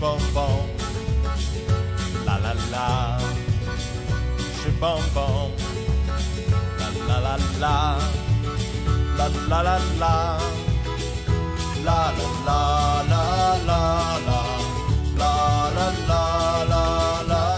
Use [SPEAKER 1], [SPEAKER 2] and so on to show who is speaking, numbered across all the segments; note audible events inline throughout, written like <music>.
[SPEAKER 1] 棒棒，啦啦啦，吃棒棒，啦啦啦啦，啦啦啦啦，啦啦啦啦啦啦，啦啦啦啦啦。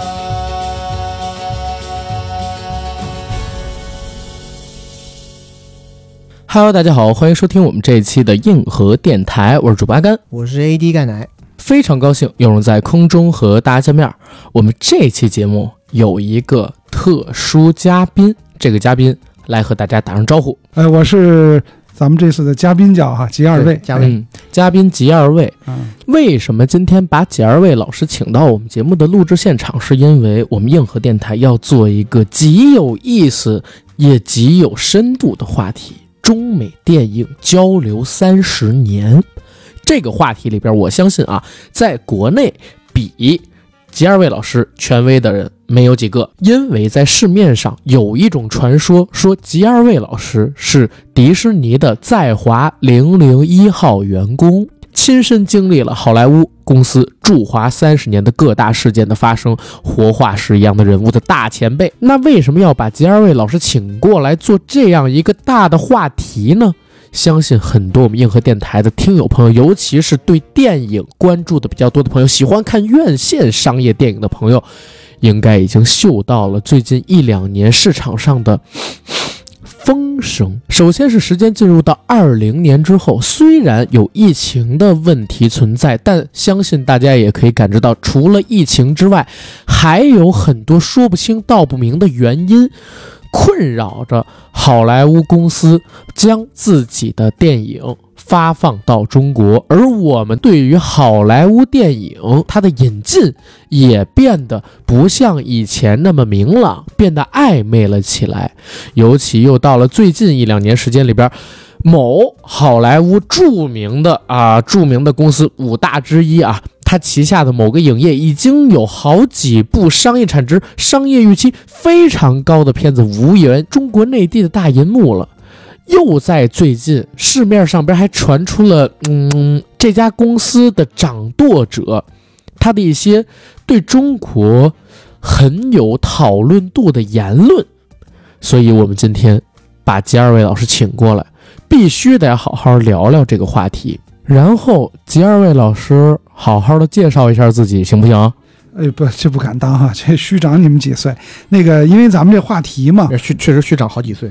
[SPEAKER 2] Hello，大家好，欢迎收听我们这一期的硬核电台，我是主播阿甘，
[SPEAKER 3] 我是 AD 钙奶，
[SPEAKER 2] 非常高兴又能在空中和大家见面儿。我们这期节目有一个特殊嘉宾，这个嘉宾来和大家打声招呼。
[SPEAKER 4] 哎，我是咱们这次的嘉宾角哈，集二位
[SPEAKER 3] 对，嘉宾，
[SPEAKER 2] 嗯，嘉宾吉二位，
[SPEAKER 4] 嗯，
[SPEAKER 2] 为什么今天把吉二位老师请到我们节目的录制现场？是因为我们硬核电台要做一个极有意思也极有深度的话题——中美电影交流三十年。这个话题里边，我相信啊，在国内比吉二位老师权威的人没有几个，因为在市面上有一种传说，说吉二位老师是迪士尼的在华零零一号员工。亲身经历了好莱坞公司驻华三十年的各大事件的发生，活化石一样的人物的大前辈。那为什么要把吉二位老师请过来做这样一个大的话题呢？相信很多我们硬核电台的听友朋友，尤其是对电影关注的比较多的朋友，喜欢看院线商业电影的朋友，应该已经嗅到了最近一两年市场上的风声。首先是时间进入到二零年之后，虽然有疫情的问题存在，但相信大家也可以感知到，除了疫情之外，还有很多说不清道不明的原因。困扰着好莱坞公司将自己的电影发放到中国，而我们对于好莱坞电影它的引进也变得不像以前那么明朗，变得暧昧了起来。尤其又到了最近一两年时间里边，某好莱坞著名的啊著名的公司五大之一啊，它旗下的某个影业已经有好几部商业产值、商业预期非常高的片子无缘中国内地的大银幕了。又在最近市面上边还传出了，嗯，这家公司的掌舵者，他的一些对中国很有讨论度的言论。所以我们今天把吉二位老师请过来，必须得好好聊聊这个话题。然后吉二位老师好好的介绍一下自己，行不行？
[SPEAKER 4] 哎不，这不敢当哈，这虚长你们几岁？那个，因为咱们这话题嘛，
[SPEAKER 3] 确确实虚长好几岁，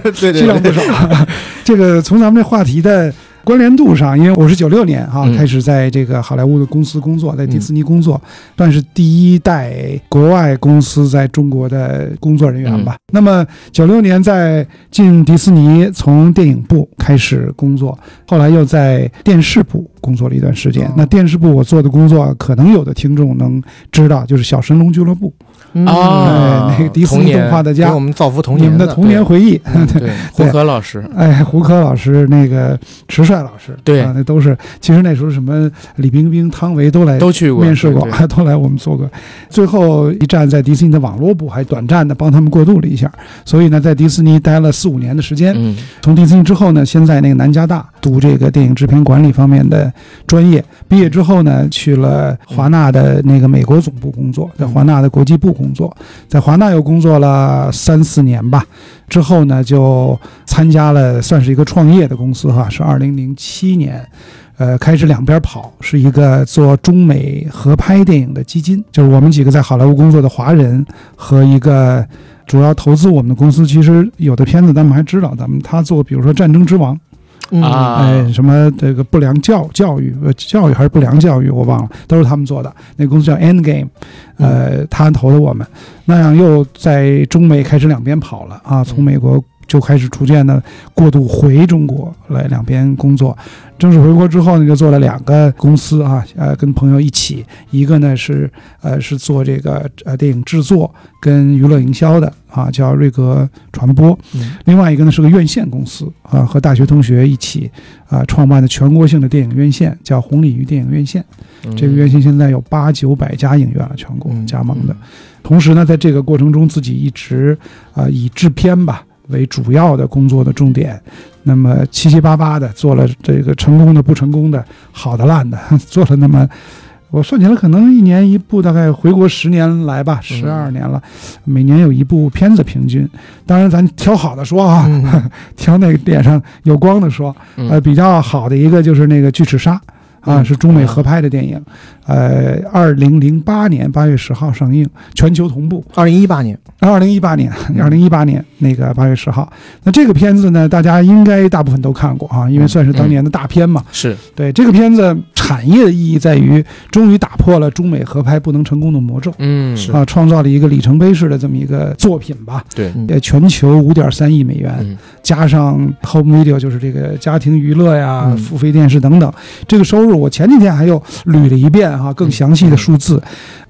[SPEAKER 4] 对质量不少。 <laughs> 这个从咱们这话题的关联度上，因为我是九六年啊、
[SPEAKER 2] 嗯
[SPEAKER 4] 开始在这个好莱坞的公司工作，在迪
[SPEAKER 2] 嗯
[SPEAKER 4] 士尼工作，算是第一代国外公司在中国的工作人员吧。那么九六年在进迪士尼，从电影部开始工作，后来又在电视部工作了一段时间。
[SPEAKER 3] 哦
[SPEAKER 4] 那电视部我做的工作，可能有的听众能知道，就是《小神龙俱乐部》
[SPEAKER 3] 嗯
[SPEAKER 2] 哦
[SPEAKER 4] 哎，那个迪士
[SPEAKER 2] 童
[SPEAKER 4] 尼
[SPEAKER 2] 年
[SPEAKER 4] 动画的
[SPEAKER 3] 给
[SPEAKER 4] 家
[SPEAKER 3] 我，们造福童
[SPEAKER 4] 你们
[SPEAKER 3] 年
[SPEAKER 4] 的童年回忆。
[SPEAKER 2] 对，
[SPEAKER 4] <laughs>
[SPEAKER 2] 胡可老师，
[SPEAKER 4] 哎，胡歌老师，那个迟帅老师，
[SPEAKER 2] 对
[SPEAKER 4] 啊，那都是其实那时候什么李冰冰、汤唯都来
[SPEAKER 2] 都去过
[SPEAKER 4] 面试过
[SPEAKER 2] 对，
[SPEAKER 4] <laughs> 都来我们做过。最后一站在迪士尼的网络部，还短暂的帮他们过渡了一下。所以呢，在迪士尼待了四五年的时间。
[SPEAKER 2] 嗯
[SPEAKER 4] 从迪士尼之后呢，先在那个南加大读这个电影制片管理方面的专业，毕业之后呢，去了华纳的那个美国总部工作，在华纳的国际部工作，在华纳又工作了三四年吧。之后呢，就参加了算是一个创业的公司哈，是二零零七年。呃，开始两边跑，是一个做中美合拍电影的基金，就是我们几个在好莱坞工作的华人和一个主要投资我们的公司，其实有的片子咱们还知道，咱们他做，比如说《战争之王》，
[SPEAKER 3] 嗯
[SPEAKER 2] 啊
[SPEAKER 4] 哎，什么这个不良教教育，呃，教育还是不良教育，我忘了，都是他们做的。那公司叫 Endgame，呃，他投的我们，那样又在中美开始两边跑了啊，从美国就开始逐渐的过渡回中国来两边工作。正式回国之后呢，就做了两个公司啊，呃，跟朋友一起，一个呢是呃是做这个呃电影制作跟娱乐营销的啊，叫瑞格传播，
[SPEAKER 2] 嗯
[SPEAKER 4] 另外一个呢是个院线公司啊，和大学同学一起啊创办的全国性的电影院线，叫红鲤鱼电影院线。
[SPEAKER 2] 嗯
[SPEAKER 4] 这个院线现在有八九百家影院了，全国
[SPEAKER 3] 嗯
[SPEAKER 4] 加盟的。同时呢，在这个呃过程中，自己一直啊、以制片吧为主要的工作的重点，那么七七八八的做了这个成功的、不成功的、好的、烂的， <laughs> 做了那么。我算起来，可能一年一部，大概回国十年来
[SPEAKER 2] 嗯
[SPEAKER 4] 吧，十二年了，每年有一部片子平均。当然，咱挑好的说啊，
[SPEAKER 2] 嗯
[SPEAKER 4] <laughs> 挑那个脸上有光的说。
[SPEAKER 2] 嗯
[SPEAKER 4] 呃，比较好的一个就是那个《巨齿鲨》啊，
[SPEAKER 2] 嗯
[SPEAKER 4] 是中美合拍的电影，呃，二零零八年八月十号上映，全球同步。啊
[SPEAKER 3] 二零一八年，
[SPEAKER 4] 二零一八年，二零一八年那个八月十号，那这个片子呢，大家应该大部分都看过啊，因为算是当年的大片嘛。
[SPEAKER 3] 嗯
[SPEAKER 2] 是
[SPEAKER 4] 对这个片子产业的意义在于，终于打破了中美合拍不能成功的魔咒
[SPEAKER 2] 嗯
[SPEAKER 3] 是
[SPEAKER 4] 啊，创造了一个里程碑式的这么一个作品吧。
[SPEAKER 2] 对
[SPEAKER 3] 嗯
[SPEAKER 4] 呃，全球五点三亿美元，
[SPEAKER 2] 嗯
[SPEAKER 4] 加上 home video 就是这个家庭娱乐呀、
[SPEAKER 3] 嗯
[SPEAKER 4] 付费电视等等，这个收入我前几天还又捋了一遍哈、
[SPEAKER 3] 嗯
[SPEAKER 4] 更详细的数字，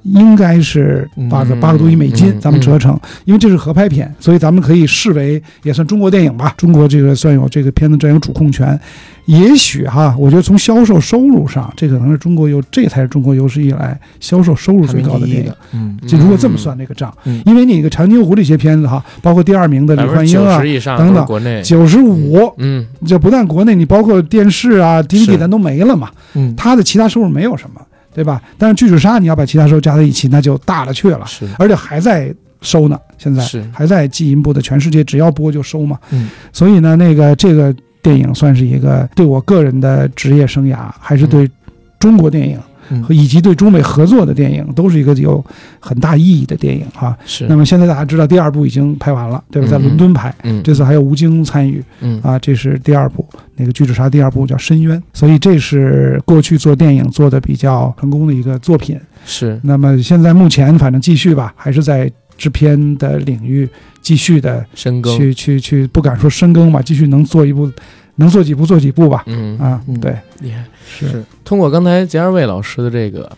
[SPEAKER 4] 应该是八个
[SPEAKER 2] 嗯
[SPEAKER 4] 八个多亿美金，
[SPEAKER 2] 嗯
[SPEAKER 4] 咱们折成，因为这是合拍片，所以咱们可以视为也算中国电影吧，中国这个算有这个片子占有主控权。也许哈、我觉得从销售收入上，这可能是中国有，这才是中国有史以来销售收入最高的
[SPEAKER 3] 排名第一
[SPEAKER 4] 电
[SPEAKER 3] 的
[SPEAKER 4] 影。
[SPEAKER 3] 嗯
[SPEAKER 4] 就如果这么算这个账，
[SPEAKER 3] 嗯
[SPEAKER 4] 因为你个长津湖这些片子哈，包括第二名的李
[SPEAKER 2] 百分
[SPEAKER 4] 焕
[SPEAKER 2] 之
[SPEAKER 4] 英
[SPEAKER 2] 九
[SPEAKER 4] 啊
[SPEAKER 2] 十，以上
[SPEAKER 4] 等
[SPEAKER 2] 都是
[SPEAKER 4] 等
[SPEAKER 2] 国内
[SPEAKER 4] 九十五，
[SPEAKER 2] 嗯
[SPEAKER 4] 这不但国内你包括电视啊、DVD 咱都没了嘛，
[SPEAKER 3] 嗯，
[SPEAKER 4] 它的其他收入没有什么，对吧？但是巨齿鲨你要把其他收入加在一起，那就大了去了，
[SPEAKER 2] 嗯是
[SPEAKER 4] 而且还在收呢，现在
[SPEAKER 2] 是
[SPEAKER 4] 还在进一步的，全世界只要播就收嘛。
[SPEAKER 3] 嗯，
[SPEAKER 4] 所以呢，那个这个电影算是一个对我个人的职业生涯，还是
[SPEAKER 2] 嗯
[SPEAKER 4] 对中国电影。
[SPEAKER 3] 嗯
[SPEAKER 4] 和以及对中美合作的电影，都是一个有很大意义的电影哈、
[SPEAKER 2] 是
[SPEAKER 4] 那么现在大家知道，第二部已经拍完了，对吧？在伦敦拍，
[SPEAKER 2] 嗯
[SPEAKER 4] 这次还有吴京参与，
[SPEAKER 2] 嗯
[SPEAKER 4] 啊，这是第二部，那个《巨齿鲨》第二部叫《深渊》，所以这是过去做电影做的比较成功的一个作品。
[SPEAKER 2] 是
[SPEAKER 4] 那么现在目前反正继续吧，还是在制片的领域继续的
[SPEAKER 2] 深耕
[SPEAKER 4] 去去去，不敢说深耕吧，继续能做一部，能做几部做几部吧。
[SPEAKER 2] 嗯
[SPEAKER 4] 啊
[SPEAKER 3] 嗯，
[SPEAKER 4] 对，
[SPEAKER 2] 厉害。
[SPEAKER 4] 是
[SPEAKER 2] 通过刚才杰二卫老师的这个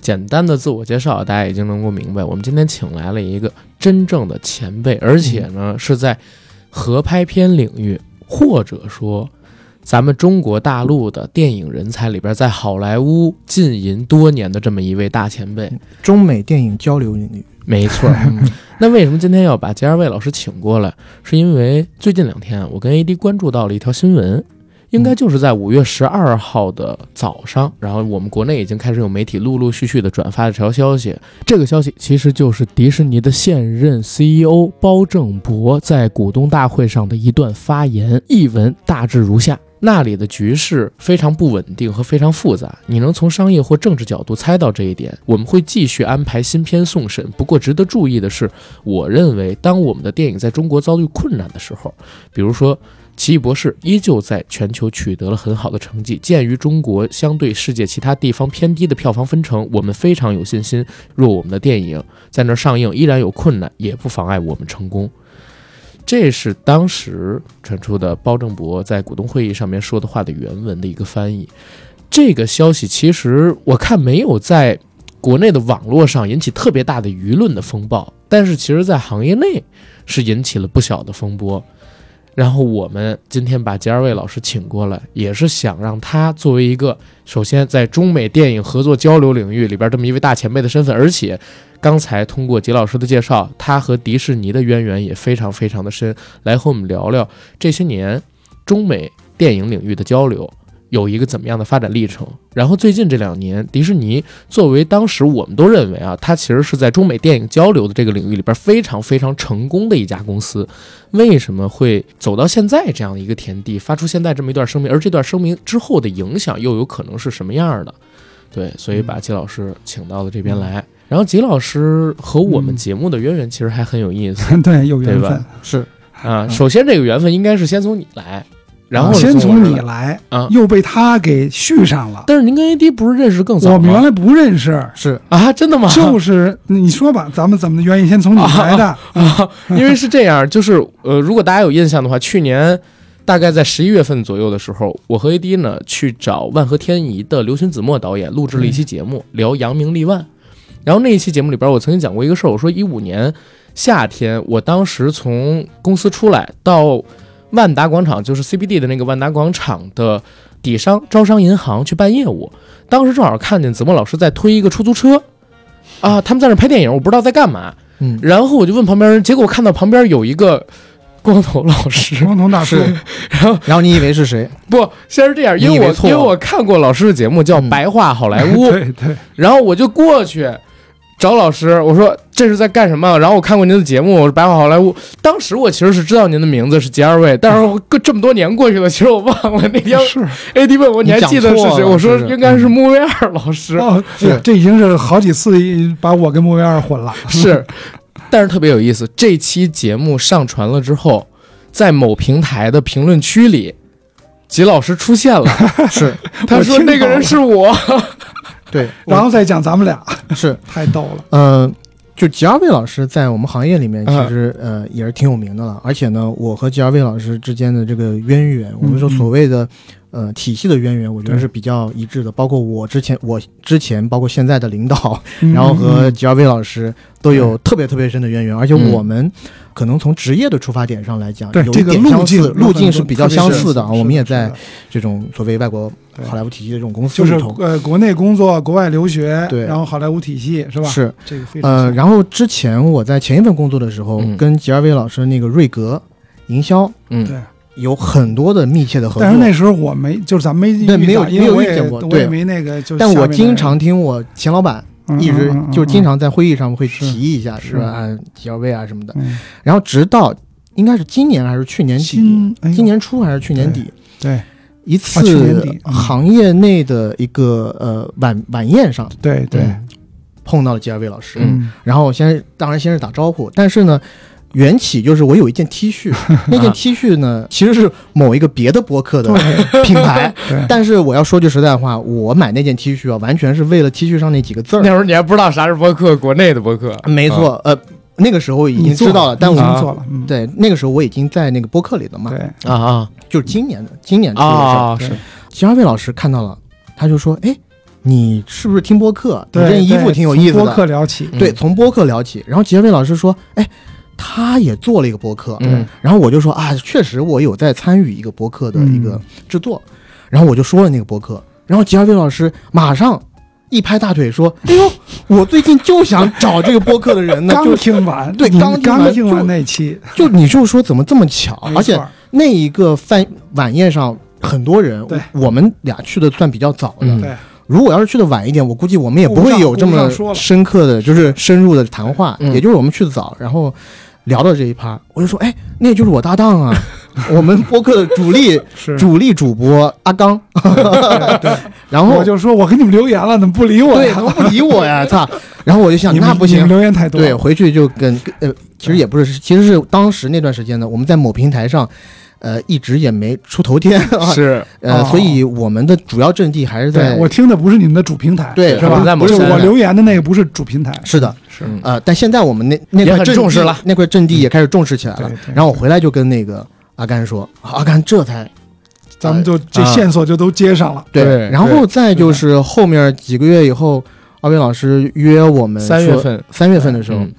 [SPEAKER 2] 简单的自我介绍，大家已经能够明白，我们今天请来了一个真正的前辈，而且呢是在合拍片领域，或者说咱们中国大陆的电影人才里边，在好莱坞浸淫多年的这么一位大前辈。
[SPEAKER 3] 中美电影交流领域，嗯
[SPEAKER 2] 没错
[SPEAKER 3] <laughs>
[SPEAKER 2] 儿，那为什么今天要把杰二卫老师请过来？是因为最近两天我跟 AD 关注到了一条新闻，应该就是在五月十二号的早上，然后我们国内已经开始有媒体陆陆续续的转发这条消息。这个消息其实就是迪士尼的现任 CEO 包正博在股东大会上的一段发言，译文大致如下。那里的局势非常不稳定和非常复杂，你能从商业或政治角度猜到这一点。我们会继续安排新片送审，不过值得注意的是，我认为，当我们的电影在中国遭遇困难的时候，比如说《奇异博士》依旧在全球取得了很好的成绩。鉴于中国相对世界其他地方偏低的票房分成，我们非常有信心，若我们的电影在那儿上映依然有困难，也不妨碍我们成功。这是当时传出的包正博在股东会议上面说的话的原文的一个翻译。这个消息其实我看没有在国内的网络上引起特别大的舆论的风暴，但是其实，在行业内是引起了不小的风波。然后我们今天把杰二卫老师请过来，也是想让他作为一个首先在中美电影合作交流领域里边这么一位大前辈的身份，而且刚才通过杰老师的介绍，他和迪士尼的渊源也非常非常的深，来和我们聊聊这些年中美电影领域的交流有一个怎么样的发展历程。然后最近这两年，迪士尼作为当时我们都认为啊，它其实是在中美电影交流的这个领域里边非常非常成功的一家公司，为什么会走到现在这样的一个田地，发出现在这么一段声明？而这段声明之后的影响又有可能是什么样的？对，所以把吉老师请到了这边来。然后吉老师和我
[SPEAKER 4] 嗯
[SPEAKER 2] 们节目的渊源其实还很有意
[SPEAKER 4] <laughs>
[SPEAKER 2] 思
[SPEAKER 4] <laughs> 对，有缘
[SPEAKER 2] 对
[SPEAKER 4] 分
[SPEAKER 2] 吧。
[SPEAKER 3] 是
[SPEAKER 2] 啊。
[SPEAKER 4] 嗯
[SPEAKER 2] 首先，这个缘分应该是先从你来，然后
[SPEAKER 4] 啊先从你
[SPEAKER 2] 来。
[SPEAKER 4] 来
[SPEAKER 2] 啊，
[SPEAKER 4] 又被他给续上了。
[SPEAKER 2] 但是您跟 AD 不是认识更
[SPEAKER 4] 我
[SPEAKER 2] 早
[SPEAKER 4] 们原
[SPEAKER 2] 吗？
[SPEAKER 4] 来不认识，
[SPEAKER 3] 是，
[SPEAKER 2] 啊，真的
[SPEAKER 3] <laughs>
[SPEAKER 2] 吗？
[SPEAKER 4] 就是你说吧，咱们怎么的原因先从你来的，
[SPEAKER 2] 啊， <laughs> 因为是这样，就是呃，如果大家有印象的话，去年大概在十一月份左右的时候，我和 AD 呢去找万和天宜的刘勋子墨导演录制了一期节目，聊扬名立万。然后那一期节目里边，我曾经讲过一个事儿，我说一五年夏天，我当时从公司出来到万达广场，就是 CBD 的那个万达广场的底商招商银行去办业务，当时正好看见子墨老师在推一个出租车。啊，他们在那儿拍电影，我不知道在干嘛。
[SPEAKER 3] 嗯
[SPEAKER 2] 然后我就问旁边人，结果看到旁边有一个光头老师。 <laughs>
[SPEAKER 4] 光头大叔，
[SPEAKER 3] 是然后你以为是谁？
[SPEAKER 2] 不，先是这样，因
[SPEAKER 3] 你以
[SPEAKER 2] 为
[SPEAKER 3] 为
[SPEAKER 2] 我
[SPEAKER 3] 错
[SPEAKER 2] 因为我看过老师的节目叫《
[SPEAKER 3] 嗯
[SPEAKER 2] 白话好莱
[SPEAKER 3] <laughs>
[SPEAKER 2] 坞》，
[SPEAKER 4] 对对，
[SPEAKER 2] 然后我就过去找老师，我说这是在干什么？然后我看过您的节目《我是白话好莱坞》，当时我其实是知道您的名字是杰二
[SPEAKER 3] <laughs>
[SPEAKER 2] 位，但是我过这么多年过去了，其实我忘了那天
[SPEAKER 4] 是
[SPEAKER 2] AD 问我
[SPEAKER 3] 你
[SPEAKER 2] 还
[SPEAKER 3] 讲
[SPEAKER 2] 记得
[SPEAKER 3] 错
[SPEAKER 2] 是谁，
[SPEAKER 3] 了
[SPEAKER 2] 我说
[SPEAKER 3] 是
[SPEAKER 2] 应该是穆威尔老师，
[SPEAKER 4] 哦，哎呀这已经是好几次把我跟莫维尔混了。 <laughs>
[SPEAKER 2] 是，但是特别有意思。这期节目上传了之后，在某平台的评论区里，吉老师出现了，
[SPEAKER 3] 是
[SPEAKER 2] 他
[SPEAKER 4] 我
[SPEAKER 2] 说
[SPEAKER 4] 听
[SPEAKER 2] 那个
[SPEAKER 4] 到
[SPEAKER 2] 人
[SPEAKER 4] 了
[SPEAKER 2] 是我，
[SPEAKER 3] 对，
[SPEAKER 4] 然后再讲咱们俩，
[SPEAKER 3] 我是
[SPEAKER 4] <laughs> 太逗了。
[SPEAKER 3] 嗯、呃就吉尔维老师在我们行业里面其
[SPEAKER 2] 嗯
[SPEAKER 3] 实、呃也是挺有名的了，而且呢，我和吉尔维老师之间的这个渊源，我们说
[SPEAKER 4] 嗯嗯
[SPEAKER 3] 所谓的
[SPEAKER 4] 嗯
[SPEAKER 3] 呃体系的渊源，我觉得
[SPEAKER 4] 对
[SPEAKER 3] 是比较一致的。包括我之前，我之前包括现在的领导，
[SPEAKER 4] 嗯
[SPEAKER 3] 然后和
[SPEAKER 4] 嗯
[SPEAKER 3] 吉尔维老师都有特别特别深的渊源，而且
[SPEAKER 2] 嗯
[SPEAKER 3] 我们可能从职业的出发点上来讲，
[SPEAKER 4] 对
[SPEAKER 3] 有
[SPEAKER 4] 这个
[SPEAKER 3] 点
[SPEAKER 4] 路
[SPEAKER 3] 相似
[SPEAKER 4] 径
[SPEAKER 3] 路径是比较相似的
[SPEAKER 4] 的
[SPEAKER 3] 啊。我们也在
[SPEAKER 4] 是的
[SPEAKER 3] 这种所谓外国
[SPEAKER 4] 对
[SPEAKER 3] 好莱坞体系的这种公司
[SPEAKER 4] 就是
[SPEAKER 3] 里头，
[SPEAKER 4] 呃，国内工作，国外留学，
[SPEAKER 3] 对
[SPEAKER 4] 然后好莱坞体系是吧？
[SPEAKER 3] 是
[SPEAKER 4] 这个非常
[SPEAKER 3] 呃，
[SPEAKER 4] 像
[SPEAKER 3] 然后之前我在前一份工作的时候，
[SPEAKER 2] 嗯
[SPEAKER 3] 跟吉尔维老师那个瑞格营销
[SPEAKER 2] 嗯
[SPEAKER 4] 对，
[SPEAKER 3] 有很多的密切的合作
[SPEAKER 4] 但是。那时候我没，就是咱们没遇到
[SPEAKER 3] 对没有
[SPEAKER 4] 因为我也
[SPEAKER 3] 没有遇见过
[SPEAKER 4] 我
[SPEAKER 3] 对
[SPEAKER 4] 也没那个就。
[SPEAKER 3] 但我经常听我前老板
[SPEAKER 4] 嗯
[SPEAKER 3] 一直就经常在会议上会
[SPEAKER 4] 是
[SPEAKER 3] 提一下，
[SPEAKER 4] 是
[SPEAKER 3] 说啊吉尔维啊什么的。
[SPEAKER 4] 嗯
[SPEAKER 3] 然后直到应该是今年还是去年底，
[SPEAKER 4] 新哎呦
[SPEAKER 3] 今年初还是去年底，
[SPEAKER 4] 对
[SPEAKER 3] 一
[SPEAKER 4] 啊去年
[SPEAKER 3] 次
[SPEAKER 4] 底嗯
[SPEAKER 3] 行业内的一个呃晚晚宴上
[SPEAKER 4] 对对
[SPEAKER 2] 嗯
[SPEAKER 3] 碰到了吉尔维老师，
[SPEAKER 2] 嗯
[SPEAKER 3] 然后我先当然先是打招呼，但是呢。缘起就是我有一件 T
[SPEAKER 4] <laughs>
[SPEAKER 3] 恤，那件 T 恤呢其实是某一个别的播客的品牌，
[SPEAKER 4] <laughs> 对
[SPEAKER 3] 但是我要说句实在话，我买那件 T 恤啊，完全是为了 T 恤上那几个字
[SPEAKER 2] 那会
[SPEAKER 3] 儿。
[SPEAKER 2] 儿你还不知道啥是播客，国内的播客，
[SPEAKER 3] 没错，呃，那个时候 <laughs> 已经
[SPEAKER 4] 你做
[SPEAKER 3] 知道
[SPEAKER 4] 了
[SPEAKER 3] 了，但
[SPEAKER 4] 嗯啊你已
[SPEAKER 3] 我
[SPEAKER 4] 经做了，嗯
[SPEAKER 3] 对那个时候我已经在那个播客里了嘛，
[SPEAKER 4] 对，
[SPEAKER 2] 啊啊
[SPEAKER 3] 就是今年的今年出的事儿
[SPEAKER 2] 啊！
[SPEAKER 4] 对
[SPEAKER 2] 是
[SPEAKER 3] 其他位老师看到了，他就说：“哎，你是不是听播客？你
[SPEAKER 4] 对
[SPEAKER 3] 这件衣服挺有意思
[SPEAKER 4] 从播
[SPEAKER 3] 的。
[SPEAKER 4] 客聊起，
[SPEAKER 2] 嗯
[SPEAKER 3] 对”从播客聊起。然后杰瑞老师说：“哎，他也做了一个播客。
[SPEAKER 2] 嗯
[SPEAKER 3] 然后我就说：“啊，确实我有在参与一个播客的一
[SPEAKER 4] 嗯
[SPEAKER 3] 个制作。然后我就说了那个播客。然后杰瑞老师马上一拍大腿说：“哎呦，我最近就想找这个播客的人呢，
[SPEAKER 4] <laughs> 刚
[SPEAKER 3] 就
[SPEAKER 4] 听完，
[SPEAKER 3] <laughs> 对
[SPEAKER 4] 你
[SPEAKER 3] 刚听完
[SPEAKER 4] 刚听完
[SPEAKER 3] 就
[SPEAKER 4] 那期，
[SPEAKER 3] 就你就说怎么这么巧？
[SPEAKER 4] 没
[SPEAKER 3] 而且
[SPEAKER 4] 错
[SPEAKER 3] 那一个饭晚宴上很多人，
[SPEAKER 4] 对
[SPEAKER 3] 我们俩去的算比较早的。
[SPEAKER 2] 嗯
[SPEAKER 4] 对
[SPEAKER 3] 如果要是去的晚一点，我估计我们也不会有这
[SPEAKER 4] 顾不
[SPEAKER 3] 么
[SPEAKER 4] 上说了
[SPEAKER 3] 深刻的，就是深入的谈话。
[SPEAKER 2] 嗯
[SPEAKER 3] 也就是我们去的早，然后聊到这一趴，我就说，哎，那就是我搭档
[SPEAKER 4] <laughs>
[SPEAKER 3] 啊，我们播客的主力
[SPEAKER 4] 是，
[SPEAKER 3] 主力主播阿
[SPEAKER 4] <laughs>
[SPEAKER 3] 刚。然后
[SPEAKER 4] 我就说我给你们留言了，怎么不理我
[SPEAKER 3] 对，
[SPEAKER 4] 呀
[SPEAKER 3] 怎？么不理我
[SPEAKER 4] <laughs>
[SPEAKER 3] 呀？操！然后我就想，
[SPEAKER 4] 你们
[SPEAKER 3] 那不
[SPEAKER 4] 你们
[SPEAKER 3] 行。
[SPEAKER 4] 留言太多了，
[SPEAKER 3] 对，回去就跟跟呃，其实也不是，其实是当时那段时间呢，我们在某平台上，呃，一直也没出头天啊，
[SPEAKER 2] 是，
[SPEAKER 3] <laughs> 呃，
[SPEAKER 4] 哦
[SPEAKER 3] 所以我们的主要阵地还是在
[SPEAKER 4] 对我听的不是你们的主平台，
[SPEAKER 3] 对
[SPEAKER 4] 是
[SPEAKER 2] 我
[SPEAKER 4] 吧
[SPEAKER 2] 们在？某
[SPEAKER 4] 就是
[SPEAKER 2] 山
[SPEAKER 4] 我
[SPEAKER 2] 上
[SPEAKER 4] 留言的那个不是主平台，
[SPEAKER 3] 是的，
[SPEAKER 4] 是
[SPEAKER 2] 嗯
[SPEAKER 3] 呃，但现在我们那那
[SPEAKER 2] 也
[SPEAKER 3] 块
[SPEAKER 2] 很
[SPEAKER 3] 阵地
[SPEAKER 2] 重视了嗯
[SPEAKER 3] 那块阵地也开始重视起来了。
[SPEAKER 4] 对对
[SPEAKER 3] 然后我回来就跟那个阿甘说，啊阿甘这才
[SPEAKER 4] 咱们就
[SPEAKER 3] 啊
[SPEAKER 4] 这线索就都接上了。
[SPEAKER 2] 对
[SPEAKER 3] 然后再就是后面几个月以后，奥威老师约我们
[SPEAKER 2] 三月
[SPEAKER 3] 嗯说
[SPEAKER 2] 份
[SPEAKER 3] 三月份的时候、
[SPEAKER 2] 嗯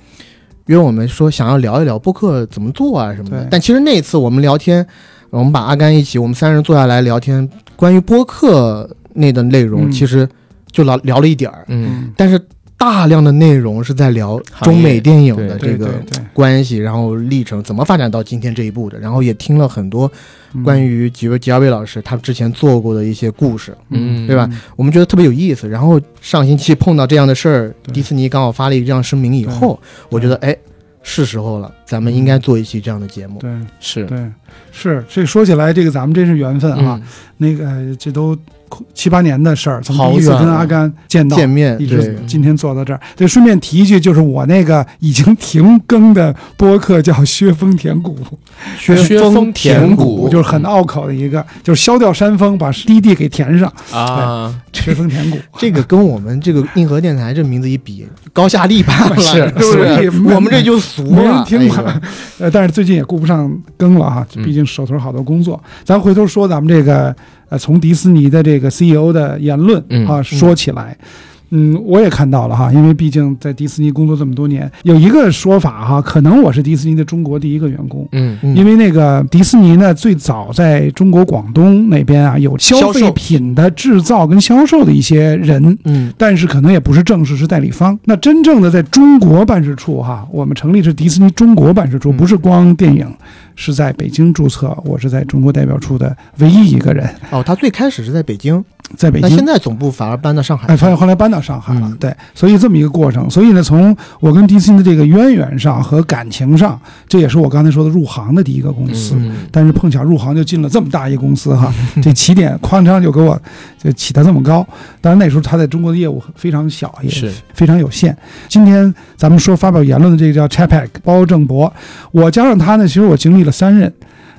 [SPEAKER 3] 约我们说想要聊一聊播客怎么做啊什么的
[SPEAKER 4] 对。
[SPEAKER 3] 但其实那次我们聊天，我们把阿甘一起，我们三人坐下来聊天，关于播客内的内容，
[SPEAKER 4] 嗯
[SPEAKER 3] 其实就聊聊了一点儿，
[SPEAKER 2] 嗯，
[SPEAKER 3] 但是大量的内容是在聊
[SPEAKER 2] 行业
[SPEAKER 3] 中美电影的
[SPEAKER 2] 对
[SPEAKER 3] 这
[SPEAKER 4] 对
[SPEAKER 3] 个
[SPEAKER 4] 对对，
[SPEAKER 3] 关系，然后历程怎么发展到今天这一步的，然后也听了很多
[SPEAKER 4] 嗯
[SPEAKER 3] 关于吉维吉尔维老师他之前做过的一些故事，
[SPEAKER 2] 嗯
[SPEAKER 3] 对吧？我们觉得特别有意思。然后上星期碰到这样的事儿，
[SPEAKER 4] 对
[SPEAKER 3] 迪士尼刚好发了一个这样声明以后，我觉得哎，是时候了，咱们应该做一期这样的节目。
[SPEAKER 4] 对
[SPEAKER 2] 是
[SPEAKER 4] 对是，这说起来这个咱们真是缘分啊。
[SPEAKER 2] 嗯
[SPEAKER 4] 那个呃这都七八年的事儿，从
[SPEAKER 3] 好
[SPEAKER 4] 第一次
[SPEAKER 3] 远
[SPEAKER 4] 跟
[SPEAKER 3] 了
[SPEAKER 4] 阿甘见到
[SPEAKER 3] 见面
[SPEAKER 4] 一
[SPEAKER 3] 对
[SPEAKER 4] 直今天做到这儿。对，顺便提一句，就是我那个已经停更的播客叫《薛峰田谷》，
[SPEAKER 3] <laughs>
[SPEAKER 2] 薛峰田谷
[SPEAKER 4] 就是很拗口的一个，就是消掉山峰，把低地给填上。
[SPEAKER 2] 啊，
[SPEAKER 4] 薛峰田谷
[SPEAKER 3] 这个跟我们这个硬核电台这名字一比，高下立判了，
[SPEAKER 2] 是
[SPEAKER 3] 不
[SPEAKER 4] 所以
[SPEAKER 3] 我们这就俗了，
[SPEAKER 4] 没人听
[SPEAKER 3] 哎
[SPEAKER 4] 了
[SPEAKER 3] 呦，
[SPEAKER 4] <laughs> 呃，但是最近也顾不上更了哈，
[SPEAKER 2] 嗯
[SPEAKER 4] 毕竟手头好多工作。咱回头说咱们这个呃，从迪士尼的这个 CEO 的言论
[SPEAKER 2] 嗯
[SPEAKER 4] 啊、说起来。嗯，我也看到了哈，因为毕竟在迪士尼工作这么多年，有一个说法哈，可能我是迪士尼的中国第一个员工，
[SPEAKER 2] 嗯
[SPEAKER 3] 嗯
[SPEAKER 4] 因为那个迪士尼呢，最早在中国广东那边啊，有消
[SPEAKER 3] 销
[SPEAKER 4] 费
[SPEAKER 3] 售
[SPEAKER 4] 品的制造跟销售的一些人，
[SPEAKER 3] 嗯
[SPEAKER 4] 但是可能也不是正式，是代理方。那真正的在中国办事处哈，我们成立是迪士尼中国办事处，
[SPEAKER 3] 嗯
[SPEAKER 4] 不是光电影是在北京注册，我是在中国代表处的唯一一个人，
[SPEAKER 3] 哦，他最开始是在北京，
[SPEAKER 4] 在北
[SPEAKER 3] 但
[SPEAKER 4] 京
[SPEAKER 3] 现。在总部反而搬到上海。
[SPEAKER 4] 哎，发现后来搬到上海了，
[SPEAKER 3] 嗯
[SPEAKER 4] 对，所以这么一个过程。所以呢，从我跟迪士尼的这个渊源上和感情上，这也是我刚才说的入行的第一个公司。
[SPEAKER 2] 嗯
[SPEAKER 4] 但是碰巧入行就进了这么大一
[SPEAKER 3] <laughs>
[SPEAKER 4] 公司哈，这起点哐当就给我就起得这么高。当然那时候他在中国的业务非常小，也
[SPEAKER 2] 是
[SPEAKER 4] 非常有限。今天咱们说发表言论的这个叫 Chapek 包正博，我加上他呢，其实我经历了三任。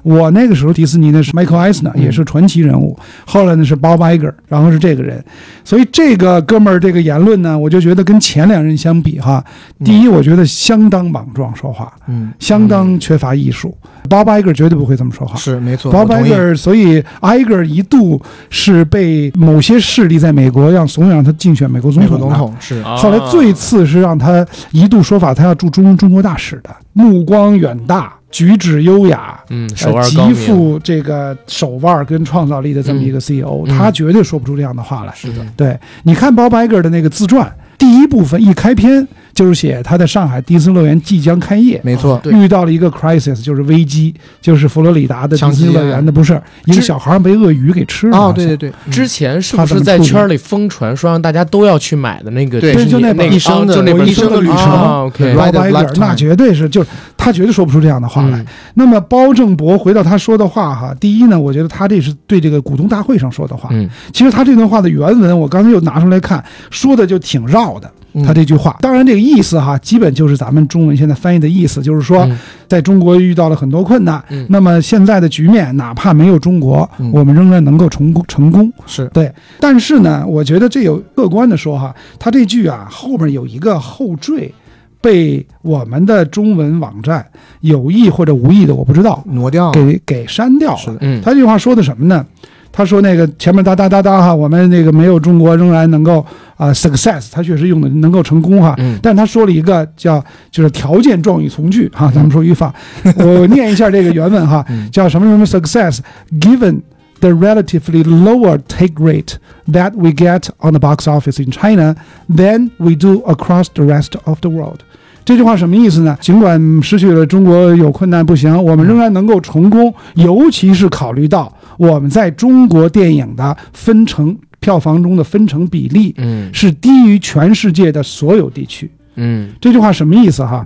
[SPEAKER 4] 我那个时候迪士尼呢是 Michael Eisner，
[SPEAKER 2] 嗯
[SPEAKER 4] 也是传奇人物。后来呢是 Bob Iger，然后是这个人。所以这个哥们儿这个言论呢，我就觉得跟前两任相比哈，第一我觉得相当莽撞说话，
[SPEAKER 3] 嗯，
[SPEAKER 4] 相当缺乏艺术。Bob Iger 绝对不会这么说话。
[SPEAKER 3] 是没错。我
[SPEAKER 4] Bob
[SPEAKER 3] 同意
[SPEAKER 4] Iger，所以 Iger 一度是被某些势力在美国让怂恿让他竞选美国总
[SPEAKER 3] 美国
[SPEAKER 4] 统的
[SPEAKER 3] 总统是
[SPEAKER 2] 啊
[SPEAKER 4] 后来最次是让他一度说法，他要驻中中国大使的，目光远大，举止优雅，
[SPEAKER 2] 嗯
[SPEAKER 4] 呃
[SPEAKER 2] 手腕高
[SPEAKER 4] 极
[SPEAKER 2] 明，
[SPEAKER 4] 富这个手腕跟创造力的这么一个 CEO，、
[SPEAKER 2] 嗯
[SPEAKER 4] 他绝对说不出这样的话来。
[SPEAKER 2] 是的，
[SPEAKER 4] 对，你看 Bob Iger 的那个自传，第一部分一开篇就是写他在上海迪士尼乐园即将开业。
[SPEAKER 3] 没错。
[SPEAKER 2] 对
[SPEAKER 4] 遇到了一个 crisis，就是危机，就是佛罗里达的迪
[SPEAKER 3] 抢
[SPEAKER 4] 士尼
[SPEAKER 3] 劫
[SPEAKER 4] 乐园的，不是一个
[SPEAKER 2] 之
[SPEAKER 4] 小孩被鳄鱼给
[SPEAKER 2] 啊
[SPEAKER 4] 吃了。
[SPEAKER 3] 哦
[SPEAKER 4] 好，
[SPEAKER 3] 对
[SPEAKER 4] 像嗯
[SPEAKER 3] 对对，
[SPEAKER 2] 之前是不
[SPEAKER 4] 他怎
[SPEAKER 2] 是
[SPEAKER 4] 么
[SPEAKER 2] 在
[SPEAKER 4] 处理
[SPEAKER 2] 圈里疯传说让大家都要去买的那个
[SPEAKER 3] 对
[SPEAKER 2] 迪士尼？
[SPEAKER 4] 就那本
[SPEAKER 2] 那个
[SPEAKER 3] 一生的
[SPEAKER 2] 啊就那
[SPEAKER 4] 我
[SPEAKER 2] 本
[SPEAKER 4] 一生的旅程
[SPEAKER 2] 啊，OK，
[SPEAKER 3] Right
[SPEAKER 4] Bob
[SPEAKER 3] of
[SPEAKER 4] Iger
[SPEAKER 3] lifetime
[SPEAKER 4] 那绝对是，就是他绝对说不出这样的话来。
[SPEAKER 2] 嗯
[SPEAKER 4] 那么包正博回到他说的话哈，第一呢，我觉得他这是对这个股东大会上说的话。
[SPEAKER 2] 嗯，
[SPEAKER 4] 其实他这段话的原文，我刚才又拿出来看，说的就挺绕的。
[SPEAKER 2] 嗯
[SPEAKER 4] 他这句话，当然这个意思哈，基本就是咱们中文现在翻译的意思，就是说
[SPEAKER 2] 嗯，
[SPEAKER 4] 在中国遇到了很多困难，
[SPEAKER 2] 嗯
[SPEAKER 4] 那么现在的局面，哪怕没有中国，
[SPEAKER 3] 嗯
[SPEAKER 4] 我们仍然能够成功成功。
[SPEAKER 3] 是
[SPEAKER 4] 对，但是呢，我觉得这有客观的说哈，他这句啊后面有一个后缀，被我们的中文网站有意或者无意的，我不知道，
[SPEAKER 3] 挪掉了。
[SPEAKER 4] 给给删掉
[SPEAKER 3] 啊是
[SPEAKER 4] 了。
[SPEAKER 3] 的，
[SPEAKER 2] 嗯，
[SPEAKER 4] 他这句话说的什么呢？他说那个前面哒哒哒哒哈，我们那个没有中国仍然能够啊、success，他确实用的能够成功哈。
[SPEAKER 2] 嗯
[SPEAKER 4] 但是他说了一个叫就是条件状语从句哈，咱们说语法，我念一下这个原文哈，叫什么什么 success given the relatively lower take rate that we get on the box office in China than we do across the rest of the world。这句话什么意思呢？尽管失去了中国有困难不行，我们仍然能够成功，尤其是考虑到我们在中国电影的分成票房中的分成比例
[SPEAKER 2] 嗯
[SPEAKER 4] 是低于全世界的所有地区。
[SPEAKER 2] 嗯
[SPEAKER 4] 这句话什么意思哈？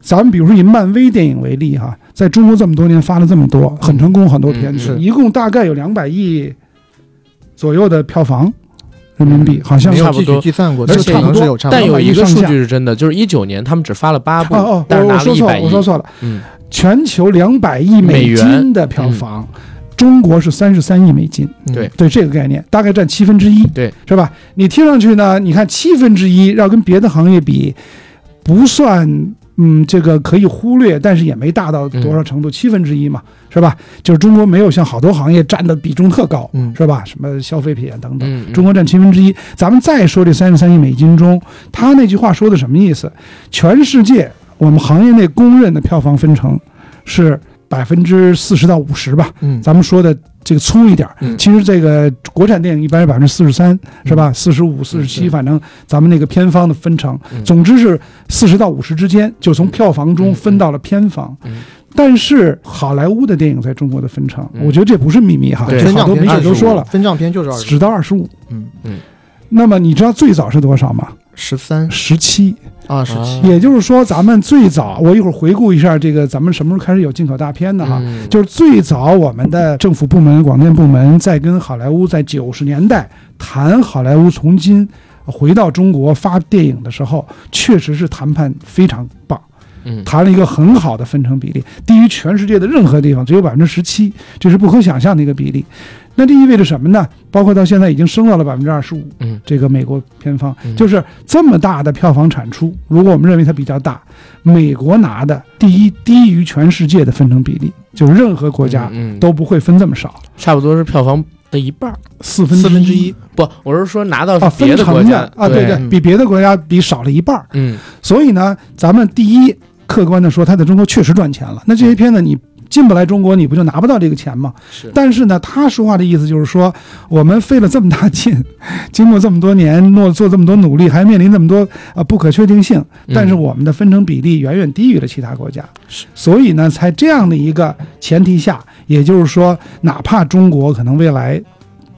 [SPEAKER 4] 咱们比如说以漫威电影为例哈，在中国这么多年发了这么多，很成功，很多片子，
[SPEAKER 3] 嗯是
[SPEAKER 4] 一共大概有两百亿左右的票房人民币，好像
[SPEAKER 3] 没
[SPEAKER 4] 是。
[SPEAKER 2] 差
[SPEAKER 3] 有
[SPEAKER 2] 不
[SPEAKER 3] 具体
[SPEAKER 2] 多
[SPEAKER 3] 计算过，
[SPEAKER 4] 而
[SPEAKER 3] 但
[SPEAKER 4] 且
[SPEAKER 3] 可能是有差不
[SPEAKER 2] 但有
[SPEAKER 3] 多。
[SPEAKER 2] 一个
[SPEAKER 4] 上
[SPEAKER 2] 数
[SPEAKER 4] 下
[SPEAKER 2] 据是真的，就是一九年他们只发了八部，
[SPEAKER 4] 哦哦，
[SPEAKER 2] 但是
[SPEAKER 4] 我我
[SPEAKER 2] 拿了
[SPEAKER 4] 说
[SPEAKER 2] 一
[SPEAKER 4] 错
[SPEAKER 2] 百
[SPEAKER 4] 了，
[SPEAKER 2] 亿。
[SPEAKER 4] 我说错了，
[SPEAKER 2] 嗯
[SPEAKER 4] 全球两百亿美金的票房，中国是三十三亿美金，
[SPEAKER 3] 嗯
[SPEAKER 2] 对
[SPEAKER 4] 对这个概念大概占七分之一，
[SPEAKER 2] 对，
[SPEAKER 4] 是吧？你听上去呢，你看七分之一要跟别的行业比，不算嗯，这个可以忽略，但是也没大到多少程度，七分之一嘛，是吧？就是中国没有像好多行业占的比重特高，
[SPEAKER 3] 嗯
[SPEAKER 4] 是吧？什么消费品啊等等。
[SPEAKER 2] 嗯，
[SPEAKER 4] 中国占七分之一。咱们再说这三十三亿美金中，他那句话说的什么意思？全世界我们行业内公认的票房分成是百分之四十到五十吧，
[SPEAKER 3] 嗯，
[SPEAKER 4] 咱们说的这个粗一点儿。
[SPEAKER 2] 嗯
[SPEAKER 4] 其实这个国产电影一般是百分之四十三，是吧？四十五、四
[SPEAKER 2] 嗯
[SPEAKER 4] 十
[SPEAKER 2] 是
[SPEAKER 4] 七，反正咱们那个片方的分成，
[SPEAKER 2] 嗯
[SPEAKER 4] 总之是四十到五十之间，就从
[SPEAKER 2] 嗯
[SPEAKER 4] 票房中分到了片房。
[SPEAKER 2] 嗯嗯
[SPEAKER 4] 但是好莱坞的电影在中国的分成，
[SPEAKER 2] 嗯
[SPEAKER 4] 我觉得这不是秘密哈，
[SPEAKER 2] 对
[SPEAKER 4] 这
[SPEAKER 3] 分
[SPEAKER 4] 好
[SPEAKER 3] 账
[SPEAKER 4] 多
[SPEAKER 3] 片
[SPEAKER 4] 媒体都说了，
[SPEAKER 3] 分账片就是二十，
[SPEAKER 4] 只到二十五。
[SPEAKER 3] 嗯，
[SPEAKER 4] 那么你知道最早是多少吗？
[SPEAKER 3] 十三
[SPEAKER 4] 十啊七，
[SPEAKER 3] 二十七，
[SPEAKER 4] 也就是说，咱们最早，我一会儿回顾一下这个，咱们什么时候开始有进口大片的哈？
[SPEAKER 2] 嗯
[SPEAKER 4] 就是最早我们的政府部门、广电部门在跟好莱坞在九十年代谈好莱坞从今回到中国发电影的时候，确实是谈判非常棒。
[SPEAKER 2] 嗯
[SPEAKER 4] 谈了一个很好的分成比例，低于全世界的任何地方，只有百分之十七，这是不可想象的一个比例。那这意味着什么呢？包括到现在已经升到了百分之二十五，
[SPEAKER 2] 嗯，
[SPEAKER 4] 这个美国片方
[SPEAKER 2] 嗯
[SPEAKER 4] 就是这么大的票房产出，如果我们认为它比较大，美国拿的第一低于全世界的分成比例，就是任何国家
[SPEAKER 2] 嗯嗯
[SPEAKER 4] 都不会分这么少，
[SPEAKER 2] 差不多是票房的一半儿。
[SPEAKER 4] 四分
[SPEAKER 3] 四分之一，
[SPEAKER 2] 不，我是说拿到
[SPEAKER 4] 啊，
[SPEAKER 2] 别
[SPEAKER 4] 分
[SPEAKER 2] 的国
[SPEAKER 4] 成
[SPEAKER 2] 家
[SPEAKER 4] 的啊，
[SPEAKER 2] 对
[SPEAKER 4] 对对，比别的国家比少了一半儿。
[SPEAKER 2] 嗯
[SPEAKER 4] 所以呢，咱们第一客观的说，它在中国确实赚钱了。那这些片呢，你进不来中国，你不就拿不到这个钱吗？
[SPEAKER 2] 是
[SPEAKER 4] 但是呢，他说话的意思就是说，我们费了这么大劲，经过这么多年，诺做这么多努力，还面临这么多呃不可确定性，
[SPEAKER 3] 嗯
[SPEAKER 2] 嗯
[SPEAKER 4] 但是我们的分成比例远远低于了其他国家，
[SPEAKER 2] 是
[SPEAKER 4] 所以呢，才这样的一个前提下，也就是说，哪怕中国可能未来。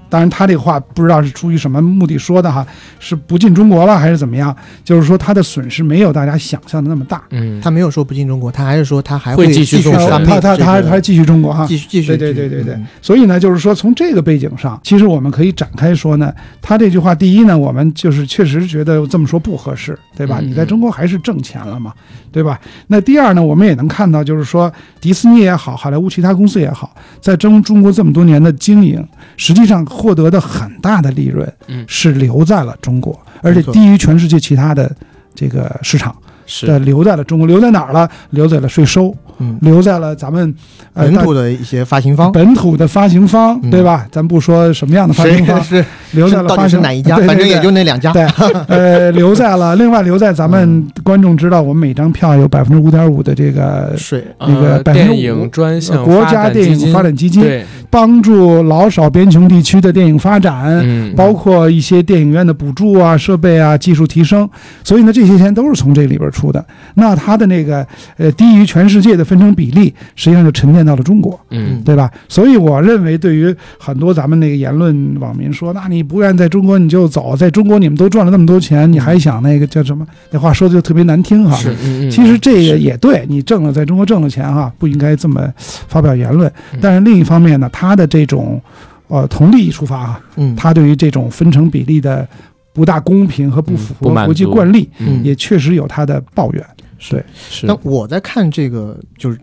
[SPEAKER 4] 当然，他这个话不知道是出于什么目的说的哈，是不进中国了还是怎么样？就是说他的损失没有大家想象的那么大，
[SPEAKER 2] 嗯，
[SPEAKER 3] 他没有说不进中国，他还是说他还
[SPEAKER 2] 会继
[SPEAKER 3] 继
[SPEAKER 2] 续
[SPEAKER 3] 续
[SPEAKER 2] 送审
[SPEAKER 4] 他
[SPEAKER 2] 审
[SPEAKER 3] submit
[SPEAKER 4] 他他
[SPEAKER 3] 这个
[SPEAKER 4] 他他继续中国哈，
[SPEAKER 3] 继续继续
[SPEAKER 4] 对对对对对
[SPEAKER 3] 嗯
[SPEAKER 4] 所以呢，就是说从这个背景上，其实我们可以展开说呢，他这句话，第一呢，我们就是确实觉得这么说不合适，对吧？
[SPEAKER 2] 嗯
[SPEAKER 4] 你在中国还是挣钱了嘛，对吧？那第二呢，我们也能看到，就是说迪士尼也好，好莱坞其他公司也好，在中中国这么多年的经营，实际上获得的很大的利润，
[SPEAKER 2] 嗯
[SPEAKER 4] 是留在了中国，而且
[SPEAKER 3] 没错
[SPEAKER 4] 低于全世界其他的这个市场。
[SPEAKER 2] 是
[SPEAKER 4] 的留在了中国，留在哪儿了？留在了税收，
[SPEAKER 3] 嗯
[SPEAKER 4] 留在了咱们、呃、
[SPEAKER 3] 本
[SPEAKER 4] 大
[SPEAKER 3] 土的一些发行方，
[SPEAKER 4] 本土的发行方，
[SPEAKER 3] 嗯
[SPEAKER 4] 对吧？咱不说什么样的发行
[SPEAKER 3] 谁
[SPEAKER 4] 方，
[SPEAKER 3] 是
[SPEAKER 4] 留在
[SPEAKER 3] 是
[SPEAKER 4] 了
[SPEAKER 3] 到
[SPEAKER 4] 发
[SPEAKER 3] 底是
[SPEAKER 4] 行
[SPEAKER 3] 哪一家？
[SPEAKER 4] 对对
[SPEAKER 3] 反正
[SPEAKER 4] 对
[SPEAKER 3] 也就嗯那两家。 <laughs>
[SPEAKER 4] 对，呃，留在了，另外留在咱们观众知道，我们每张票有百分之五点五的这个
[SPEAKER 3] 水
[SPEAKER 4] 那个
[SPEAKER 2] 呃
[SPEAKER 4] 百分之
[SPEAKER 2] 电
[SPEAKER 4] 五
[SPEAKER 2] 影专项
[SPEAKER 4] 国
[SPEAKER 2] 发
[SPEAKER 4] 家
[SPEAKER 2] 展
[SPEAKER 4] 电
[SPEAKER 2] 基
[SPEAKER 4] 影
[SPEAKER 2] 金
[SPEAKER 4] 发展基金，
[SPEAKER 2] 对，
[SPEAKER 4] 帮助老少边穷地区的电影发展。
[SPEAKER 2] 嗯，
[SPEAKER 4] 呃包括一些电影院的补助啊、设备啊、技术提升，所以呢，这些钱都是从这里边出的。那它的那个呃低于全世界的分成比例，实际上就沉淀到了中国。
[SPEAKER 2] 嗯
[SPEAKER 4] 对吧？所以我认为，对于很多咱们那个言论网民说，那你不愿在中国你就走，在中国你们都赚了那么多钱，你还想那个叫什么？那话说的就特别难听哈。
[SPEAKER 2] 嗯是，嗯嗯
[SPEAKER 4] 其实这个也对你挣了在中国挣了钱哈，不应该这么发表言论
[SPEAKER 2] 嗯。
[SPEAKER 4] 但是另一方面呢，他的这种呃从利益出发哈，
[SPEAKER 3] 嗯，
[SPEAKER 4] 他对于这种分成比例的不大公平和不符
[SPEAKER 2] 嗯不
[SPEAKER 4] 合
[SPEAKER 2] 满足
[SPEAKER 4] 国际惯例，
[SPEAKER 2] 嗯
[SPEAKER 4] 也嗯确实有他的抱怨。对，
[SPEAKER 2] 是
[SPEAKER 3] 那我在看这个就是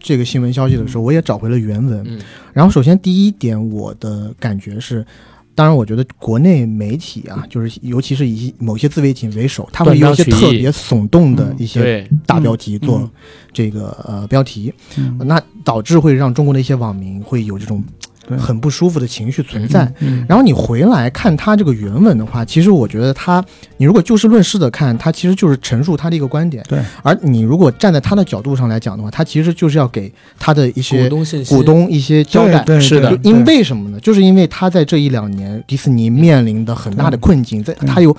[SPEAKER 3] 这个新闻消息的时候，我也找回了原文。
[SPEAKER 2] 嗯
[SPEAKER 3] 然后，首先第一点，我的感觉是，当然，我觉得国内媒体啊，就是尤其是以某些自媒体为首，它会有一
[SPEAKER 2] 嗯
[SPEAKER 3] 些
[SPEAKER 2] 断章取
[SPEAKER 3] 特
[SPEAKER 2] 义嗯
[SPEAKER 3] 别耸动的一些
[SPEAKER 2] 对
[SPEAKER 3] 大标题
[SPEAKER 4] 嗯
[SPEAKER 3] 做
[SPEAKER 4] 嗯
[SPEAKER 3] 这个呃标题，
[SPEAKER 4] 嗯
[SPEAKER 3] 那导致会让中国的一些网民会有这种
[SPEAKER 4] 对
[SPEAKER 3] 很不舒服的情绪存在。
[SPEAKER 4] 嗯
[SPEAKER 3] 然后你回来看他这个原文的话，其实我觉得他，你如果就事论事的看，他其实就是陈述他的一个观点。
[SPEAKER 4] 对，
[SPEAKER 3] 而你如果站在他的角度上来讲的话，他其实就是要给他的一
[SPEAKER 2] 股
[SPEAKER 3] 些
[SPEAKER 2] 东信息，
[SPEAKER 3] 股东一些交代。
[SPEAKER 4] 对对
[SPEAKER 2] 是的
[SPEAKER 4] 对
[SPEAKER 3] 就因为什么呢？就是因为他在这一两年，迪士尼面临的很大的困境，在
[SPEAKER 4] 对
[SPEAKER 3] 他有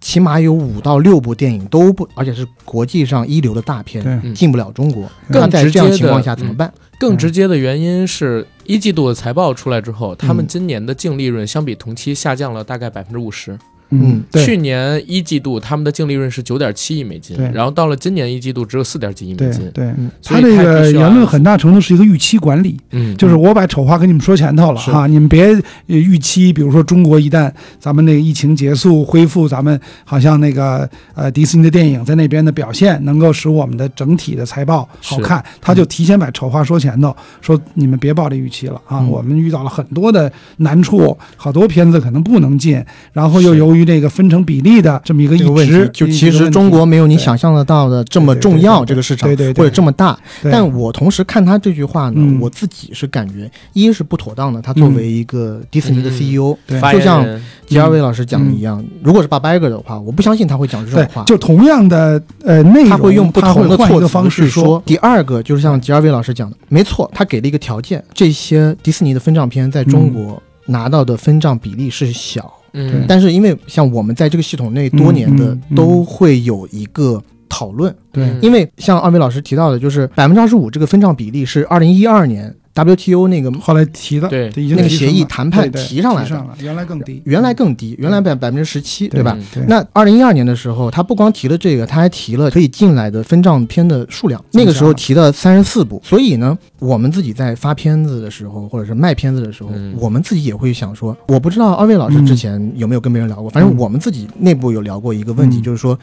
[SPEAKER 3] 起码有五到六部电影都不，而且是国际上一流的大片，
[SPEAKER 4] 对
[SPEAKER 2] 嗯
[SPEAKER 3] 进不了中国。
[SPEAKER 2] 更
[SPEAKER 3] 那在这样
[SPEAKER 2] 直接的
[SPEAKER 3] 情况下怎么
[SPEAKER 4] 嗯
[SPEAKER 3] 办？
[SPEAKER 2] 更直接的原因是一季度的财报出来之后，他
[SPEAKER 4] 嗯
[SPEAKER 2] 们今年的净利润相比同期下降了大概百分之五十。
[SPEAKER 4] 嗯
[SPEAKER 3] 嗯，
[SPEAKER 4] 对。
[SPEAKER 2] 去年一季度他们的净利润是九点七亿美金
[SPEAKER 4] 对，
[SPEAKER 2] 然后到了今年一季度只有四点几亿美
[SPEAKER 4] 对
[SPEAKER 2] 金。
[SPEAKER 4] 对
[SPEAKER 3] 嗯，
[SPEAKER 2] 所
[SPEAKER 4] 他
[SPEAKER 2] 以
[SPEAKER 4] 这
[SPEAKER 2] 他
[SPEAKER 4] 个
[SPEAKER 2] 必须要
[SPEAKER 4] 言论很大程度是一个预期管理，
[SPEAKER 2] 嗯，
[SPEAKER 4] 就是我把丑话跟你们说前头了
[SPEAKER 2] 是
[SPEAKER 4] 哈，你们别呃预期，比如说中国一旦咱们那个疫情结束，恢复咱们好像那个呃迪士尼的电影在那边的表现，能够使我们的整体的财报好看，他
[SPEAKER 3] 嗯
[SPEAKER 4] 就提前把丑话说前头，说你们别抱这预期了啊，
[SPEAKER 3] 嗯
[SPEAKER 4] 我们遇到了很多的难处，好多片子可能不能进，然后又
[SPEAKER 2] 是
[SPEAKER 4] 由于这个分成比例的这么一个
[SPEAKER 3] 这个
[SPEAKER 4] 阈
[SPEAKER 3] 问
[SPEAKER 4] 值
[SPEAKER 3] 题，，就
[SPEAKER 4] 一个
[SPEAKER 3] 其
[SPEAKER 4] 问
[SPEAKER 3] 实
[SPEAKER 4] 题
[SPEAKER 3] 中国没有你想象得到的这么
[SPEAKER 4] 对对对
[SPEAKER 3] 重要，
[SPEAKER 4] 对对
[SPEAKER 3] 这个市场
[SPEAKER 4] 对对
[SPEAKER 3] 或
[SPEAKER 4] 对
[SPEAKER 3] 者这么大。
[SPEAKER 4] 对
[SPEAKER 3] 但我同时看他这句话呢
[SPEAKER 4] 嗯，
[SPEAKER 3] 我自己是感觉，一是不妥当的。他作为一个迪士尼的
[SPEAKER 2] 嗯
[SPEAKER 3] CEO，
[SPEAKER 4] 对嗯
[SPEAKER 2] 发言
[SPEAKER 3] 就像
[SPEAKER 2] 人
[SPEAKER 3] 吉尔维老师讲的一样，如果是巴白格的话，我不相信他会讲出这
[SPEAKER 4] 对
[SPEAKER 3] 种话，。
[SPEAKER 4] 就同样的呃内容，
[SPEAKER 3] 他会用不同的
[SPEAKER 4] 他会换一
[SPEAKER 3] 措
[SPEAKER 4] 个
[SPEAKER 3] 辞
[SPEAKER 4] 方式
[SPEAKER 3] 去说。第二个就是像吉尔维老师讲的，没错，他给了一个条件，这些迪士尼的分账片在
[SPEAKER 4] 嗯
[SPEAKER 3] 中国拿到的分账比例是小，
[SPEAKER 2] 嗯，
[SPEAKER 3] 但是因为像我们在这个系统内多年的
[SPEAKER 4] 嗯嗯嗯
[SPEAKER 3] 都会有一个讨论，
[SPEAKER 4] 对
[SPEAKER 2] 嗯
[SPEAKER 3] 因为像二位老师提到的，就是百分之二十五这个分账比例是二零一二年 WTO 那个
[SPEAKER 4] 后来提的，
[SPEAKER 2] 对
[SPEAKER 4] 已经
[SPEAKER 3] 那个
[SPEAKER 4] 提
[SPEAKER 3] 协
[SPEAKER 4] 升
[SPEAKER 3] 议
[SPEAKER 4] 了
[SPEAKER 3] 谈判
[SPEAKER 4] 对对
[SPEAKER 3] 提上来
[SPEAKER 4] 提
[SPEAKER 3] 的，
[SPEAKER 4] 上了，原来更低，
[SPEAKER 3] 原来更低，原来百百分之十七，对吧？
[SPEAKER 2] 嗯？
[SPEAKER 4] 对
[SPEAKER 3] 那二零一二年的时候，他不光提了这个，他还提了可以进来的分账片的数量。那个时候提了三十四部，所以呢，我们自己在发片子的时候，或者是卖片子的时候，
[SPEAKER 2] 嗯
[SPEAKER 3] 我们自己也会想说，我不知道二位老师之前有没有跟别人聊过，反正我们自己内部有聊过一个问题，
[SPEAKER 4] 嗯
[SPEAKER 3] 就是说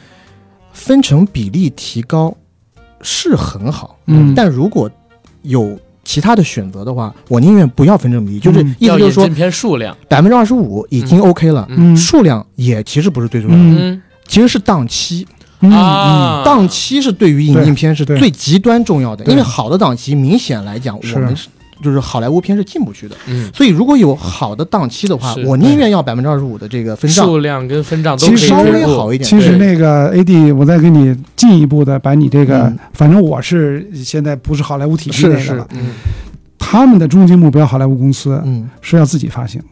[SPEAKER 3] 分成比例提高是很好，
[SPEAKER 4] 嗯，
[SPEAKER 3] 但如果有其他的选择的话，我宁愿不要分成比例，就是
[SPEAKER 4] 嗯
[SPEAKER 3] 意思
[SPEAKER 2] 要
[SPEAKER 3] 就
[SPEAKER 2] 引
[SPEAKER 3] 是说
[SPEAKER 2] 进片数量，
[SPEAKER 3] 百分之二十五已经 OK 了，
[SPEAKER 4] 嗯
[SPEAKER 3] 数量也其实不是最重要的。
[SPEAKER 2] 嗯
[SPEAKER 3] 其实是档期，
[SPEAKER 4] 嗯
[SPEAKER 2] 啊，
[SPEAKER 3] 档期是对于引进片是
[SPEAKER 4] 对
[SPEAKER 3] 最极端重要的，
[SPEAKER 4] 对
[SPEAKER 3] 因为好的档期明显来讲，
[SPEAKER 4] 是
[SPEAKER 3] 我们是就是好莱坞片是进不去的。
[SPEAKER 2] 嗯，
[SPEAKER 3] 所以如果有好的档期的话
[SPEAKER 2] 是，
[SPEAKER 3] 我宁愿要百分之二十五的这个分账，
[SPEAKER 2] 数量跟分账都
[SPEAKER 4] 其
[SPEAKER 2] 可以
[SPEAKER 4] 实
[SPEAKER 3] 稍微
[SPEAKER 2] 兼顾
[SPEAKER 3] 好一点。
[SPEAKER 4] 其实
[SPEAKER 2] 对
[SPEAKER 4] 那个 AD，我再给你进一步的把你这个，
[SPEAKER 3] 嗯
[SPEAKER 4] 反正我是现在不是好莱坞体系
[SPEAKER 3] 是
[SPEAKER 4] 内的
[SPEAKER 3] 是
[SPEAKER 4] 了。
[SPEAKER 2] 嗯，
[SPEAKER 4] 他们的终极目标，好莱坞公司
[SPEAKER 3] 嗯，
[SPEAKER 4] 是要自己
[SPEAKER 3] <laughs>
[SPEAKER 4] 发行。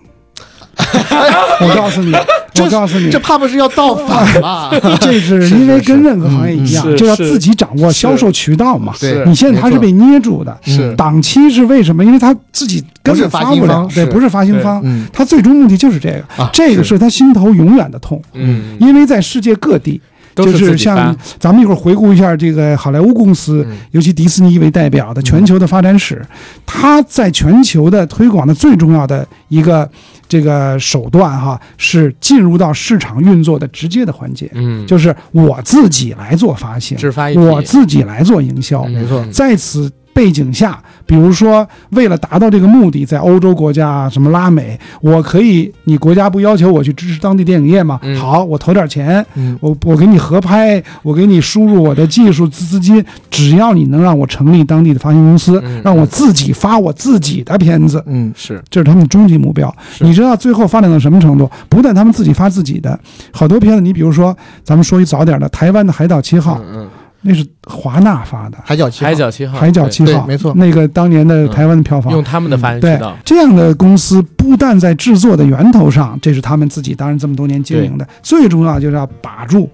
[SPEAKER 4] 我告诉你，我告诉你，
[SPEAKER 3] 这怕不是要造反
[SPEAKER 4] <laughs>
[SPEAKER 3] 吧？
[SPEAKER 4] 这是因为跟任何行业一样
[SPEAKER 2] 是，嗯是
[SPEAKER 4] 就要自己掌握
[SPEAKER 2] 是
[SPEAKER 4] 销售渠道嘛。
[SPEAKER 2] 是
[SPEAKER 3] 对，
[SPEAKER 4] 你现在他是被捏住的，嗯
[SPEAKER 2] 是
[SPEAKER 4] 档期是为什么？因为他自己根
[SPEAKER 3] 不是
[SPEAKER 4] 本
[SPEAKER 3] 发
[SPEAKER 4] 发
[SPEAKER 3] 行
[SPEAKER 4] 不了
[SPEAKER 3] 方，
[SPEAKER 4] 对，
[SPEAKER 2] 是
[SPEAKER 4] 不是发行
[SPEAKER 2] 对
[SPEAKER 4] 方，
[SPEAKER 3] 嗯
[SPEAKER 4] 他最终目的就是这个，
[SPEAKER 3] 啊，
[SPEAKER 4] 这个是他心头永远的痛，
[SPEAKER 2] 嗯，
[SPEAKER 4] 因为在世界各地。
[SPEAKER 2] 都
[SPEAKER 4] 就是
[SPEAKER 2] 自
[SPEAKER 4] 是
[SPEAKER 2] 己发
[SPEAKER 4] 像呃咱们一会儿回顾一下这个好莱坞公司，
[SPEAKER 2] 嗯
[SPEAKER 4] 尤其迪士尼为代表的全球的发展史，它在全球的推广的最重要的一个这个手段哈，是进入到市场运作的直接的环节，
[SPEAKER 2] 嗯，
[SPEAKER 4] 就是我自己来做发行，
[SPEAKER 2] 只发一批
[SPEAKER 4] 我自己来做营销。
[SPEAKER 2] 嗯
[SPEAKER 3] 没错
[SPEAKER 2] 嗯
[SPEAKER 4] 在此背景下，比如说为了达到这个目的，在欧洲国家啊，什么拉美，我可以，你国家不要求我去支持当地电影业吗？
[SPEAKER 2] 嗯
[SPEAKER 4] 好，我投点钱，
[SPEAKER 3] 嗯
[SPEAKER 4] 我我给你合拍，我给你输入我的技术资资金，只要你能让我成立当地的发行公司，
[SPEAKER 2] 嗯
[SPEAKER 4] 让我自己发我自己的片子，
[SPEAKER 3] 嗯，
[SPEAKER 2] 是
[SPEAKER 4] 这是他们的终极目标。
[SPEAKER 2] 是
[SPEAKER 4] 你知道最后发展到什么程度？不但他们自己发自己的，好多片子，你比如说咱们说一早点的，台湾的《海角七号》，
[SPEAKER 2] 嗯，
[SPEAKER 4] 那是华纳发的，
[SPEAKER 3] 海角七号
[SPEAKER 2] 海角七号，
[SPEAKER 4] 《海角
[SPEAKER 2] 对
[SPEAKER 4] 七号》
[SPEAKER 3] 对没错
[SPEAKER 4] 那个当年的
[SPEAKER 2] 嗯
[SPEAKER 4] 台湾的票房。
[SPEAKER 2] 用他们的发言渠
[SPEAKER 4] 对
[SPEAKER 2] 道，
[SPEAKER 4] 这样的公司，不但在制作的源头上，这是他们自己当然这么多年经营的，最重要就是要把住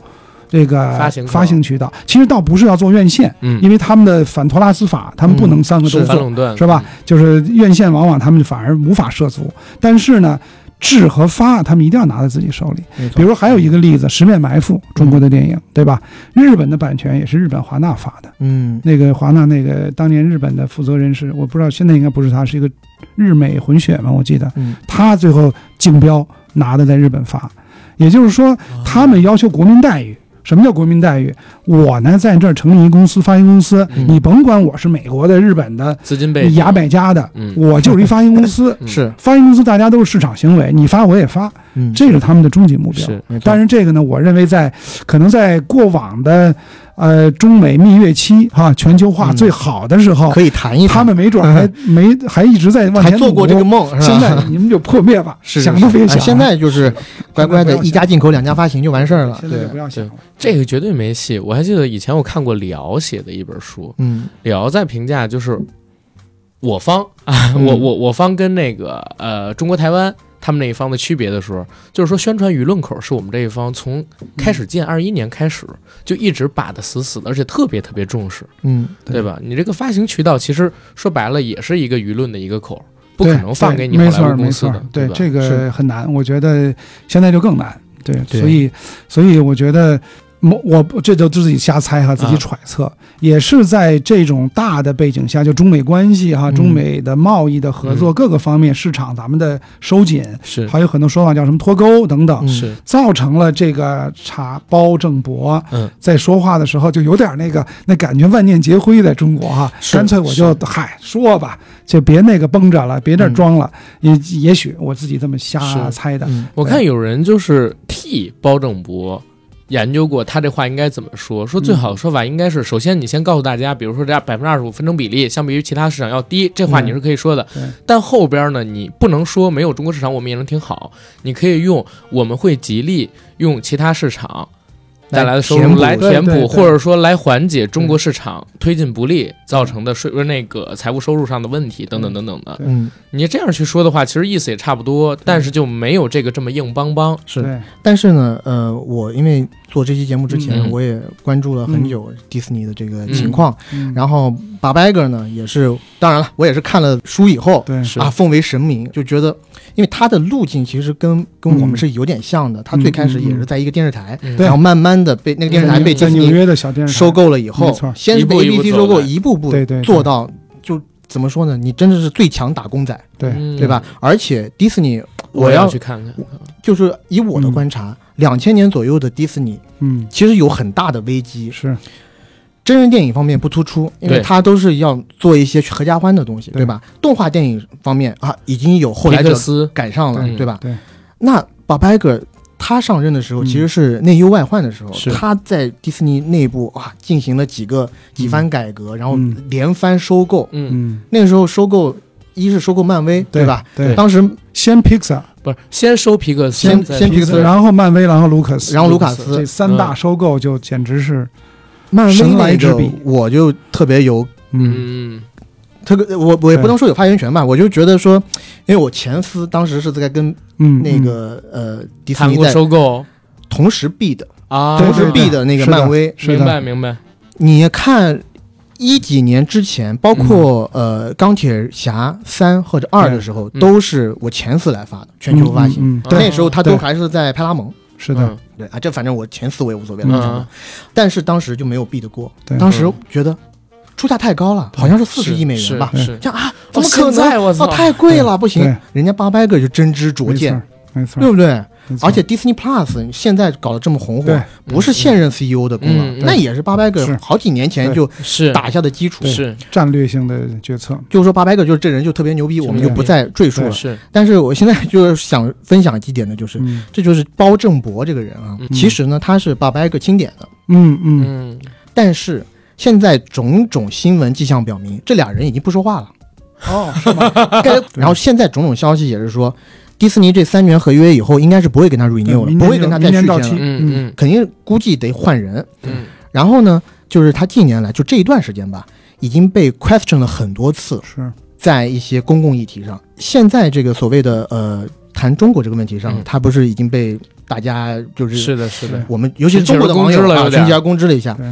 [SPEAKER 4] 这个
[SPEAKER 2] 发行口
[SPEAKER 4] 渠道。其实倒不是要做院线，
[SPEAKER 2] 嗯，
[SPEAKER 4] 因为他们的反托拉斯法，他们不能三个都
[SPEAKER 2] 反
[SPEAKER 4] 做，
[SPEAKER 2] 垄断
[SPEAKER 4] 是吧？？就是院线往往他们反而无法涉足，但是呢。制和发，他们一定要拿在自己手里。
[SPEAKER 3] 没错
[SPEAKER 4] 比如还有一个例子，《十面埋伏》，中国的电影，对吧？日本的版权也是日本华纳发的。
[SPEAKER 3] 嗯
[SPEAKER 4] 那个华纳那个当年日本的负责人是，我不知道现在应该不是他，是一个日美混血嘛，我记得
[SPEAKER 3] 嗯
[SPEAKER 4] 他最后竞标拿的在日本发，也就是说
[SPEAKER 2] 嗯
[SPEAKER 4] 他们要求国民待遇。什么叫国民待遇？我呢在这儿成立一公司，发行公司，
[SPEAKER 2] 嗯
[SPEAKER 4] 你甭管我是美国的、日本的、
[SPEAKER 2] 资金背景
[SPEAKER 4] 牙买加的，
[SPEAKER 2] 嗯
[SPEAKER 4] 我就是一发行
[SPEAKER 3] <laughs>
[SPEAKER 4] 公司。
[SPEAKER 2] 嗯
[SPEAKER 3] 是
[SPEAKER 4] 发行公司大家都是市场行为，你发我也发，
[SPEAKER 3] 嗯
[SPEAKER 4] 这是他们的终极目标。
[SPEAKER 2] 是
[SPEAKER 3] 没错
[SPEAKER 4] 但是这个呢，我认为在可能在过往的呃中美蜜月期哈、全球化
[SPEAKER 3] 嗯
[SPEAKER 4] 最好的时候，
[SPEAKER 3] 可以谈一谈，
[SPEAKER 4] 他们没准
[SPEAKER 3] <laughs>
[SPEAKER 4] 儿还没还一直在往
[SPEAKER 3] 还
[SPEAKER 4] 前
[SPEAKER 3] 做过这个
[SPEAKER 4] 努。
[SPEAKER 3] 梦，是吧
[SPEAKER 4] 现在你们就破灭吧，
[SPEAKER 3] 是 <laughs>
[SPEAKER 4] 想都别想
[SPEAKER 3] 哎
[SPEAKER 4] 了。
[SPEAKER 3] 现在就是乖乖的一家进口两家发行就完事儿了。
[SPEAKER 4] 现在
[SPEAKER 3] 对
[SPEAKER 4] 就，不要想了。
[SPEAKER 2] 这个绝对没戏。我还记得以前我看过李敖写的一本书，
[SPEAKER 3] 嗯
[SPEAKER 2] 李敖在评价就是我方啊，
[SPEAKER 4] 嗯
[SPEAKER 2] 我我我方跟那个呃中国台湾他们那一方的区别的时候，就是说宣传舆论口是我们这一方从开始建二一年开始就一直把的死死的，而且特别特别重视，
[SPEAKER 3] 嗯，
[SPEAKER 2] 对吧？你这个发行渠道其实说白了也是一个舆论的一个口，不可
[SPEAKER 4] 对
[SPEAKER 2] 能放给你
[SPEAKER 4] 对
[SPEAKER 2] 好莱
[SPEAKER 4] 没错
[SPEAKER 2] 坞
[SPEAKER 4] 没
[SPEAKER 2] 公司
[SPEAKER 4] 错
[SPEAKER 2] 的，，
[SPEAKER 4] 对
[SPEAKER 2] 吧？
[SPEAKER 4] 这
[SPEAKER 3] 是
[SPEAKER 4] 个很难，我觉得现在就更难。对，
[SPEAKER 2] 对
[SPEAKER 4] 所以所以我觉得。某我这就自己瞎猜哈，自己
[SPEAKER 2] 啊
[SPEAKER 4] 揣测，也是在这种大的背景下，就中美关系哈，
[SPEAKER 3] 嗯
[SPEAKER 4] 中美的贸易的合作、
[SPEAKER 2] 嗯
[SPEAKER 4] 各个方面市场咱们的收紧，
[SPEAKER 2] 是
[SPEAKER 4] 还有很多说法叫什么脱钩等等，
[SPEAKER 3] 嗯
[SPEAKER 2] 是
[SPEAKER 4] 造成了这个查包正博
[SPEAKER 2] 嗯
[SPEAKER 4] 在说话的时候就有点那个那感觉万念皆灰在中国哈、
[SPEAKER 2] 是
[SPEAKER 4] 干脆我就是嗨说吧，就别那个绷着了，别这儿
[SPEAKER 3] 嗯
[SPEAKER 4] 装了。也也许我自己这么瞎
[SPEAKER 2] 是
[SPEAKER 4] 猜的，
[SPEAKER 3] 嗯
[SPEAKER 2] 我看有人就是替包正博研究过，他这话应该怎么说？说
[SPEAKER 4] 嗯
[SPEAKER 2] 最好的说法应该是：首先，你先告诉大家，比如说这百分之二十五分成比例，相比于其他市场要低，这话
[SPEAKER 4] 嗯
[SPEAKER 2] 你是可以说的。
[SPEAKER 4] 对
[SPEAKER 2] 但后边呢，你不能说没有中国市场我们也能挺好，你可以用我们会极力用其他市场。带来的收入来填
[SPEAKER 4] 填补对
[SPEAKER 2] 补，
[SPEAKER 4] 对对
[SPEAKER 2] 或者说来缓解中国市场推进不利造成的税那个财务收入上的问题等等等等的。
[SPEAKER 3] 嗯，
[SPEAKER 2] 你这样去说的话，其实意思也差不多，但是就没有这个这么硬邦邦。
[SPEAKER 3] 是。
[SPEAKER 4] 对，
[SPEAKER 3] 但是呢，呃，我因为做这期节目之前，
[SPEAKER 2] 嗯
[SPEAKER 3] 我也关注了很久迪士尼的这个情况，
[SPEAKER 4] 嗯
[SPEAKER 3] 然后巴白哥呢也是，当然了，我也是看了书以后。
[SPEAKER 4] 对
[SPEAKER 2] 是
[SPEAKER 3] 啊，奉为神明，就觉得，因为他的路径其实跟跟我们
[SPEAKER 4] 嗯
[SPEAKER 3] 是有点像的。他最开始也是在一个电视台，
[SPEAKER 2] 嗯
[SPEAKER 4] 对
[SPEAKER 3] 然后慢慢的被那个电视台被迪
[SPEAKER 4] 在
[SPEAKER 3] 士
[SPEAKER 4] 纽
[SPEAKER 3] 尼
[SPEAKER 4] 约的小电视台
[SPEAKER 3] 收，购了以
[SPEAKER 4] 没
[SPEAKER 3] 后
[SPEAKER 4] 错，
[SPEAKER 3] 先是被
[SPEAKER 2] 一步一步
[SPEAKER 3] ABC
[SPEAKER 2] 走
[SPEAKER 3] 收购，
[SPEAKER 2] 的
[SPEAKER 3] 一步步
[SPEAKER 4] 对对对
[SPEAKER 3] 做到，就怎么说呢？你真的是最强打工仔，
[SPEAKER 4] 对，
[SPEAKER 2] 嗯
[SPEAKER 3] 对吧？？而且迪士尼，
[SPEAKER 2] 我
[SPEAKER 3] 我
[SPEAKER 2] 要
[SPEAKER 3] 要
[SPEAKER 2] 去看看。
[SPEAKER 3] 就是以我的观察，两千年左右的迪士尼
[SPEAKER 4] 嗯，
[SPEAKER 3] 其实有很大的危机，
[SPEAKER 4] 是
[SPEAKER 3] 真人电影方面不突出，因为
[SPEAKER 2] 对
[SPEAKER 3] 它都是要做一些合家欢的东西，
[SPEAKER 4] 对
[SPEAKER 3] 对吧？动画电影方面啊，已经有后来
[SPEAKER 2] 皮克
[SPEAKER 3] 者
[SPEAKER 2] 斯，
[SPEAKER 3] 赶上了
[SPEAKER 2] 嗯，
[SPEAKER 3] 对吧？
[SPEAKER 4] 对，
[SPEAKER 3] 那 Bob Iger 他上任的时候，
[SPEAKER 4] 嗯
[SPEAKER 3] 其实是内忧外患的时候，
[SPEAKER 2] 是
[SPEAKER 3] 他在迪士尼内部啊进行了几个几番改革，然后
[SPEAKER 4] 嗯
[SPEAKER 3] 连番收购。
[SPEAKER 2] 嗯，
[SPEAKER 4] 嗯，
[SPEAKER 3] 那个时候收购一是收购漫威，
[SPEAKER 4] 对
[SPEAKER 3] 吧？
[SPEAKER 4] 对，
[SPEAKER 3] 当时
[SPEAKER 4] 先 Pixar，
[SPEAKER 2] 不是先收皮克斯，
[SPEAKER 3] 先
[SPEAKER 2] 再
[SPEAKER 3] 先皮克斯
[SPEAKER 2] 然后
[SPEAKER 4] 然后漫威，然后卢克斯，
[SPEAKER 3] 然后卢嗯卡
[SPEAKER 2] 卢
[SPEAKER 3] 斯
[SPEAKER 4] 这三大收购就简直是，
[SPEAKER 3] 漫威
[SPEAKER 4] 神来
[SPEAKER 3] 那
[SPEAKER 4] 之
[SPEAKER 3] 个
[SPEAKER 4] 笔，
[SPEAKER 3] 我就特别有
[SPEAKER 4] 嗯
[SPEAKER 2] 嗯
[SPEAKER 3] 特别，我我也不
[SPEAKER 4] 对
[SPEAKER 3] 能说有发言权吧，我就觉得说，因为我前司当时是在跟
[SPEAKER 4] 嗯，
[SPEAKER 3] 那个呃迪士
[SPEAKER 2] 韩
[SPEAKER 3] 尼
[SPEAKER 2] 国
[SPEAKER 3] 在
[SPEAKER 2] 收购
[SPEAKER 3] 同时 B 的，
[SPEAKER 2] 啊，
[SPEAKER 4] 对
[SPEAKER 3] 同
[SPEAKER 4] 是
[SPEAKER 3] 时
[SPEAKER 4] 嗯对
[SPEAKER 3] B
[SPEAKER 4] 对
[SPEAKER 3] 的那个
[SPEAKER 4] 是的
[SPEAKER 3] 漫威，
[SPEAKER 4] 是
[SPEAKER 2] 明白
[SPEAKER 4] 的，
[SPEAKER 2] 明白，
[SPEAKER 3] 你看一几年之前，包
[SPEAKER 4] 嗯
[SPEAKER 3] 括、呃钢铁侠三或者二的时候，
[SPEAKER 2] 嗯
[SPEAKER 3] 都是我前司来发的，全球发行。
[SPEAKER 4] 嗯，嗯嗯对，
[SPEAKER 3] 那时候他
[SPEAKER 4] 对
[SPEAKER 3] 都还是在派拉蒙，
[SPEAKER 4] 是的，
[SPEAKER 3] 对啊，这反正我前四我也无所谓了，
[SPEAKER 2] 嗯
[SPEAKER 3] 这种但是当时就没有 B 的锅
[SPEAKER 4] 对，嗯
[SPEAKER 3] 当时觉得出价太高了，好像是四十
[SPEAKER 2] 是
[SPEAKER 3] 亿美元吧，
[SPEAKER 2] 是是
[SPEAKER 3] 这样啊，
[SPEAKER 2] 到
[SPEAKER 3] 怎么可
[SPEAKER 2] 现在
[SPEAKER 3] 能？
[SPEAKER 2] 我操
[SPEAKER 3] 哦，太贵了，不
[SPEAKER 4] 对
[SPEAKER 3] 行，人家八百个就真知灼
[SPEAKER 4] 没错嗯
[SPEAKER 3] 见，
[SPEAKER 4] 儿，没错
[SPEAKER 3] 对
[SPEAKER 4] 儿，
[SPEAKER 3] 不对？
[SPEAKER 4] 没错儿
[SPEAKER 3] 嗯而且 Disney Plus 现在搞得这么红火
[SPEAKER 4] 对，
[SPEAKER 3] 不是现任 CEO 的功劳，
[SPEAKER 2] 嗯嗯
[SPEAKER 3] 那也是八百
[SPEAKER 4] 是
[SPEAKER 3] 个好几年前就
[SPEAKER 2] 是
[SPEAKER 3] 打下的基础。
[SPEAKER 2] 是
[SPEAKER 4] 战略性的决策，
[SPEAKER 3] 就是说八百个就是这人就特别牛逼，
[SPEAKER 2] 特别
[SPEAKER 3] 我们就不再赘述了。
[SPEAKER 2] 是
[SPEAKER 3] 但是我现在就是想分享几点呢，就是、
[SPEAKER 4] 嗯
[SPEAKER 3] 这就是包正博这个人啊，
[SPEAKER 2] 嗯
[SPEAKER 3] 其实呢他是八百个经典的，
[SPEAKER 4] 嗯嗯，
[SPEAKER 2] 嗯
[SPEAKER 3] 但是现在种种新闻迹象表明，这俩人已经不说话了。
[SPEAKER 4] 哦，是吗？
[SPEAKER 3] <laughs> 该然后现在种种消息也是说，迪士尼这三年合约以后应该是不会跟他 renew 了，
[SPEAKER 4] 明年
[SPEAKER 3] 不会跟他再
[SPEAKER 4] 明
[SPEAKER 3] 续签
[SPEAKER 4] 年到期
[SPEAKER 3] 了，
[SPEAKER 2] 嗯
[SPEAKER 3] 肯定估计得换人。
[SPEAKER 2] 嗯
[SPEAKER 3] 然后呢，就是他近年来就这一段时间吧，已经被 question 了很多次，
[SPEAKER 4] 是，
[SPEAKER 3] 在一些公共议题上。现在这个所谓的呃谈中国这个问题上，
[SPEAKER 2] 嗯
[SPEAKER 3] 他不是已经被大家就
[SPEAKER 2] 嗯，
[SPEAKER 3] 是
[SPEAKER 2] 是的是的，
[SPEAKER 3] 我们尤其是中国的网
[SPEAKER 2] 群
[SPEAKER 3] 友
[SPEAKER 2] 起而攻之了
[SPEAKER 3] 啊
[SPEAKER 2] 有点
[SPEAKER 3] 群起而攻之了一下。
[SPEAKER 4] 对，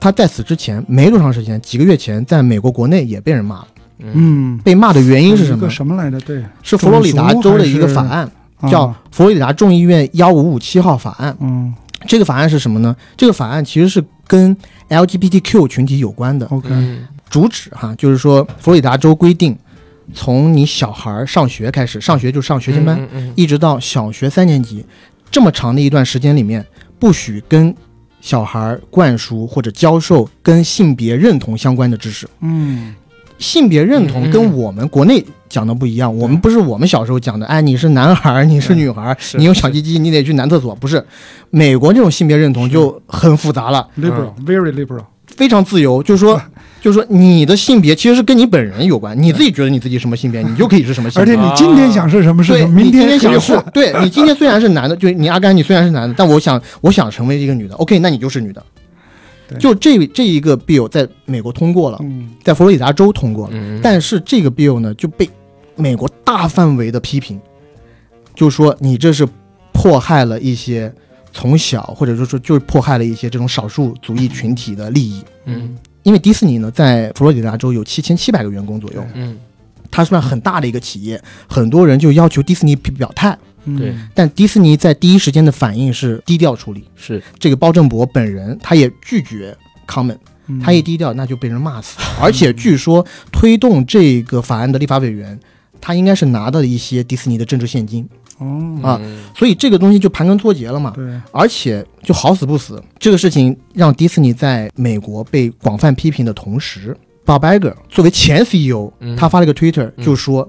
[SPEAKER 3] 他在此之前没多长时间，几个月前在美国国内也被人骂了。
[SPEAKER 2] 嗯
[SPEAKER 4] 嗯，
[SPEAKER 3] 被骂的原因是什
[SPEAKER 4] 一个
[SPEAKER 3] 么？
[SPEAKER 4] 什么来着？对，
[SPEAKER 3] 是佛罗里达州的一个法案，
[SPEAKER 4] 啊
[SPEAKER 3] 叫《佛罗里达众议院幺五五七号法案》。
[SPEAKER 4] 嗯
[SPEAKER 3] 这个法案是什么呢？这个法案其实是跟 LGBTQ 群体有关的。
[SPEAKER 4] ，OK，
[SPEAKER 2] 嗯
[SPEAKER 3] 主旨哈，就是说佛罗里达州规定，从你小孩儿上学开始，上学就上学前班，
[SPEAKER 2] 嗯嗯
[SPEAKER 3] 一直到小学三年级，这么长的一段时间里面，不许跟小孩儿灌输或者教授跟性别认同相关的知识。
[SPEAKER 4] 嗯，
[SPEAKER 3] 性别认
[SPEAKER 2] 嗯
[SPEAKER 3] 同
[SPEAKER 2] 嗯
[SPEAKER 3] 跟我们国内讲的不一样，我们不是我们小时候讲的，哎，你是男孩儿，你是女孩儿，
[SPEAKER 2] 是
[SPEAKER 3] 你有小鸡鸡，你得去男厕所，不是？美国这种性别认同就很复杂了，
[SPEAKER 4] liberal，very liberal，
[SPEAKER 3] 非常自由，就是
[SPEAKER 4] <laughs>
[SPEAKER 3] 说，就是说你的性别其实是跟你本人有关，你自己觉得你自己什么性
[SPEAKER 4] <laughs>
[SPEAKER 3] 别，你就可以是什么性
[SPEAKER 4] 而且
[SPEAKER 3] 别。
[SPEAKER 4] 你今天想是什么是
[SPEAKER 3] 对
[SPEAKER 4] 什么，
[SPEAKER 3] 你
[SPEAKER 4] 明
[SPEAKER 3] 今天
[SPEAKER 4] 可以
[SPEAKER 3] 想是
[SPEAKER 4] 换，
[SPEAKER 3] 对你今天虽然是男的，就你阿甘，你虽然是男的，但我想我想成为一个女的，OK，那你就是女的
[SPEAKER 4] 对。
[SPEAKER 3] 就这这一个 bill 在美国通过了，
[SPEAKER 4] 嗯，
[SPEAKER 3] 在佛罗里达州通过了。
[SPEAKER 2] 嗯
[SPEAKER 3] 但是这个 bill 呢就被美国大范围的批评，就说你这是迫害了一些从小或者说说就是迫害了一些这种少数族裔群体的利益。
[SPEAKER 2] 嗯
[SPEAKER 3] 因为迪士尼呢，在佛罗里达州有七千七百个员工左右，
[SPEAKER 2] 嗯
[SPEAKER 3] 它算很大的一个企业，很多人就要求迪士尼表态，
[SPEAKER 4] 嗯
[SPEAKER 2] 对，
[SPEAKER 3] 但迪士尼在第一时间的反应是低调处理。
[SPEAKER 2] 是
[SPEAKER 3] 这个包正博本人他也拒绝 comment，
[SPEAKER 4] 嗯
[SPEAKER 3] 他一低调，那就被人骂死。而且据说推动这个法案的立法委员，他应该是拿到了一些迪士尼的政治现金，
[SPEAKER 4] 哦，
[SPEAKER 3] 啊
[SPEAKER 2] 嗯
[SPEAKER 3] 所以这个东西就盘根错节了嘛。
[SPEAKER 4] 对，
[SPEAKER 3] 而且就好死不死，这个事情让迪士尼在美国被广泛批评的同时，Bob Iger 作为前 CEO，
[SPEAKER 2] 嗯
[SPEAKER 3] 他发了个 Twitter
[SPEAKER 2] 嗯
[SPEAKER 3] 就说，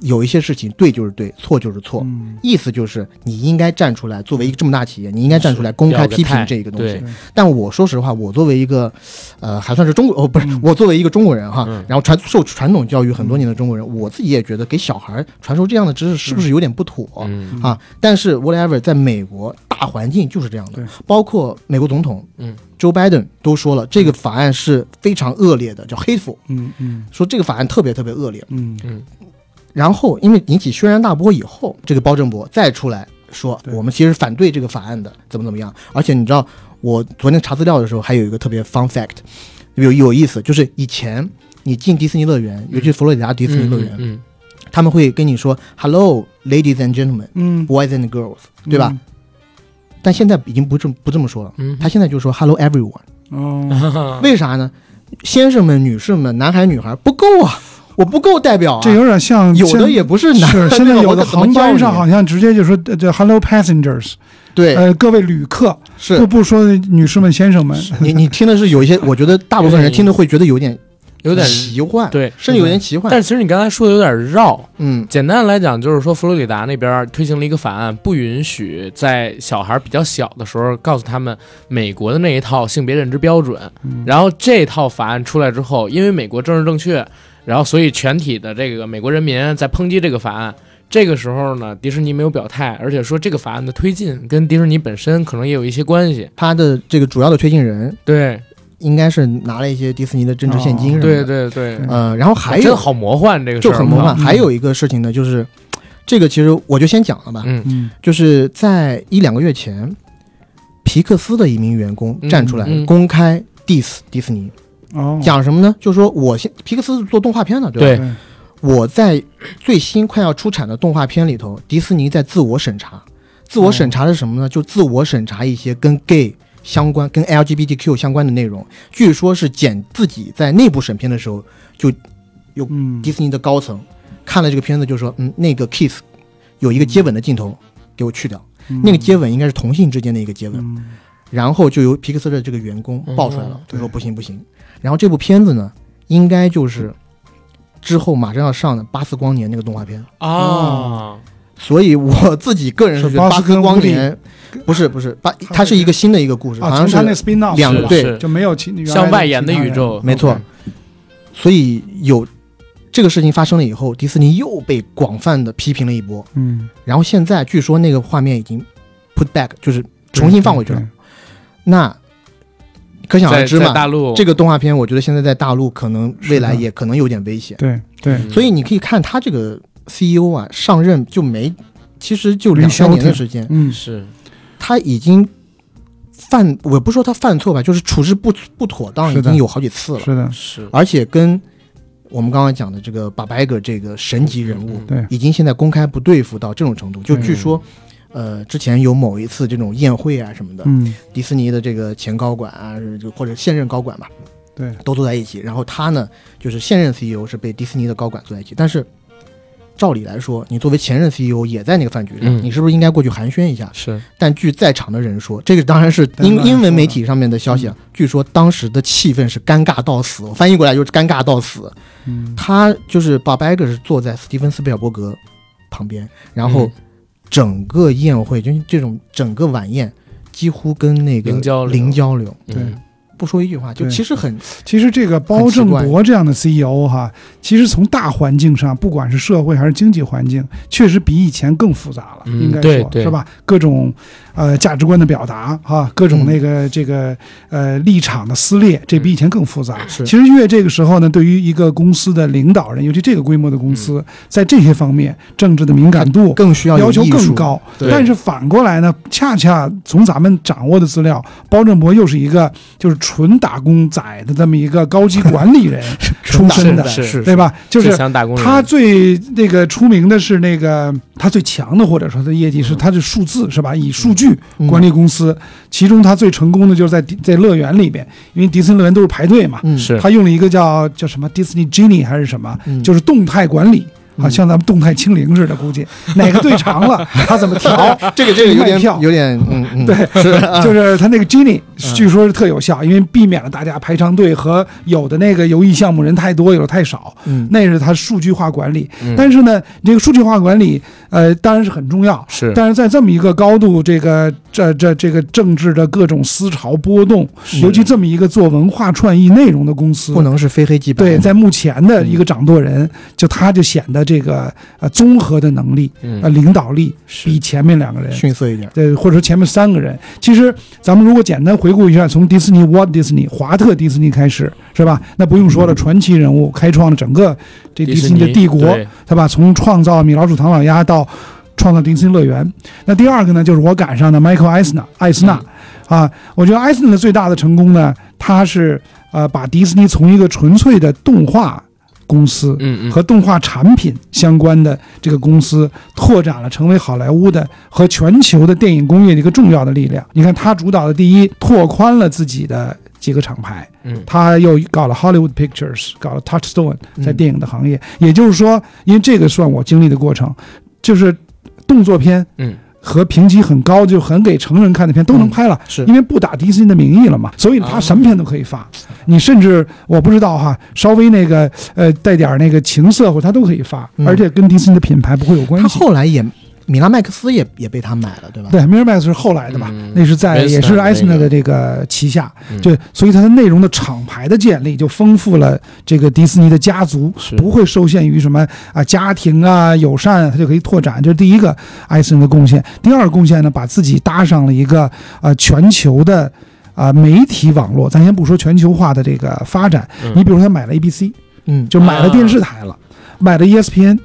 [SPEAKER 3] 有一些事情对就是对，错就是错。
[SPEAKER 4] 嗯，
[SPEAKER 3] 意思就是你应该站出来，作为一个这么大企业，你应该站出来公开
[SPEAKER 2] 表个
[SPEAKER 3] 批评
[SPEAKER 2] 态
[SPEAKER 3] 这个东西
[SPEAKER 2] 对。
[SPEAKER 3] 但我说实话，我作为一个，呃，还算是中国哦，不是
[SPEAKER 4] 嗯
[SPEAKER 3] 我作为一个中国人哈
[SPEAKER 2] 嗯，
[SPEAKER 3] 然后传受传统教育很多年的中国人，我自己也觉得给小孩传授这样的知识是不是有点不妥
[SPEAKER 2] 嗯
[SPEAKER 3] 啊？但是 whatever，在美国大环境就是这样的
[SPEAKER 4] 对，
[SPEAKER 3] 包括美国总统
[SPEAKER 2] 嗯
[SPEAKER 3] Joe Biden 都说了，这个法案是非常恶劣的，叫 hateful，
[SPEAKER 4] 嗯嗯
[SPEAKER 3] 说这个法案特别特别恶劣。
[SPEAKER 4] 嗯，
[SPEAKER 2] 嗯
[SPEAKER 3] 然后因为引起轩然大波以后，这个包正博再出来说，
[SPEAKER 4] 对
[SPEAKER 3] 我们其实反对这个法案的，怎么怎么样。而且你知道，我昨天查资料的时候，还有一个特别 fun fact，有有意思，就是以前你进迪士尼乐园，尤其佛罗里达迪士尼乐园，
[SPEAKER 2] 嗯
[SPEAKER 3] 他们会跟你说 “Hello, ladies and gentlemen,
[SPEAKER 4] 嗯，
[SPEAKER 3] boys and girls”，对吧？但现在已经不这么不这么说了，
[SPEAKER 2] 嗯
[SPEAKER 3] 他现在就说 “Hello everyone”，
[SPEAKER 4] 嗯？
[SPEAKER 3] 啊
[SPEAKER 4] 哦，
[SPEAKER 2] 嗯
[SPEAKER 3] 为啥呢？先生们、女士们、男孩、女孩不够啊，我不够代表啊，
[SPEAKER 4] 这有点像
[SPEAKER 3] 有的
[SPEAKER 4] 现
[SPEAKER 3] 也不是男
[SPEAKER 4] 是
[SPEAKER 3] 的，
[SPEAKER 4] 现
[SPEAKER 3] <laughs>
[SPEAKER 4] 在
[SPEAKER 3] 对吧
[SPEAKER 4] 有
[SPEAKER 3] 我
[SPEAKER 4] 的
[SPEAKER 3] 怎么
[SPEAKER 4] 航
[SPEAKER 3] 教
[SPEAKER 4] 班
[SPEAKER 3] 育
[SPEAKER 4] 上
[SPEAKER 3] 你
[SPEAKER 4] 好像直接就说这这 hello passengers，
[SPEAKER 3] 对，
[SPEAKER 4] 呃，各位旅客，
[SPEAKER 3] 是
[SPEAKER 4] 不不说女士们先生们，
[SPEAKER 3] 你你听的是有一些，我觉得大部分人听的会觉得有点
[SPEAKER 2] <laughs> 有点
[SPEAKER 3] 奇幻，，
[SPEAKER 2] 对，
[SPEAKER 3] 甚至有点奇幻。
[SPEAKER 2] 但是其实你刚才说的有点绕。
[SPEAKER 3] 嗯，
[SPEAKER 2] 简单来讲，就是说佛罗里达那边推行了一个法案，不允许在小孩比较小的时候告诉他们美国的那一套性别认知标准。
[SPEAKER 4] 嗯
[SPEAKER 2] 然后这套法案出来之后，因为美国政治正确，然后所以全体的这个美国人民在抨击这个法案。这个时候呢，迪士尼没有表态，而且说这个法案的推进跟迪士尼本身可能也有一些关系。
[SPEAKER 3] 他的这个主要的推进人
[SPEAKER 2] 对，
[SPEAKER 3] 应该是拿了一些迪士尼的真值现金
[SPEAKER 4] 哦
[SPEAKER 3] 什么的。
[SPEAKER 2] 对对对，
[SPEAKER 3] 呃，然后还
[SPEAKER 2] 真
[SPEAKER 3] 有
[SPEAKER 2] 好啊魔幻这个事
[SPEAKER 3] 就
[SPEAKER 2] 儿，
[SPEAKER 3] 很魔幻。
[SPEAKER 4] 嗯
[SPEAKER 3] 还有一个事情呢，就是这个其实我就先讲了吧，
[SPEAKER 2] 嗯
[SPEAKER 4] 嗯
[SPEAKER 3] 就是在一两个月前，皮克斯的一名员工
[SPEAKER 2] 嗯
[SPEAKER 3] 站出来
[SPEAKER 2] 嗯
[SPEAKER 3] 公开 diss 迪士尼，
[SPEAKER 4] 哦，
[SPEAKER 3] 讲什么呢？就说我现皮克斯是做动画片的，吧？
[SPEAKER 2] 对
[SPEAKER 4] 对
[SPEAKER 3] 我在最新快要出产的动画片里头，迪士尼在自我审查。自我审查是什么呢？就自我审查一些跟 gay 相关、跟 LGBTQ 相关的内容。据说是剪自己在内部审片的时候，
[SPEAKER 4] 嗯
[SPEAKER 3] 迪士尼的高层看了这个片子就说：“嗯，那个 kiss 有一个接吻的镜头，给我去掉。那个接吻应该是同性之间的一个接吻。
[SPEAKER 4] 嗯
[SPEAKER 3] 然后就由皮克斯的这个员工爆出来了
[SPEAKER 2] 嗯，
[SPEAKER 3] 他说不行不行。然后这部片子呢，应该就是之后马上要上的《巴斯光年》那个动画片。
[SPEAKER 4] 嗯
[SPEAKER 2] 啊，
[SPEAKER 3] 所以我自己个人是觉得《
[SPEAKER 4] 是巴斯
[SPEAKER 3] 巴斯
[SPEAKER 4] 跟
[SPEAKER 3] 光
[SPEAKER 4] 乌力
[SPEAKER 3] 年》不是不是巴，
[SPEAKER 4] 他
[SPEAKER 3] 它是一个新的一个故事，
[SPEAKER 4] 啊，
[SPEAKER 3] 好像
[SPEAKER 4] 从他那
[SPEAKER 3] 是
[SPEAKER 4] spin off
[SPEAKER 3] 两
[SPEAKER 4] 是
[SPEAKER 2] 是
[SPEAKER 4] 吧
[SPEAKER 3] 对
[SPEAKER 2] 是
[SPEAKER 4] 就没有其原来
[SPEAKER 2] 向外延的
[SPEAKER 4] 其他
[SPEAKER 2] 宇
[SPEAKER 4] 人
[SPEAKER 2] 宙，
[SPEAKER 3] 没错。所以有这个事情发生了以后，迪士尼又被广泛的批评了一波。
[SPEAKER 4] 嗯，
[SPEAKER 3] 然后现在据说那个画面已经 put back，就是重新放回去了
[SPEAKER 4] 对。。
[SPEAKER 3] 那可想而
[SPEAKER 2] 在
[SPEAKER 3] 知
[SPEAKER 2] 在
[SPEAKER 3] 嘛，
[SPEAKER 2] 大陆
[SPEAKER 3] 这个动画片，我觉得现在在大陆可能未来
[SPEAKER 4] 是的
[SPEAKER 3] 也可能有点危险。
[SPEAKER 4] 对对对
[SPEAKER 2] 嗯
[SPEAKER 3] 所以你可以看他这个 CEO 啊，上任就没，其实就两
[SPEAKER 4] 没消
[SPEAKER 3] 三
[SPEAKER 4] 停
[SPEAKER 3] 年的时间，
[SPEAKER 4] 嗯，
[SPEAKER 2] 是
[SPEAKER 3] 他已经犯，我不说他犯错吧，就是处置不不妥当，
[SPEAKER 4] 是
[SPEAKER 3] 已
[SPEAKER 4] 的
[SPEAKER 3] 经有好几次了，
[SPEAKER 4] 是的，
[SPEAKER 2] 是
[SPEAKER 3] 而且跟我们刚才讲的这个巴白格这个神级人物，
[SPEAKER 2] 嗯
[SPEAKER 4] 对
[SPEAKER 3] 已经现在公开不对付到这种程度，就
[SPEAKER 4] 嗯
[SPEAKER 3] 据说。呃，之前有某一次这种宴会啊什么的，
[SPEAKER 4] 嗯
[SPEAKER 3] 迪士尼的这个前高管啊，就或者现任高管吧，
[SPEAKER 4] 对，
[SPEAKER 3] 都坐在一起。然后他呢，就是现任 CEO 是被迪士尼的高管坐在一起，但是照理来说，你作为前任 CEO 也在那个饭局上，
[SPEAKER 2] 嗯
[SPEAKER 3] 你是不是应该过去寒暄一下？
[SPEAKER 2] 是
[SPEAKER 3] 但据在场的人说，这个当然是
[SPEAKER 4] 当
[SPEAKER 3] 英
[SPEAKER 4] 然说的嗯
[SPEAKER 3] 英文媒体上面的消息啊，据说当时的气氛是尴尬到死，我翻译过来就是尴尬到死。
[SPEAKER 4] 嗯
[SPEAKER 3] 他就是把 b 格是坐在斯蒂芬斯皮尔伯格旁边，然后
[SPEAKER 2] 嗯
[SPEAKER 3] 整个宴会就是这种整个晚宴几乎跟那个
[SPEAKER 2] 零交流
[SPEAKER 3] 零交流，
[SPEAKER 2] 嗯
[SPEAKER 4] 对
[SPEAKER 3] 不说一句话，就
[SPEAKER 4] 对
[SPEAKER 3] 其实很
[SPEAKER 4] 其实这个包正
[SPEAKER 3] 很奇
[SPEAKER 4] 博这样的 CEO 哈，其实从大环境上，不管是社会还是经济环境，确实比以前更复杂了，
[SPEAKER 2] 嗯
[SPEAKER 4] 应该
[SPEAKER 2] 对
[SPEAKER 4] 说
[SPEAKER 2] 对
[SPEAKER 4] 是吧？各种呃价值观的表达哈，各种那个、这个呃立场的撕裂，这比以前更
[SPEAKER 2] 嗯
[SPEAKER 4] 复杂。
[SPEAKER 3] 是
[SPEAKER 4] 其实越这个时候呢，对于一个公司的领导人，尤其这个规模的公
[SPEAKER 2] 嗯
[SPEAKER 4] 司，在这些方面政治的敏感度。
[SPEAKER 3] 更需要有
[SPEAKER 4] 要求
[SPEAKER 3] 艺术
[SPEAKER 4] 更，高，
[SPEAKER 2] 对
[SPEAKER 4] 但是反过来呢，恰恰从咱们掌握的资料，包正博又是一个就是纯打工仔的这么一个高级管理人出身的，
[SPEAKER 2] 是是
[SPEAKER 4] <laughs> 对吧？就
[SPEAKER 2] 最
[SPEAKER 4] 是
[SPEAKER 2] 强打工人
[SPEAKER 4] 他最那个出名的是那个他最强的，或者说他的业绩是他的数字是吧？以数据
[SPEAKER 3] 嗯
[SPEAKER 4] 管理公司，其中他最成功的就是在迪在乐园里边，因为迪士尼乐园都是排队嘛，
[SPEAKER 3] 嗯
[SPEAKER 2] 是
[SPEAKER 4] 他用了一个叫叫什么 Disney Genie 还是什么，
[SPEAKER 3] 嗯
[SPEAKER 4] 就是动态管理。啊，
[SPEAKER 3] 嗯
[SPEAKER 4] 像咱们动态清零似的，估
[SPEAKER 3] <laughs>
[SPEAKER 4] 计哪个队长了，他怎么调？
[SPEAKER 3] 这个这个有
[SPEAKER 4] 卖
[SPEAKER 3] 点
[SPEAKER 4] 票
[SPEAKER 3] 有点嗯嗯
[SPEAKER 4] 对，就是他那个 Genie，
[SPEAKER 3] 嗯
[SPEAKER 4] 据说是特有效，因为避免了大家排长队和有的那个游艺项目人太多，有的太少。
[SPEAKER 3] 嗯
[SPEAKER 4] 那是他数据化管理，
[SPEAKER 2] 嗯
[SPEAKER 4] 但是呢，这个数据化管理，呃，当然是很重要。
[SPEAKER 2] 是
[SPEAKER 4] 但是在这么一个高度，这个这这这个政治的各种思潮波动，尤其这么一个做文化创意内容的公司，
[SPEAKER 3] 不能是非黑即白，
[SPEAKER 2] 嗯
[SPEAKER 4] 对，在目前的一个掌舵人，就他就显得这个呃综合的能力、呃
[SPEAKER 2] 嗯
[SPEAKER 4] 领导力比
[SPEAKER 2] 是
[SPEAKER 4] 前面两个人，
[SPEAKER 3] 逊色一点，
[SPEAKER 4] 对，或者说前面三个人。其实咱们如果简单回顾一下，从迪士尼 Walt Disney 华特迪士尼开始，是吧？那不用说
[SPEAKER 2] 嗯
[SPEAKER 4] 了，传奇人物开创了整个这迪士尼的帝国，
[SPEAKER 2] 对
[SPEAKER 4] 对吧？从创造米老鼠、唐老鸭到创造迪士尼乐园。那第二个呢，就是我赶上的 Michael 艾斯纳，艾斯
[SPEAKER 2] 嗯
[SPEAKER 4] 纳啊，我觉得艾斯纳的最大的成功呢，他是呃把迪士尼从一个纯粹的动画公司
[SPEAKER 2] 嗯嗯
[SPEAKER 4] 和动画产品相关的这个公司拓展了，成为好莱坞的和全球的电影工业的一个重要的力量。你看，他主导的第一拓宽了自己的几个厂牌，
[SPEAKER 2] 嗯
[SPEAKER 4] 他又搞了 Hollywood Pictures，搞了 Touchstone，在
[SPEAKER 3] 嗯
[SPEAKER 4] 电影的行业。也就是说，因为这个算我经历的过程，就是动作片
[SPEAKER 2] 嗯
[SPEAKER 4] 和评级很高就很给成人看的片都能拍了。
[SPEAKER 3] 是
[SPEAKER 4] 因为不打迪士尼的名义了嘛，所以
[SPEAKER 3] 啊
[SPEAKER 4] 他什么片都可以发。你甚至我不知道哈，稍微那个呃带点儿那个情色或他都可以发，
[SPEAKER 3] 嗯
[SPEAKER 4] 而且跟迪士尼的品牌不会有关
[SPEAKER 3] 他
[SPEAKER 4] 系。
[SPEAKER 3] 后来也米拉麦克斯也也被他买了，对吧？
[SPEAKER 4] 对，Miramax 是后来的嘛，
[SPEAKER 2] 嗯
[SPEAKER 4] 那是在
[SPEAKER 2] Eisner
[SPEAKER 4] 也是
[SPEAKER 2] 的那
[SPEAKER 4] Eisner
[SPEAKER 2] 个
[SPEAKER 4] 的这个旗下，
[SPEAKER 2] 嗯
[SPEAKER 4] 对，所以它的内容的厂牌的建立就丰富了这个迪士尼的家族
[SPEAKER 2] 是，
[SPEAKER 4] 不会受限于什么啊家庭啊友善，它就可以拓展。这是第一个 Eisner 的贡献。第二个贡献呢，把自己搭上了一个啊全球的啊媒体网络，咱先不说全球化的这个发展，
[SPEAKER 2] 嗯
[SPEAKER 4] 你比如他买了 ABC，
[SPEAKER 3] 嗯，
[SPEAKER 4] 就
[SPEAKER 2] 啊
[SPEAKER 4] 买了电视台了，买了 E ESPN。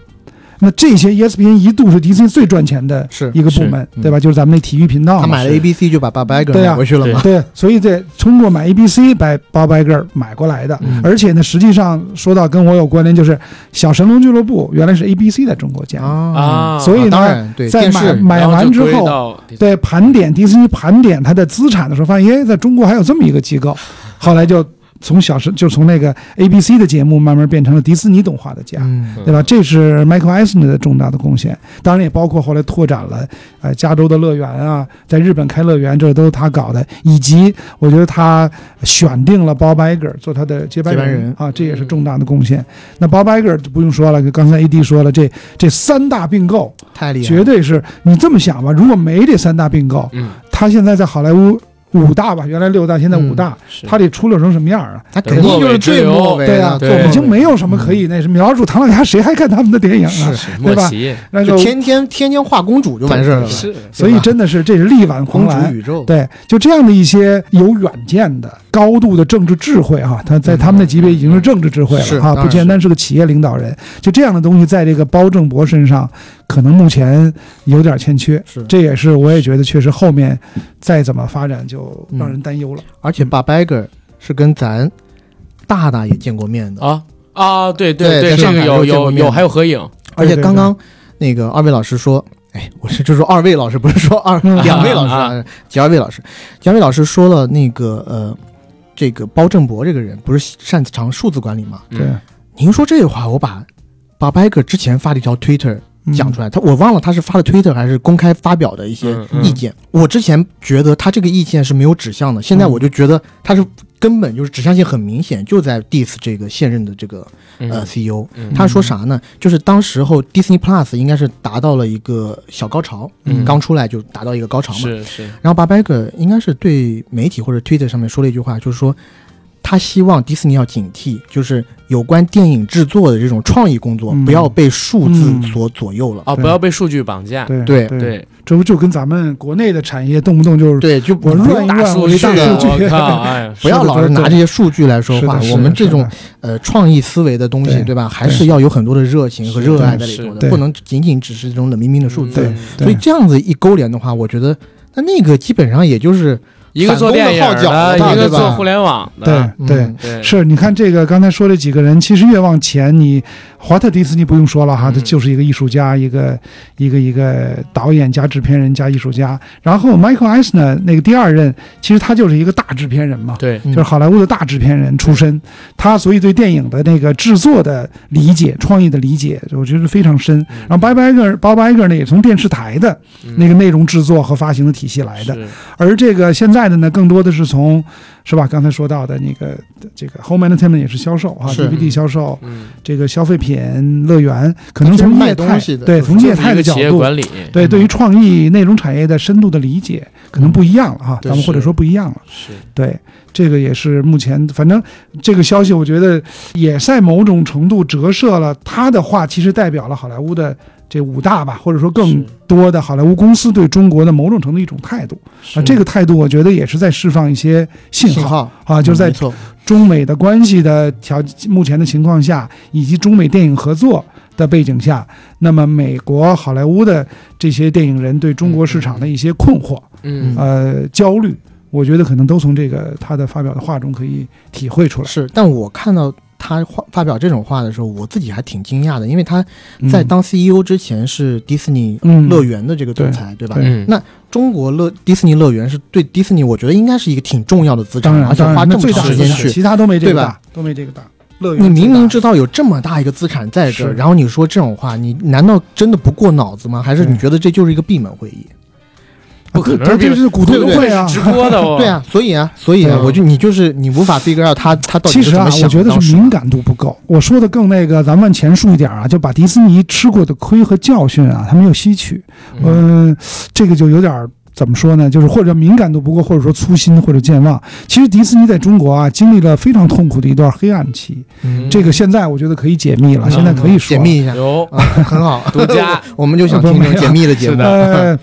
[SPEAKER 4] 那这些 E ESPN 一度是迪士尼最赚钱的
[SPEAKER 3] 是
[SPEAKER 4] 一个部
[SPEAKER 2] 是
[SPEAKER 4] 门，
[SPEAKER 3] 嗯
[SPEAKER 4] 对吧？就是咱们那体育频道嘛。
[SPEAKER 3] 他买了
[SPEAKER 2] 是
[SPEAKER 3] ABC 就把爸爸给
[SPEAKER 4] 对啊
[SPEAKER 3] 买回去了嘛。
[SPEAKER 4] 对，所以这通过买 ABC 把 Bob Iger 买过来的。
[SPEAKER 3] 嗯
[SPEAKER 4] 而且呢，实际上说到跟我有关联，就是《小神龙俱乐部》原来是 ABC 在中国建的，
[SPEAKER 3] 啊，
[SPEAKER 4] 嗯所以呢
[SPEAKER 3] 当然对
[SPEAKER 4] 在
[SPEAKER 3] 电
[SPEAKER 4] 买
[SPEAKER 3] 视
[SPEAKER 4] 买完之后，
[SPEAKER 2] 后，
[SPEAKER 4] 对盘点迪士尼盘点它的资产的时候，发现哎，在中国还有这么一个机构，后来就从小神就从那个 ABC 的节目慢慢变成了迪士尼动画的家。
[SPEAKER 3] 嗯
[SPEAKER 4] 对吧？这是 Michael Eisner 的重大的贡献，当然也包括后来拓展了呃加州的乐园啊，在日本开乐园，这都是他搞的，以及我觉得他选定了 Bob Iger 做他的接班人
[SPEAKER 3] 接班人嗯
[SPEAKER 4] 啊，这也是重大的贡献。那 Bob Iger 就不用说了，刚才 AD 说了，这这三大并购
[SPEAKER 3] 太厉害
[SPEAKER 4] 绝
[SPEAKER 3] 了，
[SPEAKER 4] 对是你这么想吧，如果没这三大并购，
[SPEAKER 2] 嗯，
[SPEAKER 4] 他现在在好莱坞五大吧，原来六大，现在
[SPEAKER 3] 嗯
[SPEAKER 4] 五大，
[SPEAKER 2] 是
[SPEAKER 4] 他得出溜成什么样啊？
[SPEAKER 3] 他肯定就是最末尾
[SPEAKER 4] 对啊，
[SPEAKER 3] 了，
[SPEAKER 2] 对
[SPEAKER 4] 已经没有什么可以那什么，米老鼠、唐老鸭，谁还看他们的电影啊？
[SPEAKER 3] 嗯是，
[SPEAKER 2] 莫
[SPEAKER 4] 吧
[SPEAKER 2] 奇
[SPEAKER 4] 那
[SPEAKER 3] 就天天天天画公主就完事儿了，
[SPEAKER 2] 是
[SPEAKER 4] 所以真的是这是力挽狂
[SPEAKER 3] 公主
[SPEAKER 4] 澜。
[SPEAKER 3] 宇宙，
[SPEAKER 4] 对，就这样的一些有远见的、高度的政治智慧哈、他在他们的级别已经是政治智慧
[SPEAKER 3] 嗯是
[SPEAKER 4] 了
[SPEAKER 3] 当
[SPEAKER 4] 啊，
[SPEAKER 3] 然
[SPEAKER 4] 不简单是个企业领导人。就这样的东西，在这个包正博身上，可能目前有点欠缺。
[SPEAKER 3] 是
[SPEAKER 4] 这也是我也觉得，确实后面再怎么发展就让人担忧了。
[SPEAKER 3] 而且爸 b 哥是跟咱大大也见过面的，
[SPEAKER 2] 啊啊，对
[SPEAKER 3] 对
[SPEAKER 2] 对，
[SPEAKER 3] 在
[SPEAKER 2] 这
[SPEAKER 3] 上
[SPEAKER 2] 个
[SPEAKER 3] 海
[SPEAKER 2] 有
[SPEAKER 3] 有见
[SPEAKER 2] 有
[SPEAKER 3] 过面
[SPEAKER 2] 有还有合影，
[SPEAKER 3] 而且
[SPEAKER 4] 对对
[SPEAKER 3] 刚刚那个二位老师说，哎，我是就说二位老师，不是说二
[SPEAKER 4] 嗯
[SPEAKER 3] 两位老师
[SPEAKER 2] 啊
[SPEAKER 3] 啊，几二位老师，几二位老师说了那个呃，这个包正博这个人不是擅长数字管理吗？
[SPEAKER 4] 对，
[SPEAKER 2] 嗯
[SPEAKER 3] 您说这话，我把把 b 哥之前发了一条 Twitter
[SPEAKER 4] 嗯
[SPEAKER 3] 讲出来，他我忘了他是发了 Twitter 还是公开发表的一些
[SPEAKER 2] 嗯嗯
[SPEAKER 3] 意见。我之前觉得他这个意见是没有指向的，现在我就觉得他是根本就是指向性很明显，就在 diss 这个现任的这个
[SPEAKER 2] 嗯
[SPEAKER 3] 呃
[SPEAKER 2] 嗯
[SPEAKER 3] CEO。
[SPEAKER 2] 嗯
[SPEAKER 3] 他说啥呢？就是当时候 Disney Plus 应该是达到了一个小高潮，
[SPEAKER 2] 嗯
[SPEAKER 3] 刚出来就达到一个高潮嘛。
[SPEAKER 2] 是是
[SPEAKER 3] 然后巴贝格应该是对媒体或者 Twitter 上面说了一句话，就是说他希望迪士尼要警惕，就是有关电影制作的这种创意工作、
[SPEAKER 4] 嗯
[SPEAKER 3] 不要被数字
[SPEAKER 4] 嗯
[SPEAKER 3] 所左右了。
[SPEAKER 2] 哦，
[SPEAKER 4] 对
[SPEAKER 2] 不要被数据绑架，
[SPEAKER 4] 对
[SPEAKER 3] 对
[SPEAKER 4] 对，
[SPEAKER 2] 对，
[SPEAKER 4] 这不就跟咱们国内的产业动不动就是
[SPEAKER 3] 对，就不
[SPEAKER 4] 我乱
[SPEAKER 3] 要
[SPEAKER 4] 一
[SPEAKER 2] 大
[SPEAKER 4] 乱，
[SPEAKER 2] 数
[SPEAKER 4] 我一
[SPEAKER 2] 据，
[SPEAKER 4] 大数据，
[SPEAKER 2] 我靠，哎呀，
[SPEAKER 3] 不要老是拿这些数据来说
[SPEAKER 4] 是的
[SPEAKER 3] 话
[SPEAKER 4] 是，的
[SPEAKER 3] 我们这
[SPEAKER 4] 是的
[SPEAKER 3] 种呃创意思维的东西
[SPEAKER 4] 对，
[SPEAKER 3] 对吧？还是要有很多的热情和
[SPEAKER 2] 是
[SPEAKER 3] 热
[SPEAKER 2] 的
[SPEAKER 3] 爱在里头
[SPEAKER 2] 是
[SPEAKER 4] 的
[SPEAKER 3] 的，不能仅仅只是这种冷冰冰的数字。
[SPEAKER 4] 对
[SPEAKER 2] 嗯
[SPEAKER 3] 所以这样子一勾连的话，我觉得那那个基本上也就是
[SPEAKER 2] 一个做电影
[SPEAKER 3] 反攻的号角
[SPEAKER 2] 一
[SPEAKER 3] 嘛
[SPEAKER 2] 个
[SPEAKER 3] 对吧
[SPEAKER 2] 做互联网的，
[SPEAKER 4] 对对
[SPEAKER 3] 嗯
[SPEAKER 2] 对
[SPEAKER 4] 是，你看这个刚才说这几个人，其实越往前，你华特迪斯尼不用说了哈，
[SPEAKER 2] 嗯
[SPEAKER 4] 他就是一个艺术家，一个一个一个导演加制片人加艺术家。然后 Michael Eisner 那个第二任，其实他就是一个大制片人嘛，
[SPEAKER 3] 嗯
[SPEAKER 2] 对
[SPEAKER 4] 就是好莱坞的大制片人出身，他所以对电影的那个制作的理解、创意的理解，我觉得是非常深。
[SPEAKER 2] 嗯
[SPEAKER 4] 然后 Bob Iger Bob Iger 呢，也从电视台的那个内容制作和发行的体系来的。
[SPEAKER 2] 是
[SPEAKER 4] 而这个现在的呢，更多的是从，是吧？刚才说到的那个这个 home entertainment 也是销售啊
[SPEAKER 3] 是
[SPEAKER 4] ，DVD 销售，
[SPEAKER 2] 嗯，
[SPEAKER 4] 这个消费品乐园，可能从
[SPEAKER 3] 它
[SPEAKER 4] 业
[SPEAKER 3] 其实卖
[SPEAKER 4] 态
[SPEAKER 3] 东西的
[SPEAKER 4] 对
[SPEAKER 3] 就是嗯
[SPEAKER 4] 从业
[SPEAKER 2] 就是一
[SPEAKER 4] 态的
[SPEAKER 2] 个
[SPEAKER 4] 角
[SPEAKER 2] 企业
[SPEAKER 4] 度，
[SPEAKER 2] 管理，
[SPEAKER 4] 对对于创意内容产业的深度的理解，可能不一样了哈、
[SPEAKER 2] 对
[SPEAKER 4] 咱们或者
[SPEAKER 2] 是
[SPEAKER 4] 说不一样了。
[SPEAKER 2] 是
[SPEAKER 4] 对，这个也是目前，反正这个消息，我觉得也在某种程度折射了他的话，其实代表了好莱坞的这五大吧，或者说更
[SPEAKER 2] 是
[SPEAKER 4] 多的好莱坞公司对中国的某种程度一种态度啊。
[SPEAKER 2] 是
[SPEAKER 4] 这个态度，我觉得也是在释放一些信
[SPEAKER 3] 信
[SPEAKER 4] 号
[SPEAKER 3] 号嗯
[SPEAKER 4] 啊，就是在
[SPEAKER 3] 没错
[SPEAKER 4] 中美的关系的条目前的情况下，以及中美电影合作的背景下，那么美国好莱坞的这些电影人对中国市场的一些困惑。
[SPEAKER 2] 嗯
[SPEAKER 4] 呃焦虑，我觉得可能都从这个他的发表的话中可以体会出来。
[SPEAKER 3] 是，但我看到他话发表这种话的时候，我自己还挺惊讶的，因为他在
[SPEAKER 4] 嗯
[SPEAKER 3] 当 CEO 之前是迪士尼
[SPEAKER 4] 嗯
[SPEAKER 3] 乐园的这个总裁，对吧？
[SPEAKER 4] 对
[SPEAKER 2] 嗯
[SPEAKER 3] 那中国乐迪士尼乐园是对迪士尼，我觉得应该是一个挺重要的资
[SPEAKER 4] 当
[SPEAKER 3] 产，
[SPEAKER 4] 然
[SPEAKER 3] 而且
[SPEAKER 4] 当
[SPEAKER 3] 花
[SPEAKER 4] 然，那
[SPEAKER 3] 这
[SPEAKER 4] 最
[SPEAKER 3] 么
[SPEAKER 4] 大
[SPEAKER 3] 长
[SPEAKER 4] 的
[SPEAKER 3] 时间
[SPEAKER 4] 资产
[SPEAKER 3] 去，
[SPEAKER 4] 其他都没这个
[SPEAKER 3] 对吧
[SPEAKER 4] 大，都没这个大。乐园
[SPEAKER 3] 你明明
[SPEAKER 4] 最
[SPEAKER 3] 知道有这么大一个资产在这
[SPEAKER 4] 是
[SPEAKER 3] 儿，然后你说这种话，你难道真的不过脑子吗？还是你
[SPEAKER 4] 对
[SPEAKER 3] 觉得这就是一个闭门会议？
[SPEAKER 4] 大
[SPEAKER 2] 不可能
[SPEAKER 4] 这这
[SPEAKER 2] 是
[SPEAKER 4] 是股东会啊！
[SPEAKER 2] 直播的哦。
[SPEAKER 3] 对啊，所以啊，所以啊，
[SPEAKER 2] 嗯
[SPEAKER 3] 我就你就是你无法 figure out 他他到底
[SPEAKER 4] 其
[SPEAKER 3] 是
[SPEAKER 4] 实
[SPEAKER 3] 怎
[SPEAKER 4] 啊，
[SPEAKER 3] 么
[SPEAKER 4] 我
[SPEAKER 3] 想的。
[SPEAKER 4] 觉得
[SPEAKER 3] 当
[SPEAKER 4] 是
[SPEAKER 3] 时
[SPEAKER 4] 敏感度不够。我说的更那个，咱们往前述一点啊，就把迪士尼吃过的亏和教训啊，他没有吸取。
[SPEAKER 2] 嗯，
[SPEAKER 4] 嗯，这个就有点儿怎么说呢？就是或者敏感度不够，或者说粗心或者健忘。其实迪士尼在中国啊，经历了非常痛苦的一段黑暗期。
[SPEAKER 3] 嗯
[SPEAKER 4] 这个现在我觉得可以解密了，
[SPEAKER 2] 嗯
[SPEAKER 4] 现在可以说
[SPEAKER 3] 解
[SPEAKER 4] 了。
[SPEAKER 3] 密一下，
[SPEAKER 2] 有
[SPEAKER 3] 啊，很好，
[SPEAKER 2] 独
[SPEAKER 3] <laughs>
[SPEAKER 2] 家
[SPEAKER 3] 我们就想听这种解密的节目
[SPEAKER 2] 是。的
[SPEAKER 4] 呃，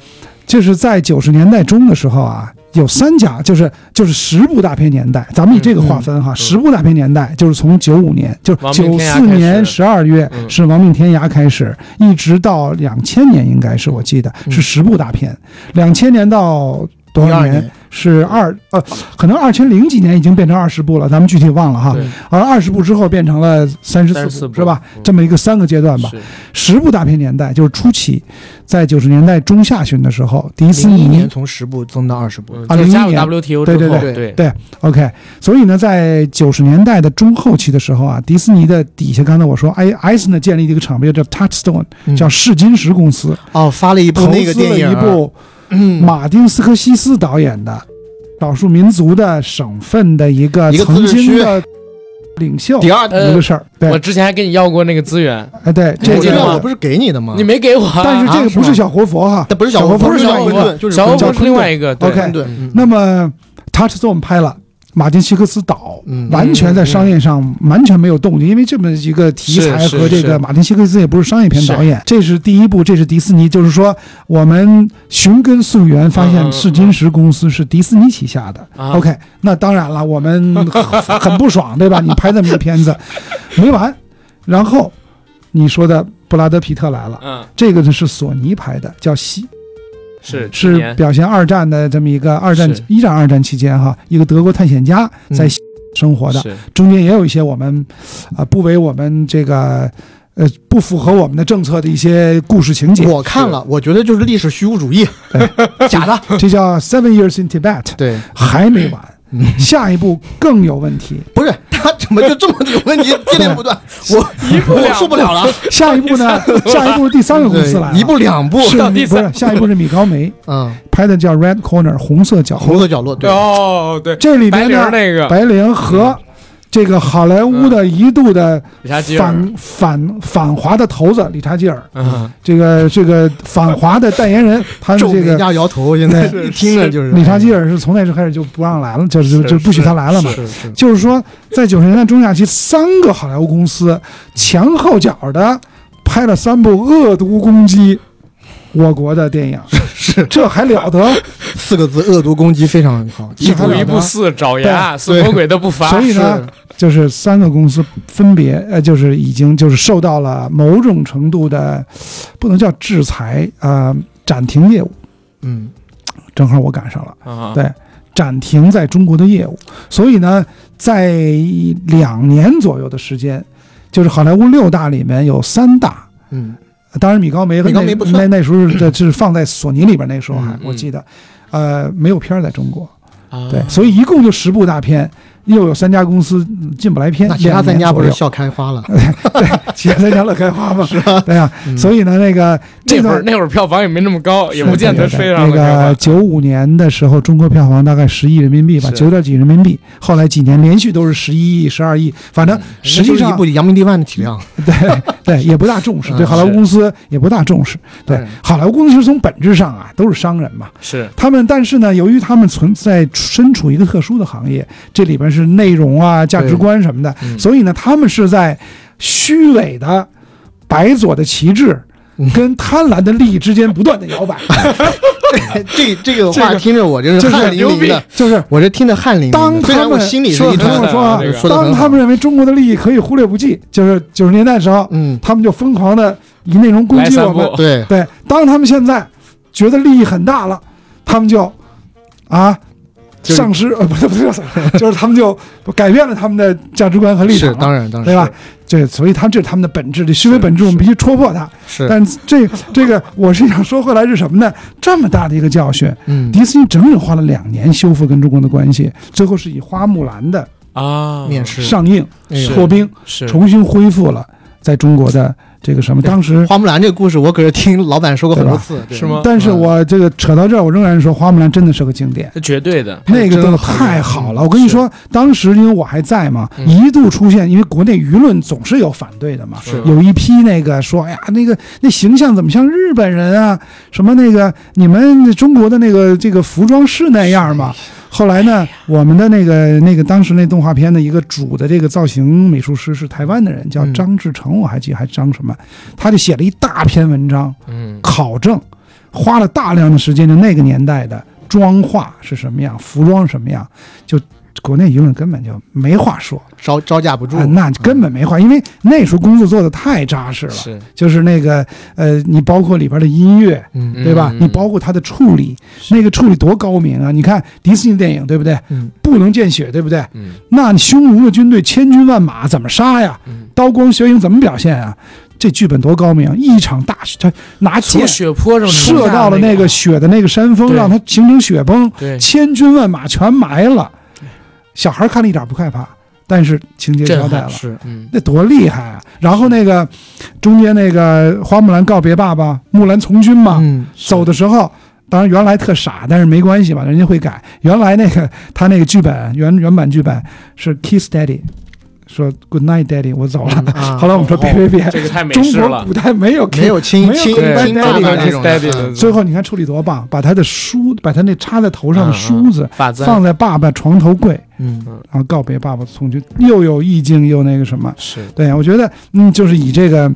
[SPEAKER 4] 就是在九十年代中的时候啊，有三家，就是就是十部大片年代，咱们以这个划分哈，十部大片年代就是从九五年，就是
[SPEAKER 2] 嗯亡命
[SPEAKER 4] 九
[SPEAKER 2] 天涯
[SPEAKER 4] 四
[SPEAKER 2] 开始
[SPEAKER 4] 年十二月
[SPEAKER 2] 嗯
[SPEAKER 4] 是《亡命天涯》开始，一直到两千年，应该是我记得
[SPEAKER 3] 嗯
[SPEAKER 4] 是十部大片，两千年到。多少
[SPEAKER 3] 12
[SPEAKER 4] 年
[SPEAKER 3] 年
[SPEAKER 4] 是二呃，可能二千零几年已经变成二十部了，咱们具体忘了哈。
[SPEAKER 2] 对
[SPEAKER 4] 而二十部之后变成了啊三十
[SPEAKER 2] 34
[SPEAKER 4] 四
[SPEAKER 2] 部
[SPEAKER 4] 部，是吧
[SPEAKER 2] 嗯？
[SPEAKER 4] 这么一个三个阶段吧。
[SPEAKER 2] 是
[SPEAKER 4] 十部大片年代就是初期，在九十年代中下旬的时候，迪士
[SPEAKER 3] 零一
[SPEAKER 4] 尼
[SPEAKER 3] 年从十部增到二十部，
[SPEAKER 2] 嗯
[SPEAKER 4] 啊
[SPEAKER 2] 就加
[SPEAKER 4] 01
[SPEAKER 2] 入
[SPEAKER 4] 年
[SPEAKER 2] WTO
[SPEAKER 4] 对
[SPEAKER 2] 之
[SPEAKER 4] 对
[SPEAKER 2] 后，
[SPEAKER 3] 对
[SPEAKER 2] 对，
[SPEAKER 4] OK，所以呢，在九十年代的中后期的时候啊，迪士尼的底下，刚才我说，埃埃森呢建立了一个厂牌叫 Touchstone，
[SPEAKER 3] 嗯
[SPEAKER 4] 叫试金石公司，
[SPEAKER 3] 哦，发了一部
[SPEAKER 4] 投
[SPEAKER 3] 那个
[SPEAKER 4] 资
[SPEAKER 3] 电
[SPEAKER 4] 了
[SPEAKER 3] 影，
[SPEAKER 4] 一部
[SPEAKER 3] 嗯，
[SPEAKER 4] 马丁斯科西斯导演的少数民族的省份的一个
[SPEAKER 3] 一个自
[SPEAKER 4] 曾
[SPEAKER 3] 治
[SPEAKER 4] 经
[SPEAKER 3] 区
[SPEAKER 4] 的领袖
[SPEAKER 3] 第二，
[SPEAKER 4] 一个事儿。对
[SPEAKER 2] 我，之前还给你要过那个资源，
[SPEAKER 4] 哎对，
[SPEAKER 3] 这
[SPEAKER 4] 这
[SPEAKER 3] 个
[SPEAKER 2] 记得
[SPEAKER 3] 资
[SPEAKER 4] 个
[SPEAKER 2] 吗
[SPEAKER 3] 料我不是给你的吗？
[SPEAKER 2] 你没给我啊，
[SPEAKER 4] 但是这个
[SPEAKER 3] 啊
[SPEAKER 4] 不
[SPEAKER 3] 是吗
[SPEAKER 4] 是小活佛哈，
[SPEAKER 3] 那不是小
[SPEAKER 4] 小
[SPEAKER 3] 活
[SPEAKER 4] 活
[SPEAKER 3] 佛，
[SPEAKER 4] 佛
[SPEAKER 2] 不是
[SPEAKER 4] 是
[SPEAKER 2] 小
[SPEAKER 4] 小
[SPEAKER 2] 活
[SPEAKER 4] 活
[SPEAKER 2] 佛
[SPEAKER 4] 佛。
[SPEAKER 3] 就是
[SPEAKER 2] 小
[SPEAKER 3] 昆
[SPEAKER 2] 欧
[SPEAKER 3] 顿
[SPEAKER 4] 叫
[SPEAKER 2] 不是另
[SPEAKER 4] 昆
[SPEAKER 2] 外一个对
[SPEAKER 4] OK
[SPEAKER 3] 对，嗯
[SPEAKER 4] 那么 Touchstone 拍了。马丁·希克斯岛
[SPEAKER 3] 嗯
[SPEAKER 4] 完全在商业上完全没有动静，因为这么一个题材
[SPEAKER 2] 嗯是是
[SPEAKER 4] 和这
[SPEAKER 2] 是
[SPEAKER 4] 个马丁·希克斯也不是商业片导演，这是第一部，这是迪士尼，就是说我们寻根溯源，
[SPEAKER 2] 嗯
[SPEAKER 4] 发
[SPEAKER 2] 嗯嗯
[SPEAKER 4] 现试金石公司是迪士尼旗下的。
[SPEAKER 2] 啊
[SPEAKER 4] OK，那当然了，我们很很不爽，对吧？你拍这么一个片子没完，然后你说的布拉德·皮特来了，
[SPEAKER 2] 嗯，
[SPEAKER 4] 这个呢是索尼拍的，叫《西
[SPEAKER 2] 是去
[SPEAKER 4] 是
[SPEAKER 2] 年
[SPEAKER 4] 表现二战的这么一个二战
[SPEAKER 2] 是
[SPEAKER 4] 一战二战期间哈，一个德国探险家在
[SPEAKER 3] 嗯
[SPEAKER 4] 西生活的，
[SPEAKER 2] 是
[SPEAKER 4] 中间也有一些我们啊、不为我们这个呃不符合我们的政策的一些故事情节，
[SPEAKER 3] 嗯我看了，我觉得就是历史虚无主义， <laughs> 假的。
[SPEAKER 4] 这叫 Seven Years in Tibet，
[SPEAKER 3] 对，
[SPEAKER 4] 还没完。下一步更有问题，
[SPEAKER 3] 不是他怎么就这么有问题，接连
[SPEAKER 2] <laughs>
[SPEAKER 3] 不断，我我受不了了。
[SPEAKER 4] 下一步呢？下一步第三个公司来了，
[SPEAKER 3] 一步两步，
[SPEAKER 4] 是
[SPEAKER 2] 到第
[SPEAKER 4] 不
[SPEAKER 2] 三
[SPEAKER 4] 是？下一步是米高梅
[SPEAKER 3] 嗯，
[SPEAKER 4] 拍的叫《Red Corner》红色角落
[SPEAKER 3] 红，色角落，对，
[SPEAKER 2] 哦，对，
[SPEAKER 4] 这里
[SPEAKER 2] 白
[SPEAKER 4] 边
[SPEAKER 2] 灵儿
[SPEAKER 4] 呢，
[SPEAKER 2] 那个
[SPEAKER 4] 白灵和这个好莱坞的一度的
[SPEAKER 2] 理查基尔，
[SPEAKER 4] 反反反华的头子理查基尔，
[SPEAKER 2] 嗯，
[SPEAKER 4] 这个这个反华的代
[SPEAKER 2] <laughs>
[SPEAKER 4] 言人，他
[SPEAKER 3] 皱
[SPEAKER 4] 们这
[SPEAKER 3] 眉
[SPEAKER 4] 个
[SPEAKER 3] 加摇头，现
[SPEAKER 4] <laughs>
[SPEAKER 3] 在
[SPEAKER 2] 是
[SPEAKER 3] 一听着就是嗯
[SPEAKER 4] 理查基尔是从那时候开始就不让来了，就是
[SPEAKER 2] 是
[SPEAKER 4] 就不许他来了嘛。
[SPEAKER 3] 是是，
[SPEAKER 4] 就是说，在九十年代中下期，三个好莱坞公司前后脚的拍了三部恶毒攻击我国的
[SPEAKER 2] <laughs>
[SPEAKER 4] 电影，是这还了得？
[SPEAKER 3] <laughs> 四个字，恶毒攻击非常好，
[SPEAKER 2] 一
[SPEAKER 4] 步
[SPEAKER 2] 步一步似爪牙，似魔鬼的步伐
[SPEAKER 4] 所，以呢，就是三个公司分别呃，就是已经就是受到了某种程度的，不能叫制裁啊、呃，暂停业务。
[SPEAKER 3] 嗯，
[SPEAKER 4] 正好我赶上了，
[SPEAKER 2] 啊，
[SPEAKER 4] 对暂停在中国的业务。所以呢，在两年左右的时间，就是好莱坞六大里面有三大，
[SPEAKER 3] 嗯，
[SPEAKER 4] 当然米高梅和
[SPEAKER 3] 米高
[SPEAKER 4] 那
[SPEAKER 3] 梅不
[SPEAKER 4] 那
[SPEAKER 3] 算
[SPEAKER 4] 那时候是这是放在索尼里边，那时候还、
[SPEAKER 2] 嗯
[SPEAKER 3] 嗯
[SPEAKER 4] 我记得，呃，没有片儿在中国。
[SPEAKER 2] 啊
[SPEAKER 4] 对，所以一共就十部大片，又有三家公司嗯进不来片，
[SPEAKER 3] 那其他三家不是
[SPEAKER 4] 两年
[SPEAKER 3] 笑开花
[SPEAKER 4] <laughs>
[SPEAKER 3] 了？
[SPEAKER 4] 左右对，其他三家乐开花嘛，是吧？对啊，
[SPEAKER 3] 嗯
[SPEAKER 4] 所以呢，那个这
[SPEAKER 2] 那会
[SPEAKER 4] 段
[SPEAKER 2] 儿那会儿票房也没那么高，也
[SPEAKER 4] 对
[SPEAKER 2] 不见得
[SPEAKER 4] 对对
[SPEAKER 2] 非常
[SPEAKER 4] 那个九五年的时候，中国票房大概十亿人民币吧，
[SPEAKER 2] 是
[SPEAKER 4] 九点几人民币。后来几年连续都是十一亿、十二亿，反
[SPEAKER 2] 嗯
[SPEAKER 4] 正实际
[SPEAKER 3] 就是
[SPEAKER 4] 上
[SPEAKER 3] 一部扬名立万的体量，
[SPEAKER 4] <laughs> 对对也不大重视，
[SPEAKER 3] 嗯
[SPEAKER 4] 对好莱坞
[SPEAKER 2] 是
[SPEAKER 4] 公司也不大重视。对
[SPEAKER 3] 嗯
[SPEAKER 4] 好莱坞公司其实从本质上啊都是商人嘛，
[SPEAKER 2] 是
[SPEAKER 4] 他们但是呢，由于他们存在身处一个特殊的行业，这里边是内容啊、价值观什么的，
[SPEAKER 3] 嗯
[SPEAKER 4] 所以呢，他们是在虚伪的白左的旗帜
[SPEAKER 3] 嗯。
[SPEAKER 4] 跟贪婪的利益之间不断的
[SPEAKER 2] <laughs>
[SPEAKER 4] 摇摆，
[SPEAKER 3] <laughs> 这这个
[SPEAKER 4] 这
[SPEAKER 3] 话
[SPEAKER 4] 个
[SPEAKER 3] 听着我
[SPEAKER 4] <laughs>
[SPEAKER 3] 这是
[SPEAKER 4] 这是
[SPEAKER 3] 汗淋
[SPEAKER 2] 牛逼
[SPEAKER 3] 漓的，
[SPEAKER 4] 就是
[SPEAKER 3] 我这听着汗淋
[SPEAKER 4] 当
[SPEAKER 3] 漓的。
[SPEAKER 4] 他们
[SPEAKER 3] 虽然我嗯心里是
[SPEAKER 4] 说
[SPEAKER 3] 一
[SPEAKER 4] 听
[SPEAKER 3] 团
[SPEAKER 4] 我说啊
[SPEAKER 2] 这个
[SPEAKER 3] 说的
[SPEAKER 4] 当
[SPEAKER 3] 很
[SPEAKER 4] 他
[SPEAKER 3] 好
[SPEAKER 4] 们，认为中国的利益可以忽略不计，就是九十年代的时候，
[SPEAKER 3] 嗯，
[SPEAKER 4] 他们就疯狂的以内容攻
[SPEAKER 2] 来
[SPEAKER 4] 击
[SPEAKER 2] 三
[SPEAKER 4] 我们
[SPEAKER 2] 步。
[SPEAKER 3] 对，
[SPEAKER 4] 对，当他们现在觉得利益很大了，他们就啊
[SPEAKER 3] 就是
[SPEAKER 4] 丧失呃不是不是， <laughs> 就是他们就改变了他们的价值观和立
[SPEAKER 3] 是
[SPEAKER 4] 场了。
[SPEAKER 3] 当然当然，
[SPEAKER 4] 对吧？这所以他这是他们的本质，这虚伪
[SPEAKER 2] 是
[SPEAKER 4] 本质，我们
[SPEAKER 2] 是
[SPEAKER 4] 必须戳破它。
[SPEAKER 3] 是？是，
[SPEAKER 4] 但这这个，我是想说回来是什么呢？这么大的一个教训，
[SPEAKER 3] 嗯，
[SPEAKER 4] 迪士尼整整花了两年修复跟中国的关系，最后是以花木兰的
[SPEAKER 2] 啊，
[SPEAKER 3] 面试
[SPEAKER 4] 上映
[SPEAKER 3] 哎呦
[SPEAKER 4] 破冰，
[SPEAKER 2] 是
[SPEAKER 4] 重新恢复了在中国的这个什么，当时
[SPEAKER 3] 花木兰这个故事，我可是听老板说过很多
[SPEAKER 4] 对吧
[SPEAKER 3] 次，对
[SPEAKER 2] 是吗嗯
[SPEAKER 4] 但是我这个扯到这儿，我仍然说《花木兰》真的是个经典。
[SPEAKER 2] 绝对的，
[SPEAKER 4] 那个
[SPEAKER 3] 真
[SPEAKER 4] 真的
[SPEAKER 3] 好看
[SPEAKER 4] 太好了，我跟你说，当时因为我还在嘛，
[SPEAKER 2] 嗯
[SPEAKER 4] 一度出现，因为国内舆论总是有反对的嘛，
[SPEAKER 2] 是
[SPEAKER 4] 有一批那个说，哎呀，那个那形象怎么像日本人啊？什么那个你们中国的那个这个服装是那样吗？ <laughs> 后来呢，我们的那个那个当时那动画片的一个主的这个造型美术师是台湾的人，叫
[SPEAKER 3] 嗯
[SPEAKER 4] 张志成，我还记得还张什么，他就写了一大篇文章，
[SPEAKER 2] 嗯，
[SPEAKER 4] 考证，花了大量的时间，就那个年代的妆化是什么样，服装什么样，就国内舆论根本就没话说，
[SPEAKER 3] 招招架不住
[SPEAKER 4] 啊，，那根本没话，因为那时候工作做的太扎实了，
[SPEAKER 2] 是，
[SPEAKER 4] 就是那个呃，你包括里边的音乐，
[SPEAKER 3] 嗯
[SPEAKER 4] 对吧？
[SPEAKER 2] 嗯
[SPEAKER 4] 你包括它的处理，那个处理多高明啊！你看迪士尼电影，对不对？
[SPEAKER 3] 嗯
[SPEAKER 4] 不能见血，对不对？
[SPEAKER 2] 嗯
[SPEAKER 4] 那你匈奴的军队千军万马怎么杀呀？
[SPEAKER 2] 嗯，
[SPEAKER 4] 刀光血影怎么表现啊？这剧本多高明！啊一场大雪，他拿
[SPEAKER 2] 从
[SPEAKER 4] 剑
[SPEAKER 2] 血泊上
[SPEAKER 4] 射到了
[SPEAKER 2] 那
[SPEAKER 4] 那个雪的那个山峰，
[SPEAKER 2] 对
[SPEAKER 4] 让它形成雪崩，
[SPEAKER 2] 对
[SPEAKER 4] 千军万马全埋了。小孩看了一点不害怕，但是情节交
[SPEAKER 2] 震
[SPEAKER 4] 代
[SPEAKER 2] 撼
[SPEAKER 4] 了，
[SPEAKER 2] 是，嗯
[SPEAKER 4] 那多厉害啊！然后那个中间那个花木兰告别爸爸，木兰从军嘛，
[SPEAKER 3] 嗯，
[SPEAKER 4] 走的时候。当然，原来特傻，但是没关系吧，人家会改。原来那个他那个剧本原原版剧本是 Kiss Daddy，说 Good night Daddy，我走了。
[SPEAKER 3] 啊
[SPEAKER 4] 后来我们说别别别，
[SPEAKER 5] 这个太美
[SPEAKER 4] 中
[SPEAKER 5] 式
[SPEAKER 4] 国
[SPEAKER 5] 了
[SPEAKER 4] 古，代没有
[SPEAKER 3] <laughs>
[SPEAKER 4] kiss
[SPEAKER 3] 没有亲
[SPEAKER 4] 没有
[SPEAKER 3] 亲
[SPEAKER 4] 对
[SPEAKER 3] 亲
[SPEAKER 4] 没有
[SPEAKER 3] 爸爸
[SPEAKER 4] 没有
[SPEAKER 3] 这种
[SPEAKER 5] 没有
[SPEAKER 3] 的，
[SPEAKER 4] 最后你看处理多棒，把他的梳，把他那插在头上的梳子
[SPEAKER 2] 发簪
[SPEAKER 4] 放在爸爸床头柜，
[SPEAKER 3] 嗯，
[SPEAKER 4] 然后告别爸爸从军，又有意境又那个什么。
[SPEAKER 2] 是，
[SPEAKER 4] 对，我觉得嗯，就是以这个。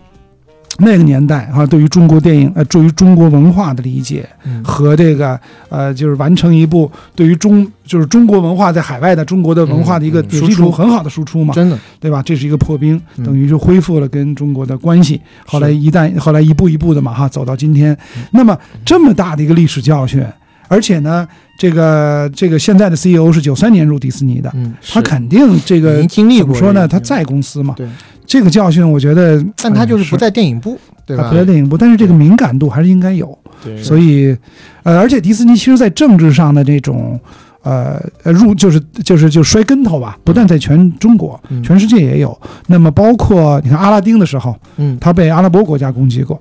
[SPEAKER 4] 那个年代啊，对于中国电影呃，对于中国文化的理解
[SPEAKER 3] 嗯
[SPEAKER 4] 和这个呃，就是完成一部对于中就是中国文化在海外的中国的文化的一个
[SPEAKER 2] 嗯嗯
[SPEAKER 4] 有一种很好的输出嘛，
[SPEAKER 3] 真的，
[SPEAKER 4] 对吧？这是一个破冰，
[SPEAKER 3] 嗯
[SPEAKER 4] 等于就恢复了跟中国的关系。后来一旦后来一步一步的嘛哈，走到今天，
[SPEAKER 3] 嗯
[SPEAKER 4] 那么这么大的一个历史教训，而且呢，这个这个现在的 CEO 是九三年入迪士尼的，
[SPEAKER 3] 嗯，
[SPEAKER 4] 他肯定这
[SPEAKER 3] 已
[SPEAKER 4] 个
[SPEAKER 3] 经经历
[SPEAKER 4] 怎
[SPEAKER 3] 过
[SPEAKER 4] 么说
[SPEAKER 3] 这
[SPEAKER 4] 呢？
[SPEAKER 3] 个
[SPEAKER 4] 他在嗯公司嘛，
[SPEAKER 3] 对，
[SPEAKER 4] 这个教训我觉得，
[SPEAKER 3] 但他就是不
[SPEAKER 4] 在。
[SPEAKER 3] 在电影部，对
[SPEAKER 4] 他
[SPEAKER 3] 吧
[SPEAKER 4] 不？在电影部，但是这个敏感度还是应该有，
[SPEAKER 2] 对
[SPEAKER 4] 所以，呃，而且迪士尼其实，在政治上的这种，呃，呃入就是就是就摔跟头吧，不但在全中国，
[SPEAKER 3] 嗯
[SPEAKER 4] 全世界也有。那么包括你看阿拉丁的时候，
[SPEAKER 3] 嗯，
[SPEAKER 4] 他被阿拉伯国家攻击过，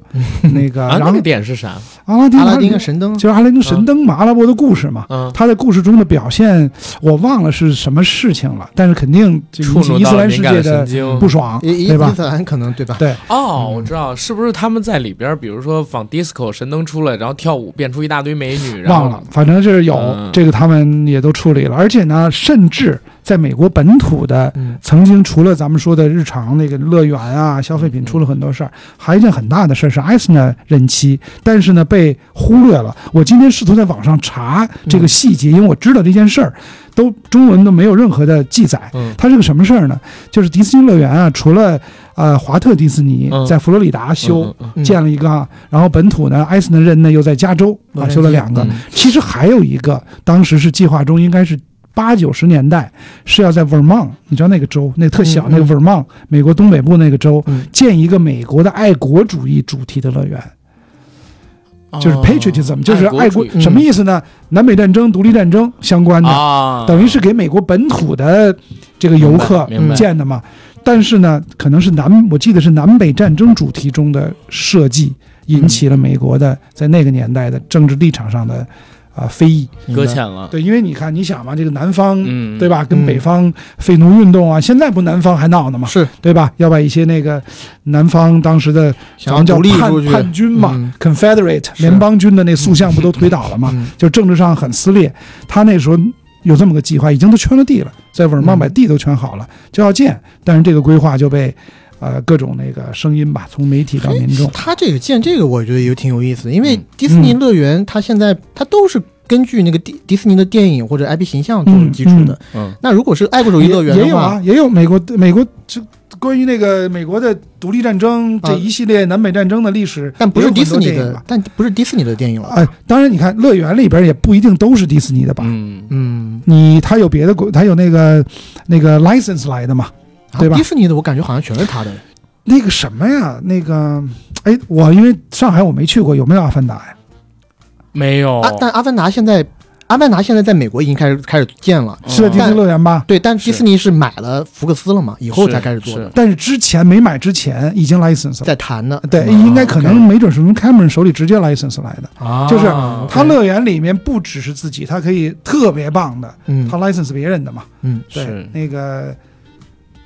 [SPEAKER 4] 那
[SPEAKER 2] <laughs>
[SPEAKER 4] 个
[SPEAKER 2] 啊，
[SPEAKER 4] 然
[SPEAKER 2] 那
[SPEAKER 4] 后
[SPEAKER 2] 个点是啥？
[SPEAKER 4] 阿拉丁
[SPEAKER 3] 阿拉丁
[SPEAKER 4] 他
[SPEAKER 3] 的神灯
[SPEAKER 4] 就是阿拉丁神灯嘛，阿拉伯的故事嘛。
[SPEAKER 2] 嗯，
[SPEAKER 4] 他在故事中的表现，我忘了是什么事情了，但是肯定就
[SPEAKER 2] 触
[SPEAKER 4] 引起
[SPEAKER 2] 怒
[SPEAKER 4] 伊斯
[SPEAKER 2] 到了
[SPEAKER 4] 兰
[SPEAKER 2] 敏
[SPEAKER 4] 世
[SPEAKER 2] 感
[SPEAKER 4] 界
[SPEAKER 2] 的神
[SPEAKER 4] 的
[SPEAKER 2] 经
[SPEAKER 4] 不。爽，
[SPEAKER 3] 伊伊
[SPEAKER 4] 对吧
[SPEAKER 3] 伊？斯兰可能对吧？
[SPEAKER 4] 对，
[SPEAKER 2] 哦，我知道，是不是他们在里边儿，比如说仿 disco 神灯出来，然后跳舞变出一大堆美女，然后
[SPEAKER 4] 忘了，反正就是有、
[SPEAKER 2] 嗯
[SPEAKER 4] 这个，他们也都处理了。而且呢，甚至在美国本土的，
[SPEAKER 3] 嗯
[SPEAKER 4] 曾经除了咱们说的日常那个乐园啊、消费品出了很多事儿，还有一件很大的事儿是艾斯呢任期，但是呢被忽略了。我今天试图在网上查
[SPEAKER 2] 嗯
[SPEAKER 4] 这个细节，因为我知道这件事儿都中文都没有任何的记载。
[SPEAKER 2] 嗯
[SPEAKER 4] 它是个什么事儿呢？就是迪士尼乐园啊，除了呃华特迪士尼
[SPEAKER 2] 嗯
[SPEAKER 4] 在佛罗里达修。
[SPEAKER 2] 嗯嗯
[SPEAKER 3] 嗯
[SPEAKER 4] 建了一个啊，然后本土呢，埃斯呢人呢又在加州
[SPEAKER 3] 洛
[SPEAKER 4] 啊
[SPEAKER 3] 杉矶
[SPEAKER 4] 修了两个
[SPEAKER 2] 嗯，
[SPEAKER 4] 其实还有一个，当时是计划中应该是八九十年代是要在 Vermont，你知道那个州，那个特小
[SPEAKER 3] 嗯嗯
[SPEAKER 4] 那个 Vermont，美国东北部那个州
[SPEAKER 3] 嗯
[SPEAKER 4] 建一个美国的爱国主义主题的乐园，
[SPEAKER 2] 嗯
[SPEAKER 4] 就是
[SPEAKER 2] 哦
[SPEAKER 4] patriotism，就是爱国
[SPEAKER 2] 主义
[SPEAKER 4] 什么意思呢？南北战争、独立战争相关的，
[SPEAKER 2] 啊，
[SPEAKER 4] 等于是给美国本土的这个游客
[SPEAKER 2] 明白明白
[SPEAKER 4] 建的嘛。但是呢，可能是南，我记得是南北战争主题中的设计，引起了美国的在那个年代的政治立场上的啊、非议。
[SPEAKER 2] 搁浅了，
[SPEAKER 4] 对，因为你看，你想嘛，这个南方。
[SPEAKER 2] 嗯，
[SPEAKER 4] 对吧？跟
[SPEAKER 3] 嗯
[SPEAKER 4] 北方废奴运动啊，现在不南方还闹呢嘛，
[SPEAKER 3] 是
[SPEAKER 4] 对吧？要把一些那个南方当时的咱
[SPEAKER 3] 想要
[SPEAKER 4] 们叫
[SPEAKER 3] 独立出
[SPEAKER 4] 叛
[SPEAKER 3] 去，
[SPEAKER 4] 叛军嘛、
[SPEAKER 3] 嗯
[SPEAKER 4] c o n f e d e r a t e
[SPEAKER 3] 是
[SPEAKER 4] 联邦军的那塑像不都推倒了吗？
[SPEAKER 3] 嗯
[SPEAKER 4] 就政治上很撕裂。他那时候有这么个计划，已经都圈了地了，在文
[SPEAKER 3] 嗯
[SPEAKER 4] 曼把地都圈好了，就要建，但是这个规划就被呃各种那个声音吧，从媒体到民众，
[SPEAKER 3] 哎他这个建这个，我觉得也挺有意思的，因为
[SPEAKER 2] 嗯
[SPEAKER 3] 迪士尼乐园它现在它都是根据那个迪迪士尼的电影或者 IP 形象作为基础的。
[SPEAKER 2] 嗯，
[SPEAKER 3] 那如果是爱国主义乐园
[SPEAKER 4] 也也
[SPEAKER 3] 的
[SPEAKER 4] 有
[SPEAKER 3] 话
[SPEAKER 4] 啊，，也有美国美国就关于那个美国的独立战争这一系列南北战争的历史，
[SPEAKER 3] 啊但不是
[SPEAKER 4] 也有
[SPEAKER 3] 迪
[SPEAKER 4] 很
[SPEAKER 3] 士
[SPEAKER 4] 多
[SPEAKER 3] 尼
[SPEAKER 4] 电影
[SPEAKER 3] 的
[SPEAKER 4] 吧，。
[SPEAKER 3] 但不是迪士尼的电影了。
[SPEAKER 4] 哎，当然，你看乐园里边也不一定都是迪士尼的吧？
[SPEAKER 2] 嗯，
[SPEAKER 3] 嗯，
[SPEAKER 4] 你他有别的国，他有那个那个 license 来的嘛？
[SPEAKER 3] 啊
[SPEAKER 4] 对吧
[SPEAKER 3] 迪士尼的我感觉好像全是他的。
[SPEAKER 4] 那个什么呀，那个，哎，我因为上海我没去过，有没有《阿凡达》呀？
[SPEAKER 3] 哦
[SPEAKER 2] 没有
[SPEAKER 3] 啊，但阿凡达现在阿凡达现在在美国已经开始开始建了，
[SPEAKER 4] 是在迪士尼乐园吧？
[SPEAKER 3] 对，哦但迪士尼是买了福克斯了嘛，以后才开始做的，
[SPEAKER 4] 但是之前没买之前已经 license 了，
[SPEAKER 3] 在谈呢。
[SPEAKER 4] 对，
[SPEAKER 3] 嗯
[SPEAKER 4] 应该可能没准是从 Cameron 手里直接 license 来的。
[SPEAKER 3] 啊
[SPEAKER 4] 就是他乐园里面不只是自己，他可以特别棒的，
[SPEAKER 3] 嗯
[SPEAKER 4] 他 license 别人的嘛。
[SPEAKER 3] 嗯，
[SPEAKER 4] 对
[SPEAKER 2] 是，
[SPEAKER 4] 那个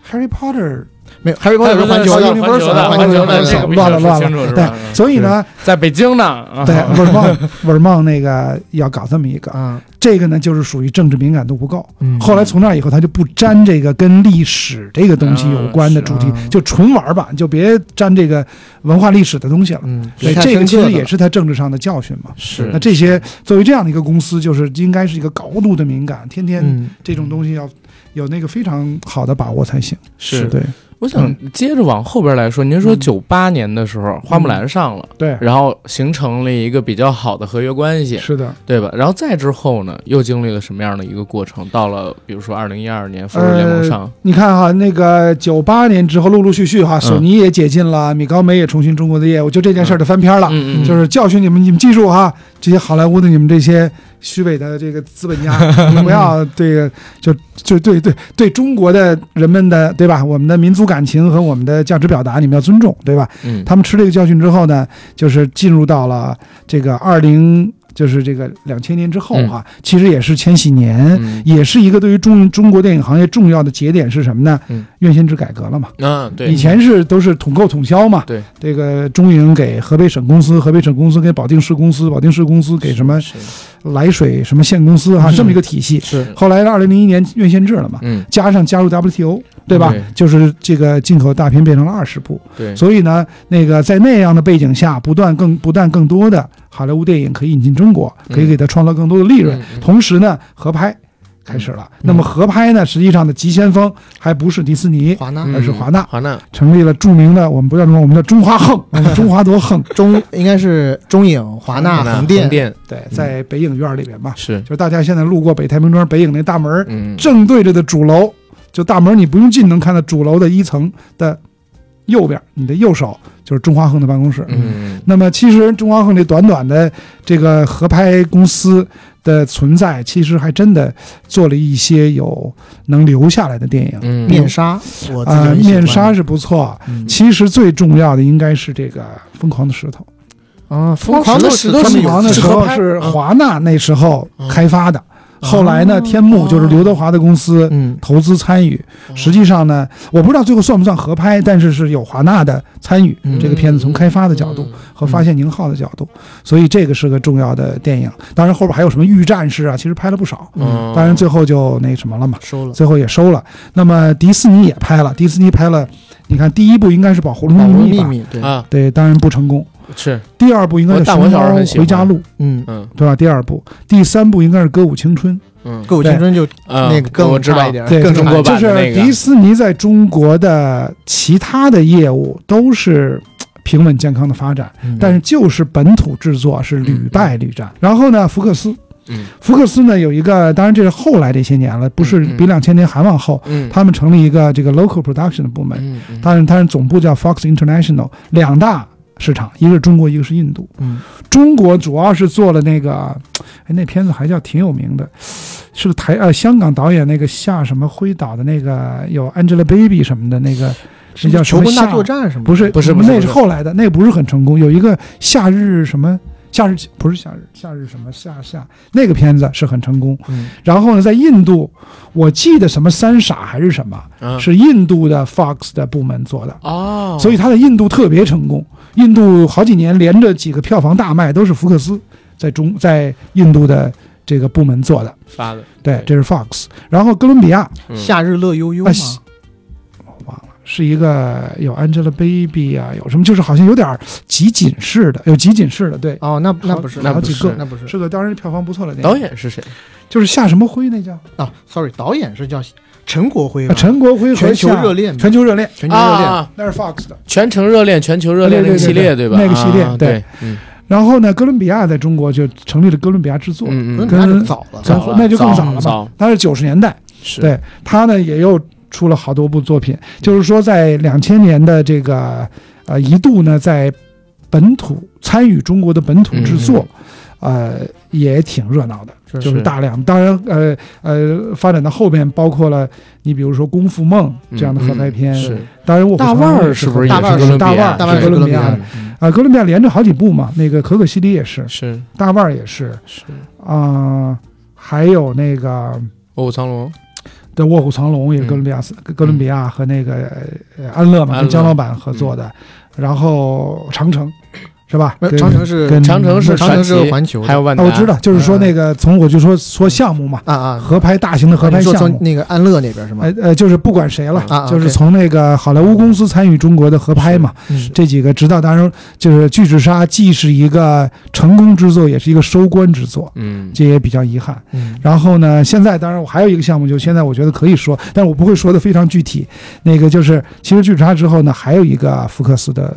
[SPEAKER 4] Harry Potter，
[SPEAKER 3] 没有，Harry Potter 是环球的，
[SPEAKER 4] 是
[SPEAKER 3] 环
[SPEAKER 4] 环
[SPEAKER 3] 球的，
[SPEAKER 4] 球的
[SPEAKER 3] 环球
[SPEAKER 4] 环
[SPEAKER 3] 的
[SPEAKER 4] 球
[SPEAKER 3] 是
[SPEAKER 4] 的
[SPEAKER 3] 吧，
[SPEAKER 4] 乱了乱了
[SPEAKER 5] 了
[SPEAKER 2] 嗯
[SPEAKER 4] 对，所以呢，
[SPEAKER 5] 在北京呢，啊
[SPEAKER 4] <laughs> 对，文茂文茂那个要搞这么一个，
[SPEAKER 3] 啊，
[SPEAKER 4] 这个呢就是属于政治敏感度不够。
[SPEAKER 3] 嗯
[SPEAKER 4] 后来从那以后，他就不沾这个跟历史这个东西有关的
[SPEAKER 5] 嗯
[SPEAKER 4] 主题
[SPEAKER 3] 是啊，
[SPEAKER 4] 就纯玩吧，就别沾这个文化历史的东西了。
[SPEAKER 3] 嗯，
[SPEAKER 4] 对，
[SPEAKER 3] 太
[SPEAKER 4] 这个
[SPEAKER 3] 深
[SPEAKER 4] 其
[SPEAKER 3] 刻嗯了
[SPEAKER 4] 实也是他政治上的教训嘛。
[SPEAKER 2] 是
[SPEAKER 4] 那这些作为这样的一个公司，就是应该是一个高度的敏感，天天
[SPEAKER 3] 嗯，
[SPEAKER 4] 这种东西要有那个非常好的把握才行。
[SPEAKER 2] 是
[SPEAKER 4] 对
[SPEAKER 2] 我想
[SPEAKER 4] 嗯
[SPEAKER 2] 接着往后边来说，您说九八年的时候，花木兰上了，
[SPEAKER 4] 对，
[SPEAKER 2] 然后形成了一个比较好的合约关系，
[SPEAKER 4] 是的。
[SPEAKER 2] 对吧？然后再之后呢，又经历了什么样的一个过程？到了比如说二零一二年复仇者联
[SPEAKER 4] 呃
[SPEAKER 2] 盟上，
[SPEAKER 4] 你看哈，那个九八年之后，陆陆续续哈，
[SPEAKER 2] 嗯
[SPEAKER 4] 索尼也解禁了，米高梅也重新中国的业务，就这件事儿就翻篇了。
[SPEAKER 2] 嗯嗯，
[SPEAKER 4] 就是教训你们，你们记住哈，这些好莱坞的你们这些虚伪的这个资本
[SPEAKER 2] <laughs>
[SPEAKER 4] 家，你们不要这个就就对对对中国的人们的对吧？我们的民族感情和我们的价值表达，你们要尊重，对吧？
[SPEAKER 2] 嗯，
[SPEAKER 4] 他们吃这个教训之后呢，就是进入到了这个二零，就是这个两千年之后啊，其实也是千禧年，
[SPEAKER 2] 嗯
[SPEAKER 4] 也是一个对于中中国电影行业重要的节点是什么呢？
[SPEAKER 2] 嗯
[SPEAKER 4] 院线制改革了嘛。
[SPEAKER 2] 啊，对，
[SPEAKER 4] 以前是都是统购统销嘛，
[SPEAKER 2] 对，
[SPEAKER 4] 这个中影给河北省公司，河北省公司给保定市公司，保定市公司给什么
[SPEAKER 2] 是
[SPEAKER 4] 涞水什么县公司哈，这么一个体系。
[SPEAKER 2] 是，
[SPEAKER 4] 后来二零零一年院线制了嘛，
[SPEAKER 2] 嗯，
[SPEAKER 4] 加上加入 WTO，对吧
[SPEAKER 2] 对？
[SPEAKER 4] 就是这个进口大片变成了二十部，
[SPEAKER 2] 对，
[SPEAKER 4] 所以呢，那个在那样的背景下，不断更不但更多的好莱坞电影可以引进中国，可以
[SPEAKER 2] 嗯
[SPEAKER 4] 给它创造更多的利润，
[SPEAKER 2] 嗯嗯
[SPEAKER 4] 同时呢，合拍开始了。那么合拍呢，实际上的急先锋还不是迪士尼，
[SPEAKER 3] 华纳
[SPEAKER 2] 嗯
[SPEAKER 4] 而是华纳。
[SPEAKER 2] 华纳
[SPEAKER 4] 成立了著名的，我们不叫中国，我们叫中华横，
[SPEAKER 2] <laughs>
[SPEAKER 4] 我们中华多横。
[SPEAKER 3] 中应该是中影、华纳、
[SPEAKER 2] 纳
[SPEAKER 3] 横
[SPEAKER 2] 店
[SPEAKER 3] 店，
[SPEAKER 2] 店
[SPEAKER 4] 对，在北影院里边吧，
[SPEAKER 2] 是，
[SPEAKER 4] 就是大家现在路过北太平庄北影那大门儿，
[SPEAKER 2] 嗯，
[SPEAKER 4] 正对着的主楼，就大门你不用进能看到主楼的一层的右边，你的右手就是中华横的办公室。
[SPEAKER 2] 嗯
[SPEAKER 4] 那么其实中华横这短短的这个合拍公司的存在，其实还真的做了一些有能留下来的电影。
[SPEAKER 2] 嗯，
[SPEAKER 3] 面纱，我自己
[SPEAKER 4] 啊、
[SPEAKER 3] 很喜欢
[SPEAKER 4] 面纱是不错，
[SPEAKER 3] 嗯
[SPEAKER 4] 其实最重要的应该是这个《疯狂的石头》。
[SPEAKER 3] 啊，疯
[SPEAKER 4] 《
[SPEAKER 3] 狂的石头
[SPEAKER 4] 疯
[SPEAKER 3] 是有
[SPEAKER 4] 狂的
[SPEAKER 3] 是
[SPEAKER 4] 时
[SPEAKER 3] 合
[SPEAKER 4] 候
[SPEAKER 3] 拍
[SPEAKER 4] 是
[SPEAKER 3] 嗯
[SPEAKER 4] 华纳那时候开发的，
[SPEAKER 3] 嗯
[SPEAKER 4] 后来呢，
[SPEAKER 3] 哦
[SPEAKER 4] 天幕就是刘德华的公司
[SPEAKER 3] 嗯，
[SPEAKER 4] 投资参与。实际上呢，我不知道最后算不算合拍，但是是有华纳的参与。
[SPEAKER 3] 嗯
[SPEAKER 4] 这个片子从开发的角度
[SPEAKER 2] 嗯
[SPEAKER 4] 和发现宁浩的角度，所以这个是个重要的电影。当然后边还有什么《御战士》啊，其实拍了不少，
[SPEAKER 2] 嗯，
[SPEAKER 4] 当然最后就那什么了嘛。
[SPEAKER 3] 收了，
[SPEAKER 4] 最后也收了。那么迪士尼也拍了，迪士尼拍了，你看第一部应该是《保护
[SPEAKER 3] 保
[SPEAKER 4] 秘
[SPEAKER 3] 罗
[SPEAKER 4] 密》
[SPEAKER 3] 秘
[SPEAKER 4] 吧？
[SPEAKER 3] 密，对，
[SPEAKER 2] 啊
[SPEAKER 4] 对，当然不成功。
[SPEAKER 2] 是，
[SPEAKER 4] 第二部应该是
[SPEAKER 2] 我
[SPEAKER 4] 《
[SPEAKER 2] 大
[SPEAKER 4] 熊
[SPEAKER 2] 哦我小时候
[SPEAKER 4] 猫
[SPEAKER 2] 很喜
[SPEAKER 4] 回家
[SPEAKER 2] 欢
[SPEAKER 4] 路》，
[SPEAKER 3] 嗯，
[SPEAKER 2] 嗯
[SPEAKER 4] 对吧？第二部、第三部应该是《歌舞青春
[SPEAKER 2] 嗯，
[SPEAKER 3] 歌舞青春就
[SPEAKER 2] 啊
[SPEAKER 3] 那个更
[SPEAKER 2] 我知
[SPEAKER 3] 差
[SPEAKER 2] 道 <laughs>
[SPEAKER 3] 一，点，》，
[SPEAKER 4] 对，
[SPEAKER 2] 更
[SPEAKER 4] 就
[SPEAKER 2] 中
[SPEAKER 4] 是
[SPEAKER 2] 国版的那
[SPEAKER 4] 就
[SPEAKER 2] 个
[SPEAKER 4] 是迪士尼在中国的其他的业务都是嘖平稳健康的发展，
[SPEAKER 3] 嗯
[SPEAKER 4] 但是就是本土制作是屡败屡战。然后呢，福克斯，
[SPEAKER 2] 嗯
[SPEAKER 4] 福克斯呢有一个，当然这是后来这些年了，不是
[SPEAKER 2] 嗯嗯
[SPEAKER 4] 比两千年还往后，
[SPEAKER 2] 嗯，
[SPEAKER 4] 他们成立一个这个 local production 的部门，
[SPEAKER 2] 嗯嗯
[SPEAKER 4] 但是它是总部叫 Fox International，两大市场，一个是中国，一个是印度。
[SPEAKER 3] 嗯，
[SPEAKER 4] 中国主要是做了那个，哎，那片子还叫挺有名的，是个台呃香港导演那个夏什么辉导的那个有 Angelababy 什么的那个，那叫什
[SPEAKER 3] 求
[SPEAKER 4] 么
[SPEAKER 3] 婚大
[SPEAKER 4] 夏？
[SPEAKER 3] 作战什么的？
[SPEAKER 4] 不是
[SPEAKER 2] 不是不是
[SPEAKER 4] 那
[SPEAKER 2] 不
[SPEAKER 4] 是
[SPEAKER 2] 是
[SPEAKER 4] 后来的，那不是很成功。有一个夏日什么夏日不是夏日夏日什么夏夏那个片子是很成功。
[SPEAKER 3] 嗯
[SPEAKER 4] 然后呢，在印度，我记得什么三傻还是什么，
[SPEAKER 2] 嗯
[SPEAKER 4] 是印度的 Fox 的部门做的。
[SPEAKER 2] 哦，
[SPEAKER 4] 所以他在印度特别成功。印度好几年连着几个票房大卖都是福克斯在中在印度的这个部门做的，
[SPEAKER 2] 发的
[SPEAKER 4] 对，
[SPEAKER 2] 对
[SPEAKER 4] 这是 Fox。然后哥伦比亚
[SPEAKER 2] 嗯
[SPEAKER 3] 夏日乐悠悠嘛，
[SPEAKER 4] 哎是哦忘了是一个有 Angelababy 啊，有什么就是好像有点集锦式的，有集锦式的，对，
[SPEAKER 3] 哦，那那不是，
[SPEAKER 4] 好
[SPEAKER 2] 那
[SPEAKER 4] 好
[SPEAKER 2] 不
[SPEAKER 4] 几
[SPEAKER 2] 是
[SPEAKER 4] 个。
[SPEAKER 3] 那不是
[SPEAKER 4] 是个当然票房不错的电影，
[SPEAKER 3] 哦
[SPEAKER 2] 导演是谁？
[SPEAKER 4] 就是夏什么辉那叫、
[SPEAKER 3] 啊，sorry，导演是叫陈国辉
[SPEAKER 4] 啊
[SPEAKER 3] 吧？
[SPEAKER 4] 陈国辉和
[SPEAKER 3] 全球
[SPEAKER 4] 夏
[SPEAKER 3] 热恋
[SPEAKER 4] 全球热恋
[SPEAKER 3] 全球热恋，
[SPEAKER 2] 啊
[SPEAKER 4] 那是 Fox 的。
[SPEAKER 2] 全程热恋、全球热恋那个系列
[SPEAKER 4] 对对对
[SPEAKER 2] 吧？
[SPEAKER 4] 那个系列
[SPEAKER 2] 啊
[SPEAKER 4] 对
[SPEAKER 2] 对，嗯
[SPEAKER 4] 然后呢，哥伦比亚在中国就成立了哥伦比亚制作，
[SPEAKER 2] 嗯
[SPEAKER 3] 伦
[SPEAKER 2] 嗯
[SPEAKER 3] 比亚就早了，
[SPEAKER 2] 早了
[SPEAKER 4] 那就更
[SPEAKER 2] 早
[SPEAKER 4] 早了
[SPEAKER 2] 早
[SPEAKER 4] 嘛，它是九十年代。
[SPEAKER 2] 是
[SPEAKER 4] 对他呢也又出了好多部作品，就是说在两千年的这个呃一度呢，在本土参与中国的本土制作，呃，也挺热闹的。
[SPEAKER 3] 是
[SPEAKER 4] 就是
[SPEAKER 2] 嗯是
[SPEAKER 4] 大量，当然，呃呃，发展到后边，包括了你比如说《功夫梦》这样的合拍片，
[SPEAKER 2] 嗯是
[SPEAKER 4] 当然，《卧虎
[SPEAKER 2] 大
[SPEAKER 4] 藏
[SPEAKER 2] 腕
[SPEAKER 4] 龙》
[SPEAKER 2] 儿
[SPEAKER 4] 是
[SPEAKER 2] 是不是
[SPEAKER 4] 合
[SPEAKER 2] 也
[SPEAKER 4] 拍
[SPEAKER 3] 大腕儿
[SPEAKER 2] 哥
[SPEAKER 3] 是
[SPEAKER 2] 伦比
[SPEAKER 4] 大
[SPEAKER 2] 亚？
[SPEAKER 4] 腕儿大腕儿
[SPEAKER 2] 是
[SPEAKER 4] 哥伦比亚
[SPEAKER 3] 大
[SPEAKER 4] 的
[SPEAKER 3] 腕儿
[SPEAKER 2] 嗯
[SPEAKER 4] 啊，哥伦比亚连着好几部嘛，那个可可西里也是，
[SPEAKER 2] 是《
[SPEAKER 4] 大腕儿也是
[SPEAKER 2] 是
[SPEAKER 4] 啊、还有那个
[SPEAKER 2] 卧虎藏龙》
[SPEAKER 4] 的《卧虎藏龙》也是
[SPEAKER 2] 嗯
[SPEAKER 4] 哥伦比亚、哥伦比亚和那个呃安乐嘛，
[SPEAKER 2] 安乐嗯
[SPEAKER 4] 跟姜老板合作的，然后长城是吧？
[SPEAKER 3] 没有
[SPEAKER 4] 跟
[SPEAKER 3] 长城是
[SPEAKER 4] 跟
[SPEAKER 2] 长城是
[SPEAKER 3] 长城
[SPEAKER 2] 传
[SPEAKER 3] 是
[SPEAKER 2] 奇
[SPEAKER 3] 环球的，
[SPEAKER 2] 还有万
[SPEAKER 4] 啊，
[SPEAKER 2] 达，
[SPEAKER 4] 我知道，就是
[SPEAKER 2] 嗯
[SPEAKER 4] 说那个从我就说说项目嘛，
[SPEAKER 3] 啊啊，
[SPEAKER 4] 合拍大型的合
[SPEAKER 3] 你
[SPEAKER 4] 拍
[SPEAKER 3] 说
[SPEAKER 4] 项
[SPEAKER 3] 从
[SPEAKER 4] 目。
[SPEAKER 3] 那个安乐那边是吗？
[SPEAKER 4] 呃呃，就是不管谁了，
[SPEAKER 2] 嗯
[SPEAKER 3] 啊啊
[SPEAKER 4] 就是
[SPEAKER 3] 对
[SPEAKER 4] 从那个好莱坞公司参与中国的合拍嘛，
[SPEAKER 3] 嗯
[SPEAKER 4] 这几个直到当然就是《巨齿鲨》既是一个成功之作，也是一个收官之作，
[SPEAKER 2] 嗯，
[SPEAKER 4] 这也比较遗憾。
[SPEAKER 3] 嗯
[SPEAKER 4] 然后呢，现在当然我还有一个项目，就现在我觉得可以说，但我不会说的非常具体。那个就是，其实《巨齿鲨》之后呢，还有一个啊福克斯的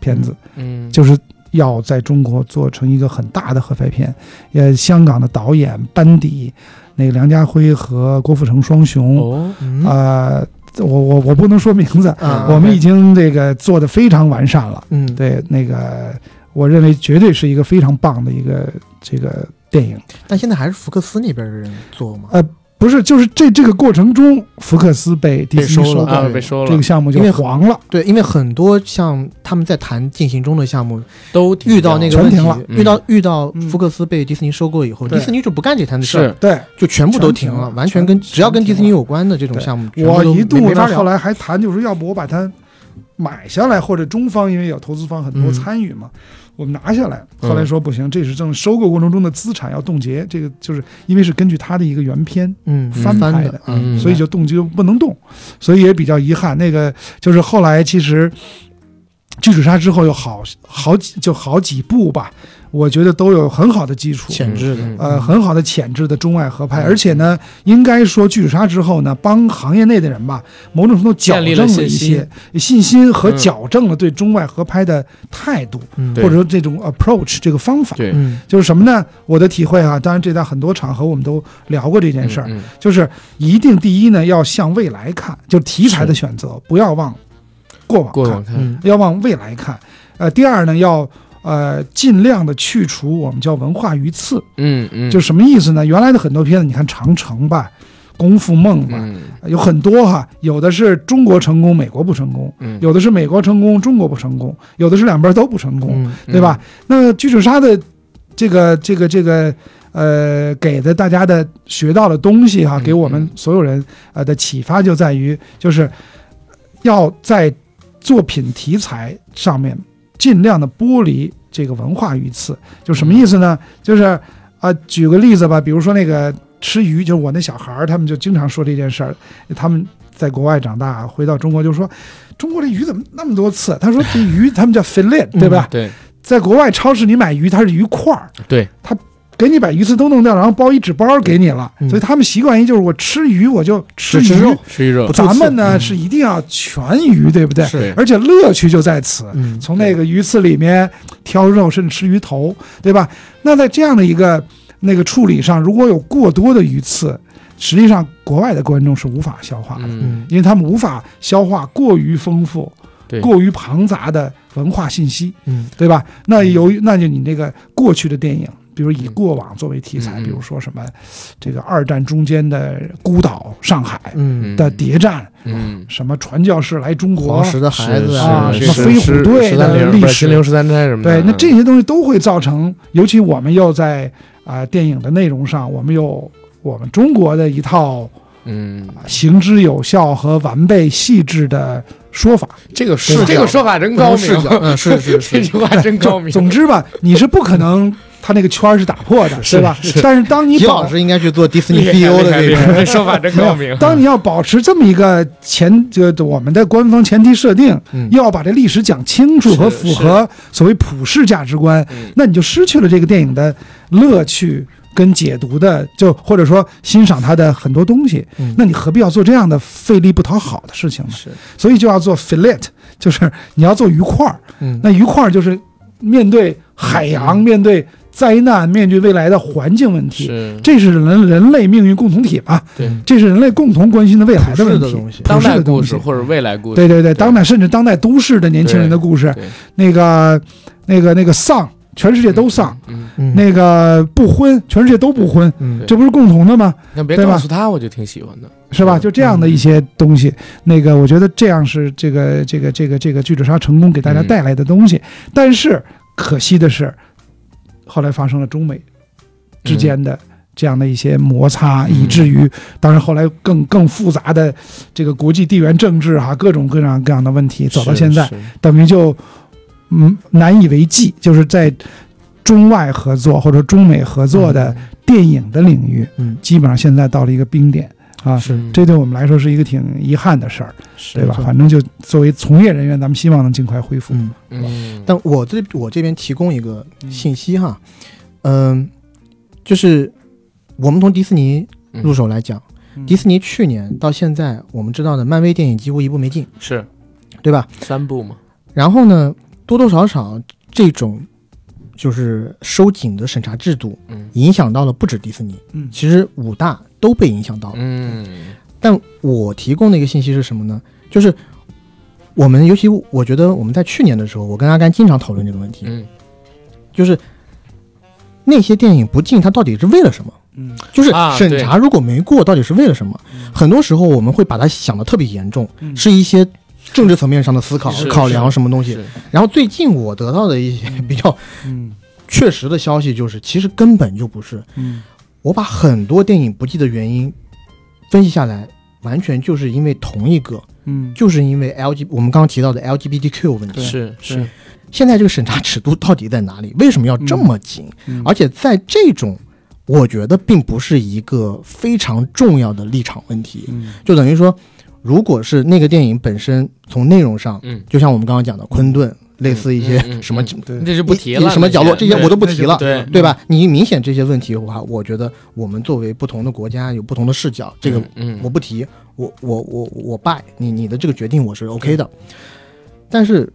[SPEAKER 4] 片子，
[SPEAKER 2] 嗯，
[SPEAKER 4] 就是要在中国做成一个很大的合拍片。呃，香港的导演班底，那个梁家辉和郭富城双雄，
[SPEAKER 2] 哦，
[SPEAKER 3] 嗯
[SPEAKER 4] 呃，我我我不能说名字，
[SPEAKER 3] 啊，
[SPEAKER 4] 我们已
[SPEAKER 3] 经
[SPEAKER 4] 经这个做的非常完善了。
[SPEAKER 3] 嗯对，
[SPEAKER 4] 对，那个我认为绝对是一个非常棒的一个这个电影。
[SPEAKER 3] 但现在还是福克斯那边的人做
[SPEAKER 4] 呃
[SPEAKER 3] 吗？
[SPEAKER 4] 不是，就是这这个过程中，福克斯被迪
[SPEAKER 3] 被
[SPEAKER 4] 士尼
[SPEAKER 3] 收
[SPEAKER 4] 收
[SPEAKER 3] 了
[SPEAKER 4] 购
[SPEAKER 2] 啊，
[SPEAKER 3] 对
[SPEAKER 2] 被收
[SPEAKER 4] 这
[SPEAKER 2] 了
[SPEAKER 4] 个，项目就
[SPEAKER 3] 因为
[SPEAKER 4] 黄了，
[SPEAKER 3] 对，因为很多像他们在谈进行中的项目，
[SPEAKER 2] 都
[SPEAKER 3] 遇到那个
[SPEAKER 4] 全
[SPEAKER 3] 问题
[SPEAKER 4] 停了，
[SPEAKER 2] 嗯
[SPEAKER 3] 遇到遇到
[SPEAKER 4] 嗯
[SPEAKER 3] 福克斯被迪士尼收购以后，
[SPEAKER 4] 对
[SPEAKER 3] 迪士尼就不干这摊子事儿，
[SPEAKER 2] 是
[SPEAKER 4] 对
[SPEAKER 3] 就全部都停
[SPEAKER 4] 全停
[SPEAKER 3] 了
[SPEAKER 4] 了，
[SPEAKER 3] 完全跟
[SPEAKER 4] 全
[SPEAKER 3] 只要跟迪士尼
[SPEAKER 4] 全停了
[SPEAKER 3] 有关的这种
[SPEAKER 4] 对
[SPEAKER 3] 项目，全部
[SPEAKER 4] 我
[SPEAKER 3] 都
[SPEAKER 4] 一
[SPEAKER 3] 没
[SPEAKER 4] 度
[SPEAKER 3] 没法
[SPEAKER 4] 呢，
[SPEAKER 3] 聊
[SPEAKER 4] 后来还谈，就是要不我把它买下来，或者中方因为有投资方很多
[SPEAKER 3] 嗯
[SPEAKER 4] 参与嘛，我们拿下来。
[SPEAKER 2] 嗯
[SPEAKER 4] 后来说不行，这是正收购过程中的资产要冻结，这个就是因为是根据它的一个原片
[SPEAKER 3] 嗯
[SPEAKER 4] 翻
[SPEAKER 3] 翻
[SPEAKER 4] 拍
[SPEAKER 3] 的
[SPEAKER 4] 的，
[SPEAKER 2] 嗯
[SPEAKER 4] 所以就冻结不能动，所以也比较遗憾。那个就是后来其实《巨齿鲨》之后有好好几就好几部吧，我觉得都有很好的基础。
[SPEAKER 3] 潜质的
[SPEAKER 2] 嗯，
[SPEAKER 4] 呃，很好的潜质的中外合拍，
[SPEAKER 3] 嗯
[SPEAKER 4] 而且呢，应该说《巨齿鲨》之后呢，帮行业内的人吧，某种程度矫
[SPEAKER 2] 建立
[SPEAKER 4] 正
[SPEAKER 2] 了
[SPEAKER 4] 一些信心和
[SPEAKER 2] 嗯
[SPEAKER 4] 矫正了对中外合拍的态度，
[SPEAKER 3] 嗯
[SPEAKER 2] 对
[SPEAKER 4] 或者说这种 approach 这个方法，
[SPEAKER 2] 对
[SPEAKER 3] 嗯
[SPEAKER 4] 就是什么呢？我的体会啊，当然这在很多场合我们都聊过这件事儿，
[SPEAKER 2] 嗯嗯
[SPEAKER 4] 就是一定第一呢要向未来看，就题材的选择，不要往过往
[SPEAKER 2] 过
[SPEAKER 4] 看，
[SPEAKER 2] 往看，
[SPEAKER 3] 嗯
[SPEAKER 4] 要往未来看。呃，第二呢要呃尽量的去除我们叫文化鱼刺，
[SPEAKER 2] 嗯嗯，
[SPEAKER 4] 就什么意思呢？原来的很多片子，你看《长城》吧，《功夫梦》吧，
[SPEAKER 2] 嗯
[SPEAKER 4] 有很多哈，有的是中国成功，美国不成功，
[SPEAKER 2] 嗯，
[SPEAKER 4] 有的是美国成功，中国不成功，有的是两边都不成功，
[SPEAKER 3] 嗯
[SPEAKER 4] 对吧？那《巨齿鲨》的这个这个这个呃，给的大家的学到的东西哈，
[SPEAKER 2] 嗯
[SPEAKER 4] 给我们
[SPEAKER 2] 嗯
[SPEAKER 4] 所有人呃的启发就在于，就是要在作品题材上面尽量的剥离这个文化鱼刺，就什么意思呢？就是啊、举个例子吧，比如说那个吃鱼，就我那小孩儿，他们就经常说这件事儿，他们。在国外长大，回到中国就说，中国这鱼怎么那么多刺？他说这鱼他们叫 fillet，对吧？
[SPEAKER 2] 嗯？对
[SPEAKER 4] 在国外超市你买鱼，它是鱼块儿，
[SPEAKER 2] 对，
[SPEAKER 4] 它给你把鱼刺都弄掉，然后包一纸包给你了。
[SPEAKER 3] 嗯
[SPEAKER 4] 所以他们习惯于就是我吃鱼我就吃鱼，
[SPEAKER 3] 只吃肉
[SPEAKER 2] 吃一热
[SPEAKER 3] 不，
[SPEAKER 4] 咱们呢、
[SPEAKER 3] 嗯
[SPEAKER 4] 啊是一定要全鱼，对不对？
[SPEAKER 3] 是
[SPEAKER 2] 对
[SPEAKER 4] 而且乐趣就在此，
[SPEAKER 3] 嗯
[SPEAKER 4] 从那个鱼刺里面挑肉，甚至吃鱼头，对吧？那在这样的一个那个处理上，如果有过多的鱼刺，实际上国外的观众是无法消化的。
[SPEAKER 2] 嗯，
[SPEAKER 4] 因为他们无法消化过于丰富、
[SPEAKER 2] 对
[SPEAKER 4] 过于庞杂的文化信息，
[SPEAKER 3] 嗯，
[SPEAKER 4] 对吧？那由于那就你那个过去的电影，比如以
[SPEAKER 2] 嗯
[SPEAKER 4] 过往作为题材，
[SPEAKER 2] 嗯嗯
[SPEAKER 4] 比如说什么这个二战中间的孤岛、上海
[SPEAKER 3] 嗯
[SPEAKER 2] 嗯
[SPEAKER 4] 的谍战，
[SPEAKER 2] 嗯，
[SPEAKER 4] 什么传教士来中国
[SPEAKER 3] 黄，石的孩子
[SPEAKER 4] 啊
[SPEAKER 2] 是
[SPEAKER 4] 什么
[SPEAKER 2] 是
[SPEAKER 4] 飞虎
[SPEAKER 2] 是
[SPEAKER 4] 队
[SPEAKER 2] 十三
[SPEAKER 4] 的
[SPEAKER 2] 陵
[SPEAKER 4] 历
[SPEAKER 2] 不是
[SPEAKER 4] 史
[SPEAKER 2] 金陵十三钗什么的，
[SPEAKER 4] 对，那这
[SPEAKER 2] 嗯
[SPEAKER 4] 些东西都会造成，尤其我们又在啊、电影的内容上，我们有我们中国的一套
[SPEAKER 2] 嗯，
[SPEAKER 4] 行之有效和完备细致的说法。
[SPEAKER 2] 这个
[SPEAKER 4] 对
[SPEAKER 2] 是
[SPEAKER 4] 吧
[SPEAKER 2] 这个说法真高
[SPEAKER 3] 视
[SPEAKER 2] 明
[SPEAKER 3] 角，，嗯是是
[SPEAKER 2] 这
[SPEAKER 3] 是，
[SPEAKER 2] 句话真高明，
[SPEAKER 4] 总之吧，你是不可能他那个圈儿是打破的，对吧？但是当你
[SPEAKER 3] 皮
[SPEAKER 4] 保
[SPEAKER 3] 老师应该去做迪士尼
[SPEAKER 2] 厉害
[SPEAKER 3] CEO
[SPEAKER 2] 厉
[SPEAKER 3] 的
[SPEAKER 2] 害
[SPEAKER 3] 这
[SPEAKER 2] 厉
[SPEAKER 3] 个，
[SPEAKER 4] <laughs>
[SPEAKER 2] 害这说法真高 <laughs> 明，
[SPEAKER 4] 当你要保持这么一个前，就我们的官方前提设定，
[SPEAKER 3] 嗯
[SPEAKER 4] 又要把这历史讲清楚
[SPEAKER 2] 是
[SPEAKER 4] 和符合所谓普世价值观
[SPEAKER 2] 嗯，
[SPEAKER 4] 那你就失去了这个电影的乐趣跟解读的，就或者说欣赏它的很多东西。
[SPEAKER 3] 嗯
[SPEAKER 4] 那你何必要做这样的费力不讨好的事情 <laughs> 呢？
[SPEAKER 3] 是
[SPEAKER 4] 所以就要做 fillet，就是你要做鱼块儿。
[SPEAKER 3] 嗯
[SPEAKER 4] 那鱼块儿就是面对海洋、面对灾难、面对未来的环境问题，
[SPEAKER 2] 是
[SPEAKER 4] 这是人人类命运共同体嘛？
[SPEAKER 2] 对
[SPEAKER 4] 这是人类共同关心的未来
[SPEAKER 3] 嗯
[SPEAKER 4] 问
[SPEAKER 3] 普世的
[SPEAKER 4] 题
[SPEAKER 3] 东西，
[SPEAKER 4] 普
[SPEAKER 2] 当
[SPEAKER 4] 世
[SPEAKER 2] 代
[SPEAKER 4] 的
[SPEAKER 2] 故
[SPEAKER 4] 东
[SPEAKER 2] 事
[SPEAKER 4] 西。
[SPEAKER 2] 或者未来故事，
[SPEAKER 4] 对对对，当代甚至当代都市的年轻人的故事，
[SPEAKER 2] 对
[SPEAKER 4] 那个那个那个丧，全世界都丧；
[SPEAKER 2] 嗯，
[SPEAKER 3] 嗯
[SPEAKER 4] 那个不婚，全世界都不婚，
[SPEAKER 3] 嗯
[SPEAKER 4] 这不是共同的吗？
[SPEAKER 2] 那别
[SPEAKER 4] 对吧
[SPEAKER 2] 告诉他，我就挺喜欢的。
[SPEAKER 4] 是吧？就这样的一
[SPEAKER 2] 嗯
[SPEAKER 4] 些东西，那个我觉得这样是这个这个这个这个剧本杀成功给
[SPEAKER 2] 嗯
[SPEAKER 4] 大家带来的东西。但是可惜的是，后来发生了中美之间的这样的一些摩擦，
[SPEAKER 2] 嗯
[SPEAKER 4] 以至于当然后来更更复杂的这个国际地缘政治哈、啊各种各样各样的问题，走到
[SPEAKER 2] 是
[SPEAKER 4] 现在，
[SPEAKER 2] 是
[SPEAKER 4] 等于就嗯难以为继，就是在中外合作或者中美合作
[SPEAKER 2] 嗯
[SPEAKER 4] 的电影的领域，
[SPEAKER 3] 嗯
[SPEAKER 4] 基本上现在到了一个冰点啊。
[SPEAKER 3] 是
[SPEAKER 2] 嗯
[SPEAKER 4] 这对我们来说是一个挺遗憾的事儿，对吧
[SPEAKER 3] 没？错
[SPEAKER 4] 反正就作为从业人员，咱们希望能尽快恢复。
[SPEAKER 3] 嗯，
[SPEAKER 2] 嗯，
[SPEAKER 3] 但我这我这边提供一个信息哈，嗯，就是我们从迪士尼入手来讲，
[SPEAKER 4] 嗯
[SPEAKER 3] 迪士尼去年到现在我们知道的漫威电影几乎一部没进，
[SPEAKER 2] 是
[SPEAKER 3] 对吧？
[SPEAKER 2] 三部嘛，
[SPEAKER 3] 然后呢，多多少少这种就是收紧的审查制度
[SPEAKER 2] 嗯
[SPEAKER 3] 影响到了不止迪士尼，
[SPEAKER 4] 嗯
[SPEAKER 3] 其实五大都被影响到了。
[SPEAKER 2] 嗯
[SPEAKER 3] 但我提供的一个信息是什么呢？就是我们尤其我觉得我们在去年的时候，我跟阿甘经常讨论这个问题，
[SPEAKER 2] 嗯
[SPEAKER 3] 就是那些电影不进，它到底是为了什么？
[SPEAKER 4] 嗯
[SPEAKER 3] 就是
[SPEAKER 2] 啊嗯
[SPEAKER 3] 审查如果没过，到底是为了什么？很多时候我们会把它想的特别严重，
[SPEAKER 4] 嗯
[SPEAKER 3] 是一些政治层面上的思考
[SPEAKER 2] 是、
[SPEAKER 3] 考量
[SPEAKER 2] 是
[SPEAKER 3] 什么东西。
[SPEAKER 2] 是
[SPEAKER 3] 然后最近我得到的一些比较
[SPEAKER 4] 嗯
[SPEAKER 3] 确实的消息就是，其实根本就不是。
[SPEAKER 4] 嗯
[SPEAKER 3] 我把很多电影不进的原因分析下来，完全就是因为同一个，
[SPEAKER 4] 嗯
[SPEAKER 3] 就是因为 L G 我们刚刚提到的 L G B T Q 问题。
[SPEAKER 2] 是是，
[SPEAKER 3] 现在这个审查尺度到底在哪里？为什么要这么紧？
[SPEAKER 4] 嗯
[SPEAKER 3] 而且在这种，我觉得并不是一个非常重要的立场问题，
[SPEAKER 4] 嗯
[SPEAKER 3] 就等于说，如果是那个电影本身从内容上，
[SPEAKER 2] 嗯，
[SPEAKER 3] 就像我们刚刚讲的昆顿，类似
[SPEAKER 2] 嗯
[SPEAKER 3] 一
[SPEAKER 2] 嗯
[SPEAKER 3] 些
[SPEAKER 2] 嗯
[SPEAKER 3] 什么
[SPEAKER 2] 嗯
[SPEAKER 3] 角。
[SPEAKER 4] 对
[SPEAKER 2] 那就不提
[SPEAKER 3] 一
[SPEAKER 2] 了，
[SPEAKER 3] 一什么角落这些我都不提了
[SPEAKER 2] 对
[SPEAKER 3] 对吧？你明显这些问题的话，我觉得我们作为不同的国家有不同的视角，这个
[SPEAKER 2] 嗯
[SPEAKER 3] 我不提，我我我我拜你你的这个决定我是 OK 的，但是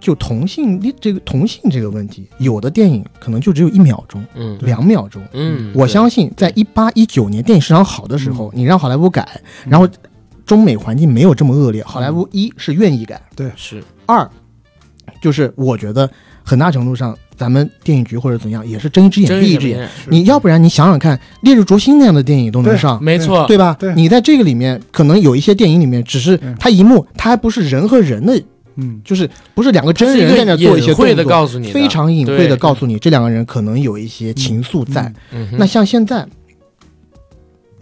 [SPEAKER 3] 就同性恋这个同性这个问题，有的电影可能就只有一秒钟、
[SPEAKER 2] 嗯
[SPEAKER 3] 两秒钟。
[SPEAKER 2] 嗯，
[SPEAKER 3] 我相信，在一八一九年电影市场好的时候，你让好莱坞改，然后中美环境没有这么恶劣，好莱坞一是愿意改，
[SPEAKER 2] 是
[SPEAKER 3] 二就是我觉得很大程度上，咱们电影局或者怎样也是睁一只眼闭一只眼。
[SPEAKER 2] 眼，
[SPEAKER 3] 你要不然你想想看，《烈日灼心》那样的电影都能
[SPEAKER 4] 对
[SPEAKER 3] 上，
[SPEAKER 2] 没错，
[SPEAKER 3] 对吧？
[SPEAKER 4] 对
[SPEAKER 3] 你在这个里面，可能有一些电影里面，只是
[SPEAKER 2] 嗯
[SPEAKER 4] 对
[SPEAKER 3] 它一幕，它还不是人和人的，
[SPEAKER 4] 嗯
[SPEAKER 3] 就是不是两个
[SPEAKER 2] 它
[SPEAKER 3] 真
[SPEAKER 2] 是
[SPEAKER 3] 人
[SPEAKER 2] 个
[SPEAKER 3] 在那做一些
[SPEAKER 2] 隐晦的
[SPEAKER 3] 动作，
[SPEAKER 2] 告诉你的，
[SPEAKER 3] 非常隐晦
[SPEAKER 2] 对
[SPEAKER 3] 的告诉你，这两个人可能有一些情愫在。
[SPEAKER 2] 嗯哼
[SPEAKER 3] 那像现在，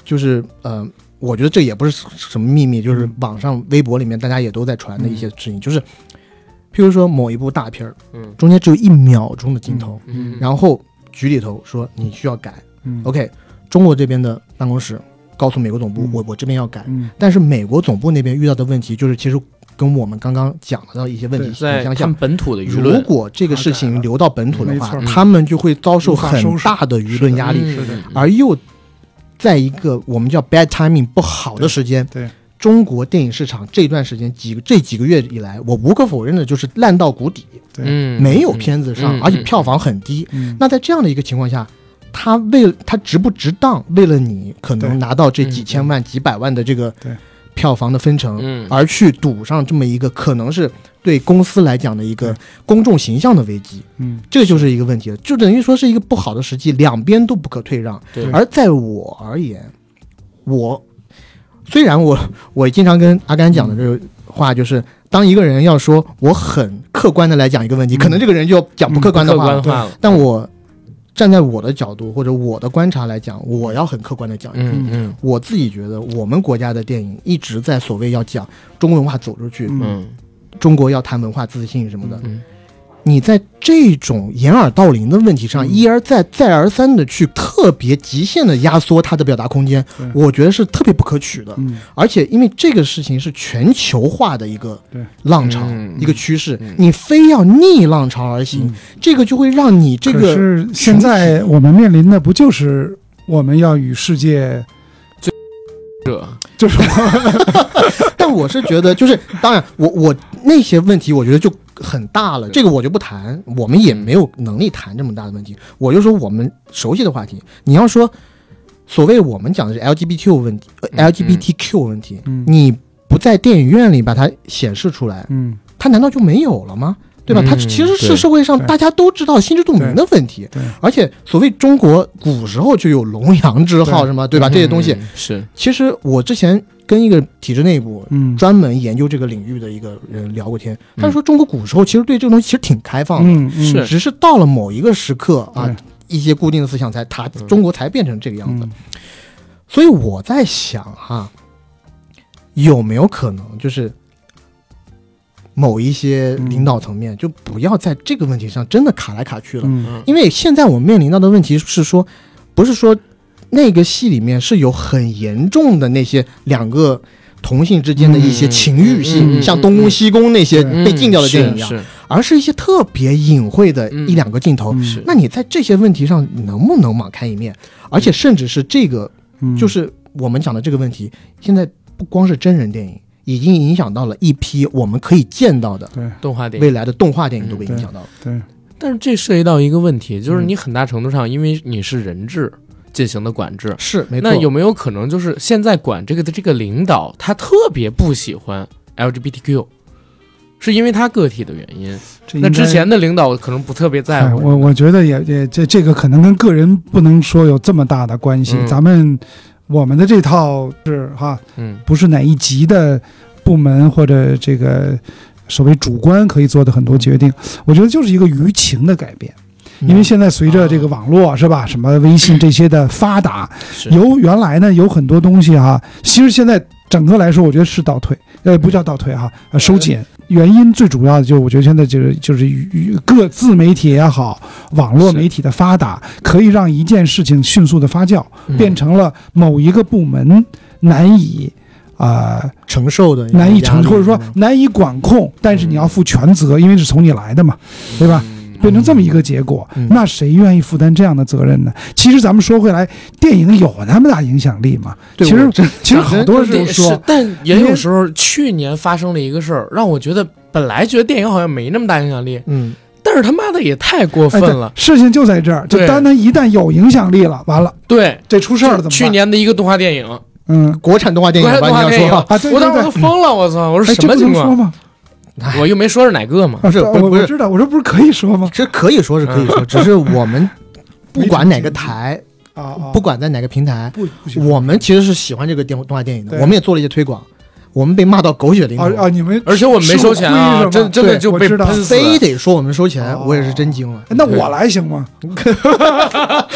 [SPEAKER 3] 就是呃，我觉得这也不是什么秘密，就是
[SPEAKER 4] 嗯
[SPEAKER 3] 网上、微博里面大家也都在传的一些事情，就是譬如说某一部大片儿，
[SPEAKER 2] 嗯
[SPEAKER 3] 中间只有一秒钟的镜头，
[SPEAKER 2] 嗯，
[SPEAKER 3] 然后局里头说你需要改
[SPEAKER 4] 嗯
[SPEAKER 3] ，OK，中国这边的办公室告诉美国总部，
[SPEAKER 4] 嗯
[SPEAKER 3] 我我这边要改，
[SPEAKER 4] 嗯
[SPEAKER 3] 但是美国总部那边遇到的问题就是，其实跟我们刚刚讲到的一些问题很
[SPEAKER 2] 在
[SPEAKER 3] 相
[SPEAKER 2] 看
[SPEAKER 3] 像。
[SPEAKER 2] 本土的舆
[SPEAKER 3] 如
[SPEAKER 2] 论，啊
[SPEAKER 3] 果这个事情流到本土的
[SPEAKER 4] 没
[SPEAKER 3] 话，
[SPEAKER 4] 错
[SPEAKER 3] 他们就会遭受
[SPEAKER 4] 无法
[SPEAKER 3] 很
[SPEAKER 4] 收拾
[SPEAKER 3] 大的舆论压力。
[SPEAKER 2] 嗯
[SPEAKER 4] 是的
[SPEAKER 3] 而又在一个我们叫 bad timing 不好的时间，
[SPEAKER 4] 对对
[SPEAKER 3] 中国电影市场这段时间几这几个月以来，我无可否认的就是烂到谷底，
[SPEAKER 2] 嗯
[SPEAKER 3] 没有片子上，
[SPEAKER 2] 嗯
[SPEAKER 3] 而且票房很低。
[SPEAKER 4] 嗯
[SPEAKER 3] 那在这样的一个情况下，他为了他值不值当，为了你可
[SPEAKER 4] 对
[SPEAKER 3] 能拿到这
[SPEAKER 2] 嗯
[SPEAKER 3] 几千万、几百万的这个
[SPEAKER 4] 对
[SPEAKER 3] 票房的分成，
[SPEAKER 2] 嗯
[SPEAKER 3] 而去赌上这么一个可能是对公司来讲的一个
[SPEAKER 4] 对
[SPEAKER 3] 公众形象的危机，
[SPEAKER 4] 嗯
[SPEAKER 3] 这就是一个问题了，就等于说是一个不好的时机，两边都不可退让。
[SPEAKER 2] 对
[SPEAKER 3] 而在我而言，我虽然我我经常跟阿甘讲的这
[SPEAKER 4] 嗯
[SPEAKER 3] 个话就是，当一个人要说我很客观的来讲一个问题，
[SPEAKER 4] 嗯
[SPEAKER 3] 可能这个人就要讲不客观的
[SPEAKER 2] 嗯客
[SPEAKER 3] 话
[SPEAKER 2] 观
[SPEAKER 3] 了，
[SPEAKER 2] 化了，
[SPEAKER 3] 但我站在我的角度或者我的观察来讲，我要很客观的讲。
[SPEAKER 2] 嗯嗯
[SPEAKER 3] 我自己觉得，我们国家的电影一直在所谓要讲中国文化走出去，
[SPEAKER 4] 嗯
[SPEAKER 2] 嗯
[SPEAKER 3] 中国要谈文化自信什么的。
[SPEAKER 2] 嗯
[SPEAKER 3] 你在这种掩耳盗铃的问题上，
[SPEAKER 4] 嗯
[SPEAKER 3] 一而再、再而三的去特别极限的压缩它的表达空间
[SPEAKER 4] 对，
[SPEAKER 3] 我觉得是特别不可取的。
[SPEAKER 4] 嗯
[SPEAKER 3] 而且，因为这个事情是全球化的一个
[SPEAKER 4] 对
[SPEAKER 3] 浪潮、
[SPEAKER 2] 嗯
[SPEAKER 3] 一个趋势，
[SPEAKER 2] 嗯
[SPEAKER 3] 你非要逆浪潮而行，
[SPEAKER 4] 嗯
[SPEAKER 3] 这个就会让你这
[SPEAKER 4] 可
[SPEAKER 3] 个
[SPEAKER 4] 是现在我们面临的不就是我们要与
[SPEAKER 3] <laughs>
[SPEAKER 4] 世界
[SPEAKER 2] 这
[SPEAKER 3] 呃
[SPEAKER 4] 就是
[SPEAKER 3] 但我是觉得，就是当然，我我那些问题，我觉得就很大了，这个我就不谈，我们也没有能力谈这么大的问题。我就说我们熟悉的话题，你要说所谓我们讲的是 LGBTQ 问题、呃
[SPEAKER 2] 嗯
[SPEAKER 3] LGBTQ 问题，
[SPEAKER 4] 嗯
[SPEAKER 3] 你不在电影院里把它显示出来，
[SPEAKER 4] 嗯
[SPEAKER 3] 它难道就没有了吗？对吧？它
[SPEAKER 2] 嗯
[SPEAKER 3] 其实是
[SPEAKER 2] 对
[SPEAKER 3] 社会上
[SPEAKER 4] 对
[SPEAKER 3] 大家都知道心知肚明的问题
[SPEAKER 4] 对对，
[SPEAKER 3] 而且所谓中国古时候就有龙阳之好，
[SPEAKER 4] 对
[SPEAKER 3] 什么对吧？这些东西，
[SPEAKER 2] 嗯是
[SPEAKER 3] 其实我之前跟一个体制内部
[SPEAKER 4] 嗯，
[SPEAKER 3] 专门研究这个领域的一个人聊过天，
[SPEAKER 2] 嗯
[SPEAKER 3] 他说中国古时候其实对这个东西其实挺开放的，
[SPEAKER 4] 嗯嗯
[SPEAKER 2] 是
[SPEAKER 3] 只是到了某一个时刻啊
[SPEAKER 4] 对，
[SPEAKER 3] 一些固定的思想才它
[SPEAKER 2] 嗯
[SPEAKER 3] 中国才变成这个样子
[SPEAKER 4] 嗯。
[SPEAKER 3] 所以我在想哈、有没有可能就是某一些领导层面就不要在这个问题上真的卡来卡去了，
[SPEAKER 4] 嗯
[SPEAKER 2] 嗯
[SPEAKER 3] 因为现在我面临到的问题是说，不是说那个戏里面是有很严重的那些两个。同性之间的一些
[SPEAKER 2] 嗯
[SPEAKER 3] 情欲戏，
[SPEAKER 2] 嗯嗯嗯
[SPEAKER 3] 像东宫西宫那些
[SPEAKER 4] 嗯
[SPEAKER 3] 被禁掉的电影一
[SPEAKER 2] 是
[SPEAKER 3] 样，
[SPEAKER 2] 是
[SPEAKER 3] 而是一些特别隐晦的
[SPEAKER 2] 嗯
[SPEAKER 3] 一两个镜头。
[SPEAKER 4] 嗯
[SPEAKER 2] 是
[SPEAKER 3] 那你在这些问题上能不能网开一面？而且甚至是这个，
[SPEAKER 4] 嗯
[SPEAKER 3] 就是我们讲的这个问题，现在不光是真人电影，已经影响到了一批我们可以见到的
[SPEAKER 4] 对
[SPEAKER 2] 动画电影
[SPEAKER 3] 未。来的动画电影都被影响到了。
[SPEAKER 4] 对
[SPEAKER 2] 但是这涉及到一个问题，
[SPEAKER 3] 嗯
[SPEAKER 2] 就是你很大程度上因为你是人质进行的管制，
[SPEAKER 3] 是，没错
[SPEAKER 2] 那。有没有可能就是现在管这个的这个领导他特别不喜欢 LGBTQ，是因为他个体的原因？
[SPEAKER 4] 这
[SPEAKER 2] 那
[SPEAKER 4] 应
[SPEAKER 2] 之
[SPEAKER 4] 该
[SPEAKER 2] 前的领导可能不特别在
[SPEAKER 4] 哎，
[SPEAKER 2] 乎。
[SPEAKER 4] 我我觉得也也这这个可能跟个人不能说有这么大的关系。
[SPEAKER 2] 嗯
[SPEAKER 4] 咱们我们的这套是哈，
[SPEAKER 2] 嗯
[SPEAKER 4] 不是哪一级的部门或者这个所谓主观可以做的很多决定，我觉得就是一个舆情的改变。因为
[SPEAKER 2] 嗯
[SPEAKER 4] 现在随着这个网络是吧，什么微信这些的发达，
[SPEAKER 2] 是
[SPEAKER 4] 由原来呢有很多东西哈、其实现在整个来说，我觉得是倒退，呃，不叫倒退
[SPEAKER 3] 嗯
[SPEAKER 4] 哈、呃，收紧。原因最主要的就是，我觉得现在就是就是与与各自媒体也好，网络
[SPEAKER 2] 是
[SPEAKER 4] 媒体的发达，可以让一件事情迅速的发酵，
[SPEAKER 3] 嗯
[SPEAKER 4] 变成了某一个部门难以啊、呃
[SPEAKER 3] 承受的
[SPEAKER 4] 难以承，
[SPEAKER 3] 压力嗯
[SPEAKER 4] 或者说难以管控，但是你要负全责，因为是从你来的嘛，对吧？
[SPEAKER 2] 嗯
[SPEAKER 4] 变成这么一个结果，
[SPEAKER 3] 嗯
[SPEAKER 4] 那谁愿意负担这样的责任呢？其实咱们说回来，电影有那么大影响力吗？
[SPEAKER 3] 对
[SPEAKER 4] 其实
[SPEAKER 3] 我真
[SPEAKER 4] 其实好多人都
[SPEAKER 2] 对是
[SPEAKER 4] 说，，
[SPEAKER 2] 但也
[SPEAKER 4] 因
[SPEAKER 2] 有
[SPEAKER 4] 为
[SPEAKER 2] 时候去年发生了一个事儿，让我觉得本来觉得电影好像没那么大影响力，
[SPEAKER 3] 嗯，
[SPEAKER 2] 但是他妈的也太过分
[SPEAKER 4] 哎，对
[SPEAKER 2] 了，。
[SPEAKER 4] 事情就在这儿，就
[SPEAKER 2] 对
[SPEAKER 4] 单单一旦有影响力了，完了
[SPEAKER 2] 对，
[SPEAKER 4] 这出事儿了怎么办？
[SPEAKER 2] 去年的一个动画电影，
[SPEAKER 4] 嗯，
[SPEAKER 3] 国产动画电影吧，
[SPEAKER 2] 国产动画
[SPEAKER 3] 你
[SPEAKER 2] 电
[SPEAKER 3] 要
[SPEAKER 2] 影
[SPEAKER 3] 说 <laughs>
[SPEAKER 4] 啊，对
[SPEAKER 2] 我
[SPEAKER 4] 对
[SPEAKER 2] 当时我都
[SPEAKER 4] 对。
[SPEAKER 2] 疯了，我操！我说
[SPEAKER 4] 哎，
[SPEAKER 2] 什
[SPEAKER 4] 这
[SPEAKER 2] 么
[SPEAKER 4] 不
[SPEAKER 2] 情
[SPEAKER 4] 能
[SPEAKER 2] 况？
[SPEAKER 4] 说吗？
[SPEAKER 2] 我又没说是哪个嘛。
[SPEAKER 4] 啊，
[SPEAKER 3] 是
[SPEAKER 4] 我
[SPEAKER 3] 不是不是
[SPEAKER 4] 我知道，我这不是可以说吗？
[SPEAKER 3] 其实可以说是可以
[SPEAKER 4] <laughs>
[SPEAKER 3] 说，只是我们不管哪个台，
[SPEAKER 4] 啊啊，
[SPEAKER 3] 不管在哪个平台，
[SPEAKER 4] 不不行，
[SPEAKER 3] 我们其实是喜欢这个电动画电影的，
[SPEAKER 4] 对
[SPEAKER 3] 我们也做了一些推广，我们被骂到狗血淋头，
[SPEAKER 4] 啊啊，你们
[SPEAKER 2] 而且我们没收钱
[SPEAKER 4] 是
[SPEAKER 2] 啊，
[SPEAKER 4] 吗
[SPEAKER 2] 真真的
[SPEAKER 4] 对
[SPEAKER 2] 就被
[SPEAKER 4] 我知道
[SPEAKER 2] 喷死
[SPEAKER 3] 非
[SPEAKER 2] 了。
[SPEAKER 3] 得说我们收钱，
[SPEAKER 4] 哦
[SPEAKER 3] 我也是真惊了。
[SPEAKER 4] 那我来行吗？ <laughs>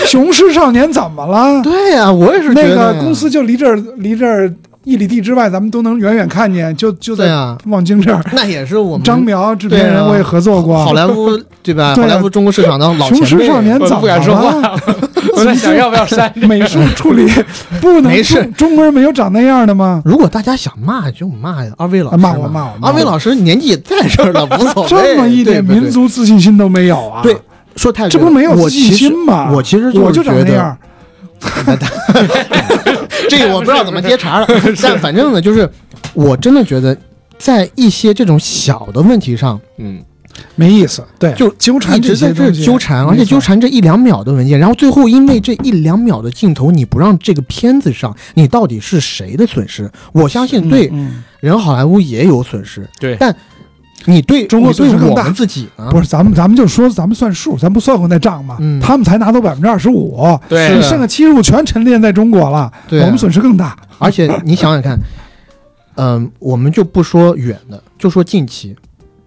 [SPEAKER 4] 雄狮少年怎么了？
[SPEAKER 3] 对呀、我也是觉
[SPEAKER 4] 那
[SPEAKER 3] 得呀
[SPEAKER 4] 个公司就离这儿离这儿一里地之外，咱们都能远远看见，就就
[SPEAKER 3] 对
[SPEAKER 4] 在
[SPEAKER 3] 啊，
[SPEAKER 4] 望京这儿。
[SPEAKER 3] 那也是我们
[SPEAKER 4] 张苗制片
[SPEAKER 3] 对啊
[SPEAKER 4] 人我也合作过，
[SPEAKER 3] 好莱坞对吧？
[SPEAKER 4] 对
[SPEAKER 3] 好
[SPEAKER 4] 啊
[SPEAKER 3] 莱坞中国市场的老前
[SPEAKER 4] 雄狮
[SPEAKER 3] 辈，
[SPEAKER 4] 少年
[SPEAKER 2] 我
[SPEAKER 4] 怎
[SPEAKER 2] 都
[SPEAKER 4] 么
[SPEAKER 2] 不敢说话
[SPEAKER 4] 了？
[SPEAKER 2] 我在想要不要删这个
[SPEAKER 4] 美术处
[SPEAKER 3] <laughs>
[SPEAKER 4] 理不能
[SPEAKER 3] 没事
[SPEAKER 4] 中中国人没有长那样的吗？
[SPEAKER 3] 如果大家想骂就骂呀，二位老师
[SPEAKER 4] 啊骂
[SPEAKER 3] 嘛
[SPEAKER 4] 我骂我骂我
[SPEAKER 3] 二位老师年纪也在这儿了，无所谓。
[SPEAKER 4] 这么一点
[SPEAKER 3] 哦对不对
[SPEAKER 4] 民族自信心都没有啊！
[SPEAKER 3] 对说太
[SPEAKER 4] 这
[SPEAKER 3] 对了
[SPEAKER 4] 不没有
[SPEAKER 3] 我
[SPEAKER 4] 自
[SPEAKER 3] 其
[SPEAKER 4] 信
[SPEAKER 3] 实
[SPEAKER 4] 心吗？
[SPEAKER 3] 我其实
[SPEAKER 4] 我
[SPEAKER 3] 就
[SPEAKER 4] 就是长
[SPEAKER 3] 觉
[SPEAKER 4] 那
[SPEAKER 3] 得
[SPEAKER 4] 样，
[SPEAKER 3] <laughs> 这个我不知道怎么接茬了，但反正呢，就是我真的觉得，在一些这种小的问题上，
[SPEAKER 2] 嗯，
[SPEAKER 4] 没意思。对，
[SPEAKER 3] 就
[SPEAKER 4] 纠
[SPEAKER 3] 一
[SPEAKER 4] 缠这
[SPEAKER 3] 直在
[SPEAKER 4] 些
[SPEAKER 3] 这
[SPEAKER 4] 东西，
[SPEAKER 3] 纠缠，而且
[SPEAKER 4] 没错
[SPEAKER 3] 纠缠这一两秒的文件，然后最后因为这一两秒的镜头，你不让这个片子上，你到底是谁的损失？我相信
[SPEAKER 4] 嗯
[SPEAKER 3] 对
[SPEAKER 4] 嗯
[SPEAKER 3] 人好莱坞也有损失，
[SPEAKER 2] 对
[SPEAKER 3] 但你对
[SPEAKER 4] 中国
[SPEAKER 3] 你对
[SPEAKER 4] 损失更
[SPEAKER 3] 我
[SPEAKER 4] 大
[SPEAKER 3] 们自己呢？
[SPEAKER 4] 不是，咱们咱们就说，咱们算数，咱不算过那账嘛。
[SPEAKER 3] 啊嗯
[SPEAKER 4] 他们才拿走百分之二十五，
[SPEAKER 2] 对
[SPEAKER 4] 你剩下七十五全沉淀在中国了，
[SPEAKER 3] 对啊
[SPEAKER 4] 我们损失更大。
[SPEAKER 3] 而且你想想看，嗯、我们就不说远的，就说近期，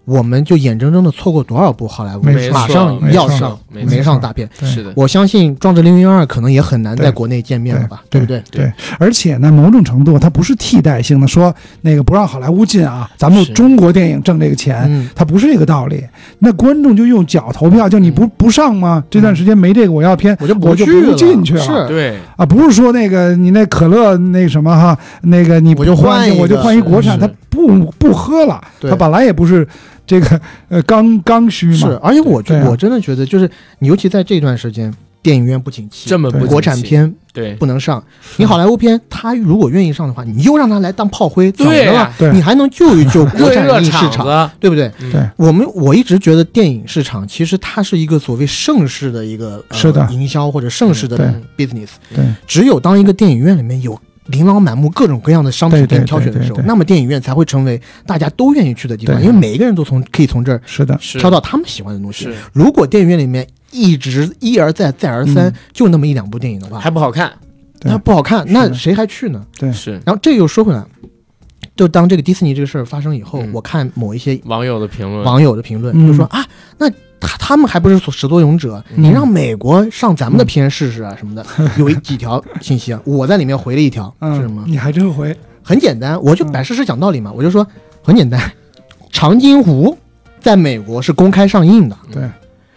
[SPEAKER 3] 我们就眼睁睁的错过多少部好莱坞
[SPEAKER 4] 没错
[SPEAKER 3] 马上
[SPEAKER 4] 没
[SPEAKER 3] 要
[SPEAKER 4] 错
[SPEAKER 3] 上
[SPEAKER 2] 没
[SPEAKER 4] 错
[SPEAKER 3] 没上大片。
[SPEAKER 4] 对
[SPEAKER 2] 是的，
[SPEAKER 3] 我相信《壮志凌云二》可能也很难在
[SPEAKER 4] 对
[SPEAKER 3] 国内见面了吧，对
[SPEAKER 4] 对
[SPEAKER 3] 不对？
[SPEAKER 4] 对，而且呢，某种程度它不是替代性的，说那个不让好莱坞进啊，咱们
[SPEAKER 2] 是
[SPEAKER 4] 中国电影挣这个钱，
[SPEAKER 3] 嗯，
[SPEAKER 4] 它不是这个道理。那观众就用脚投票，就你
[SPEAKER 3] 嗯
[SPEAKER 4] 不不上吗？这段时间没这个我要片
[SPEAKER 3] 我就
[SPEAKER 4] 我
[SPEAKER 3] 就
[SPEAKER 4] 就
[SPEAKER 3] 不
[SPEAKER 4] 不进去了
[SPEAKER 3] 是，
[SPEAKER 2] 对，
[SPEAKER 4] 啊，不是说那个你那可乐那什么哈，那个你
[SPEAKER 3] 我就
[SPEAKER 4] 不
[SPEAKER 3] 换一个
[SPEAKER 4] 我就换一国产，
[SPEAKER 2] 是
[SPEAKER 4] 它不不喝了，
[SPEAKER 3] 对
[SPEAKER 4] 它本来也不是这个呃刚刚需嘛，
[SPEAKER 3] 是，而且我觉
[SPEAKER 4] 对啊
[SPEAKER 3] 我真的觉得，就是你尤其在这段时间，电影院不景气
[SPEAKER 2] 这，么不
[SPEAKER 4] 对
[SPEAKER 2] 景气
[SPEAKER 3] 国产片
[SPEAKER 2] 对
[SPEAKER 3] 不能上，你好莱坞片他如果愿意上的话，你又让他来当炮灰，怎么
[SPEAKER 2] 对
[SPEAKER 3] 了
[SPEAKER 2] 呀？
[SPEAKER 4] 对啊
[SPEAKER 3] 你还能救一救国
[SPEAKER 2] 热
[SPEAKER 3] 产
[SPEAKER 2] 热
[SPEAKER 3] 影市
[SPEAKER 2] 场
[SPEAKER 3] 场，
[SPEAKER 2] 子，
[SPEAKER 3] 对不对？
[SPEAKER 2] 嗯
[SPEAKER 4] 对
[SPEAKER 3] 我们我一直觉得电影市场其实它是一个所谓盛世的一个、呃、
[SPEAKER 4] 是的
[SPEAKER 3] 营销或者盛世的
[SPEAKER 4] 对
[SPEAKER 3] business。
[SPEAKER 4] 对
[SPEAKER 3] 只有当一个电影院里面有琳琅满目各种各样的商品
[SPEAKER 4] 对
[SPEAKER 3] 给
[SPEAKER 4] 对
[SPEAKER 3] 你挑选的
[SPEAKER 4] 对
[SPEAKER 3] 时候
[SPEAKER 4] 对，对
[SPEAKER 3] 那么电影院才会成为大家都愿意去的地方，
[SPEAKER 4] 对
[SPEAKER 3] 因为每一个人都从可以从这儿
[SPEAKER 4] 是的，
[SPEAKER 2] 是
[SPEAKER 3] 挑到他们喜欢的东西
[SPEAKER 2] 是。
[SPEAKER 3] 如果电影院里面一直一而再再而三
[SPEAKER 4] 嗯
[SPEAKER 3] 就那么一两部电影的话，
[SPEAKER 2] 啊还不好看，
[SPEAKER 4] 对
[SPEAKER 3] 那不好看，
[SPEAKER 4] 是的
[SPEAKER 3] 那谁还去呢？
[SPEAKER 4] 对
[SPEAKER 2] 是
[SPEAKER 3] 然后这又说回来，就当这个迪士尼这个事儿发生以后，
[SPEAKER 2] 嗯
[SPEAKER 3] 我看某一些
[SPEAKER 2] 网友的评论，
[SPEAKER 3] 网友的评论，
[SPEAKER 4] 嗯
[SPEAKER 3] 就说啊，那他他们还不是始作俑者？
[SPEAKER 2] 嗯
[SPEAKER 3] 你让美国上咱们
[SPEAKER 4] 嗯
[SPEAKER 3] 的片试试啊什么的，有一几条信息，啊，我在里面回了一条
[SPEAKER 4] 嗯，
[SPEAKER 3] 是什么？
[SPEAKER 4] 你还真会，
[SPEAKER 3] 很简单，我就
[SPEAKER 4] 嗯
[SPEAKER 3] 摆事实讲道理嘛，我就说很简单，长津湖在美国是公开上映的，
[SPEAKER 4] 对，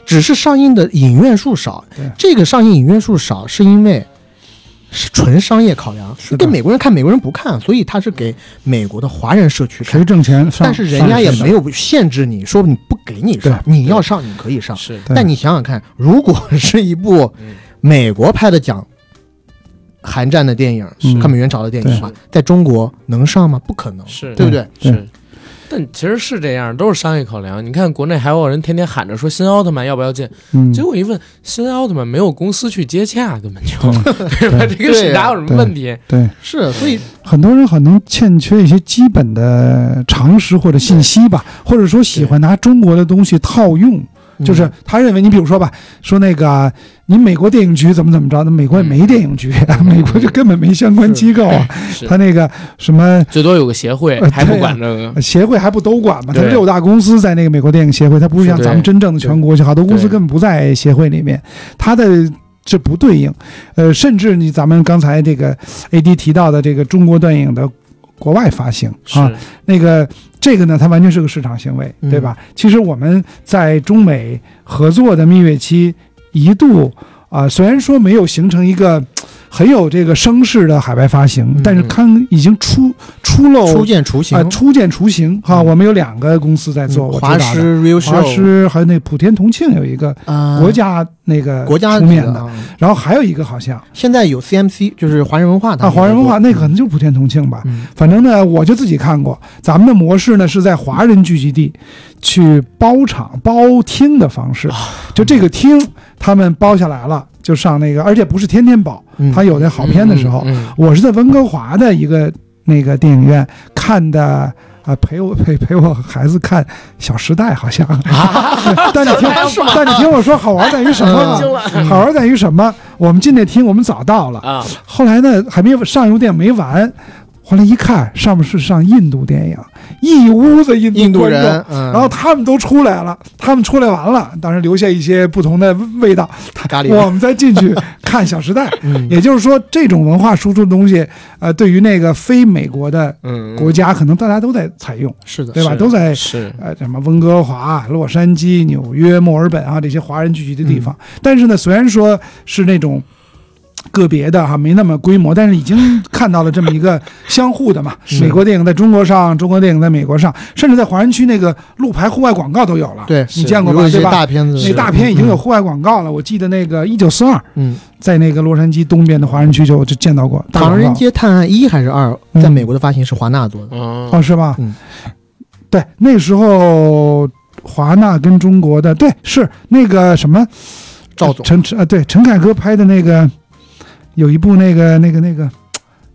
[SPEAKER 3] 只是上映的影院数少
[SPEAKER 4] 对。
[SPEAKER 3] 这个上映影院数少是因为。是纯商业考量
[SPEAKER 4] 是，的
[SPEAKER 3] 给美国人看，美国人不看，所以他是给美国的华人社区看
[SPEAKER 4] 谁。挣钱上，
[SPEAKER 3] 但是人家也
[SPEAKER 4] 上
[SPEAKER 3] 没有限制你说你不给你上，
[SPEAKER 4] 对
[SPEAKER 3] 你要上你可以上。
[SPEAKER 2] 是
[SPEAKER 4] 对
[SPEAKER 3] 但你想想看，如果是一部
[SPEAKER 2] 嗯
[SPEAKER 3] 美国拍的讲韩战的电影、
[SPEAKER 4] 嗯
[SPEAKER 3] 抗美援朝的电影的话
[SPEAKER 2] 对，
[SPEAKER 3] 在中国能上吗？不可能，
[SPEAKER 2] 是，
[SPEAKER 3] 对不对？
[SPEAKER 4] 对
[SPEAKER 2] 是。但其实是这样，都是商业考量。你看国内还有人天天喊着说新奥特曼要不要进，
[SPEAKER 4] 嗯，
[SPEAKER 2] 结果一问新奥特曼没有公司去接洽，根本就
[SPEAKER 4] 对
[SPEAKER 2] 对吧？这
[SPEAKER 4] 对
[SPEAKER 2] 跟审查有什么问题？
[SPEAKER 4] 对，
[SPEAKER 3] 是，所以
[SPEAKER 4] 很多人可能欠缺一些基本的常识或者信息吧，
[SPEAKER 3] 嗯
[SPEAKER 4] 或者说喜欢拿中国的东西套用，就是他认为你比如说吧，说那个你美国电影局怎么怎么着，那美国也
[SPEAKER 3] 嗯
[SPEAKER 4] 没电影局，啊美国就根本没相关机构啊，
[SPEAKER 2] 是
[SPEAKER 4] 他那个什么。
[SPEAKER 2] 最多有个协会，
[SPEAKER 4] 呃
[SPEAKER 2] 还不
[SPEAKER 4] 对啊
[SPEAKER 2] 管这个。
[SPEAKER 4] 协会还不都管吗？他
[SPEAKER 2] 对
[SPEAKER 4] 六大公司在那个美国电影协会，他不是像
[SPEAKER 2] 是
[SPEAKER 4] 咱们真正的全国性，好多公司
[SPEAKER 2] 对
[SPEAKER 4] 根本不在协会里面，他的这不对应。呃，甚至你咱们刚才这个 AD 提到的这个中国电影的国外发行
[SPEAKER 2] 是
[SPEAKER 4] 啊，那个这个呢，它完全是个市场行为，
[SPEAKER 3] 嗯
[SPEAKER 4] 对吧？其实我们在中美合作的蜜月期一度啊、虽然说没有形成一个。嘖很有这个声势的海外发行，
[SPEAKER 3] 嗯
[SPEAKER 4] 但是康已经出出露
[SPEAKER 3] 初见雏
[SPEAKER 4] 啊
[SPEAKER 3] 形，，
[SPEAKER 4] 初见雏形哈，
[SPEAKER 3] 嗯
[SPEAKER 4] 我们有两个公司在做，我
[SPEAKER 3] 华
[SPEAKER 4] 知道的，
[SPEAKER 3] 师 real
[SPEAKER 4] 华
[SPEAKER 3] show，
[SPEAKER 4] 师还有那普天同庆有一个
[SPEAKER 3] 啊，
[SPEAKER 4] 国家那个
[SPEAKER 3] 国家
[SPEAKER 4] 出面的，
[SPEAKER 3] 的，啊
[SPEAKER 4] 然后还有一个好像
[SPEAKER 3] 现在有 CMC，就是华人文化的
[SPEAKER 4] 啊，华人文化那可能就是普天同庆吧。
[SPEAKER 3] 嗯
[SPEAKER 4] 反正呢，我就自己看过，咱们的模式呢是在华人聚集地去包场包厅的方式，
[SPEAKER 3] 啊
[SPEAKER 4] 就这个厅他们包下来了，就上那个，而且不是天天包，
[SPEAKER 3] 嗯
[SPEAKER 4] 他有那好片的时候，
[SPEAKER 2] 嗯，嗯
[SPEAKER 4] 我是在温哥华的一个那个电影院看的。啊，陪我陪陪我孩子看《小时代》，好像。
[SPEAKER 3] 啊
[SPEAKER 4] <laughs> 但你听，但你听我说，好玩在于什么
[SPEAKER 3] <laughs> 嗯
[SPEAKER 4] 啊？好玩在于什么？我们进那厅，我们早到了，
[SPEAKER 2] 啊，
[SPEAKER 4] 后来呢，还没有上一部电影没完，后来一看，上面是上印度电影，一屋子印
[SPEAKER 3] 印度
[SPEAKER 4] 观众
[SPEAKER 3] 人，，嗯
[SPEAKER 4] 然后他们都出来了，他们出来完了，当然留下一些不同的味道。
[SPEAKER 3] 咖喱
[SPEAKER 4] 我们再进
[SPEAKER 3] <laughs>
[SPEAKER 4] 去看《小时代》
[SPEAKER 3] 嗯
[SPEAKER 4] 也就是说，这种文化输出的东西，呃，对于那个非美国的
[SPEAKER 2] 嗯，
[SPEAKER 4] 国家，可能大家都在采用，
[SPEAKER 3] 嗯是的，
[SPEAKER 4] 对吧？
[SPEAKER 2] 是
[SPEAKER 4] 都在
[SPEAKER 2] 是
[SPEAKER 4] 呃什么温哥华、洛杉矶、纽约、墨尔本啊这些华人聚集的地方。
[SPEAKER 3] 嗯
[SPEAKER 4] 但是呢，虽然说是那种个别的哈，没那么规模，但是已经看到了这么一个相互的嘛。
[SPEAKER 3] <laughs> 是
[SPEAKER 4] 美国电影在中国上，中国电影在美国上，甚至在华人区那个路牌户外广告都有了。
[SPEAKER 3] 对
[SPEAKER 2] 是
[SPEAKER 4] 你见过
[SPEAKER 3] 有
[SPEAKER 4] 吧？
[SPEAKER 3] 一些
[SPEAKER 4] 对吧？
[SPEAKER 3] 大片子，
[SPEAKER 4] 那大片已经有户外广告了。我记得那个一九四二，
[SPEAKER 3] 嗯，
[SPEAKER 4] 在那个洛杉矶东边的华人区就就见到过
[SPEAKER 3] 《
[SPEAKER 4] 大
[SPEAKER 3] 唐
[SPEAKER 4] 广
[SPEAKER 3] 人
[SPEAKER 4] 告。
[SPEAKER 3] 街探案一》还是二，
[SPEAKER 4] 嗯
[SPEAKER 3] 在美国的发行是华纳做的。
[SPEAKER 2] 嗯
[SPEAKER 4] 哦，是吧？
[SPEAKER 3] 嗯，
[SPEAKER 4] 对，那时候华纳跟中国的对是那个什么
[SPEAKER 3] 赵总
[SPEAKER 4] 陈陈啊，对陈凯歌拍的那个有一部那个那个那个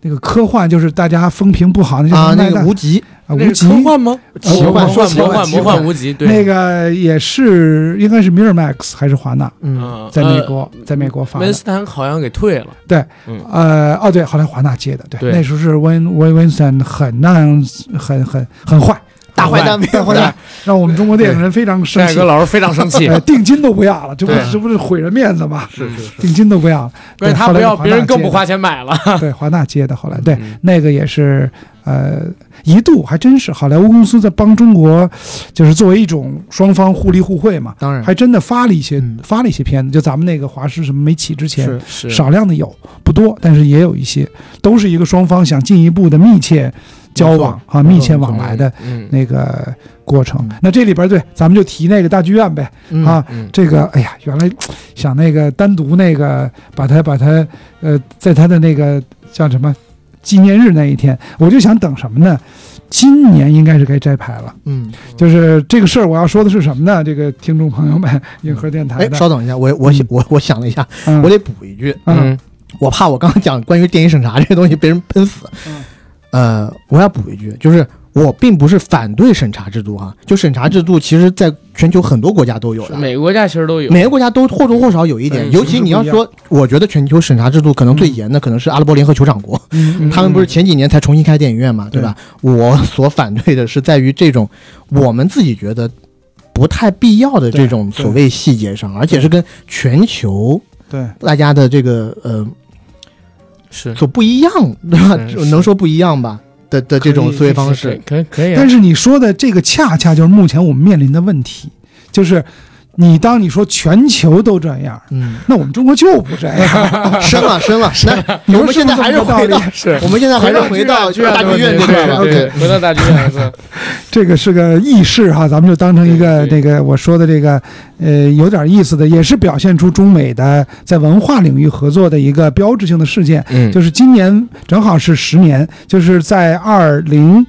[SPEAKER 4] 那个科幻，就是大家风评不好那叫
[SPEAKER 3] 啊，
[SPEAKER 4] 什么
[SPEAKER 3] 那
[SPEAKER 4] 来着
[SPEAKER 3] 个无极，
[SPEAKER 4] 啊
[SPEAKER 2] 那
[SPEAKER 4] 无
[SPEAKER 2] 是
[SPEAKER 4] 极。呃
[SPEAKER 2] 科幻吗？
[SPEAKER 3] 奇
[SPEAKER 2] 魔
[SPEAKER 3] 幻
[SPEAKER 2] 幻
[SPEAKER 3] 说
[SPEAKER 2] 魔幻
[SPEAKER 3] 奇幻
[SPEAKER 2] 魔幻无极，对
[SPEAKER 4] 那个也是，应该是 Miramax 还是华纳，
[SPEAKER 3] 嗯，
[SPEAKER 2] 嗯
[SPEAKER 4] 在美国，在美国
[SPEAKER 2] 呃
[SPEAKER 4] 发
[SPEAKER 2] 温
[SPEAKER 4] 的。
[SPEAKER 2] 斯坦好像给退了，
[SPEAKER 4] 呃，哦，对，后来华纳接的，对，
[SPEAKER 2] 对
[SPEAKER 4] 那时候是温温温森很那样，很很很坏，
[SPEAKER 3] 大坏蛋，
[SPEAKER 2] <laughs>
[SPEAKER 4] 大坏蛋，让我们中国电影人非常生
[SPEAKER 2] 帅
[SPEAKER 4] 气
[SPEAKER 2] 哥。老师非常生 <laughs> 气，
[SPEAKER 4] 呃，定金都不要了，这不
[SPEAKER 2] 对
[SPEAKER 4] 这不是毁人面子吗？
[SPEAKER 2] 是是是，
[SPEAKER 4] 定金都不要了，
[SPEAKER 2] 关键他
[SPEAKER 4] 后来
[SPEAKER 2] 不要，
[SPEAKER 4] 华纳
[SPEAKER 2] 别人更
[SPEAKER 4] 接
[SPEAKER 2] 不
[SPEAKER 4] 的
[SPEAKER 2] 花钱买了。 <laughs>
[SPEAKER 4] 对，华纳接的后来， <laughs> 对
[SPEAKER 2] 嗯
[SPEAKER 4] 那个也是，呃，一度还真是好莱坞公司在帮中国，就是作为一种双方互利互惠嘛，
[SPEAKER 3] 当
[SPEAKER 2] 嗯
[SPEAKER 3] 然
[SPEAKER 4] 还真的发了一些
[SPEAKER 3] 嗯
[SPEAKER 4] 发了一些片子，就咱们那个华师什么没起之前，
[SPEAKER 3] 是
[SPEAKER 2] 是
[SPEAKER 4] 少量的有，不多，但是也有一些，都是一个双方想进一步的密切交往啊，密切往来的，
[SPEAKER 2] 嗯
[SPEAKER 4] 那个过程
[SPEAKER 3] 嗯。
[SPEAKER 4] 那这里边对，咱们就提那个大剧院呗，
[SPEAKER 3] 嗯
[SPEAKER 4] 啊，
[SPEAKER 2] 嗯
[SPEAKER 4] 这个，哎呀，原来想那个单独那个，把它把它，呃，在它的那个叫什么纪念日那一天，我就想等什么呢？今年应该是该摘牌了。
[SPEAKER 3] 嗯，
[SPEAKER 4] 就是这个事儿，我要说的是什么呢？这个听众朋友们，硬核电台
[SPEAKER 3] 哎，
[SPEAKER 4] 的，
[SPEAKER 3] 稍等一下，我我
[SPEAKER 4] 嗯
[SPEAKER 3] 我我想了一下，
[SPEAKER 4] 嗯
[SPEAKER 3] 我得补一句，
[SPEAKER 4] 嗯，
[SPEAKER 3] 我怕我刚刚讲关于电影审查这个东西被人喷死。
[SPEAKER 4] 嗯
[SPEAKER 3] 呃，我要补一句，就是我并不是反对审查制度哈、就审查制度其实在全球很多国家都有的，
[SPEAKER 2] 每个国家其实都有，
[SPEAKER 3] 每个国家都或多或少有一嗯
[SPEAKER 2] 对
[SPEAKER 3] 点。尤其你要
[SPEAKER 4] 形式不
[SPEAKER 3] 说，我觉得全球审查制度可能最严的可能是阿拉伯联合酋长国，
[SPEAKER 4] 嗯
[SPEAKER 3] 他们不是前几年才重新开电影院嘛，对吧？我所反对的是在于这种我们自己觉得不太必要的这种
[SPEAKER 4] 对
[SPEAKER 3] 所谓细节上，而且是跟全球
[SPEAKER 4] 对，
[SPEAKER 3] 大家的这个呃
[SPEAKER 2] 是
[SPEAKER 3] 所不一样，
[SPEAKER 4] 嗯
[SPEAKER 3] 对吧
[SPEAKER 2] 是是？
[SPEAKER 3] 能说不一样吧？的的这种思维方式，
[SPEAKER 2] 可以可以啊，
[SPEAKER 4] 但是你说的这个恰恰就是目前我们面临的问题，就是你当你说全球都这样，
[SPEAKER 3] 嗯，
[SPEAKER 4] 那我们中国就不
[SPEAKER 3] <laughs>
[SPEAKER 4] 这样。
[SPEAKER 3] 深了深
[SPEAKER 4] <laughs>
[SPEAKER 3] 了，深了。我们现在还是回到，
[SPEAKER 2] 是
[SPEAKER 3] 我们现在还是回到
[SPEAKER 4] 啊
[SPEAKER 2] 啊
[SPEAKER 3] 大剧院这块吧。
[SPEAKER 2] 对，
[SPEAKER 3] 对，
[SPEAKER 2] 回到大剧院
[SPEAKER 4] <laughs>
[SPEAKER 2] 是
[SPEAKER 4] 这个是个轶事哈，咱们就当成一个
[SPEAKER 2] 对对
[SPEAKER 4] 这个我说的这个，呃，有点意思的，也是表现出中美的在文化领域合作的一个标志性的事件。
[SPEAKER 2] 嗯
[SPEAKER 4] 就是今年正好是十年，就是在二零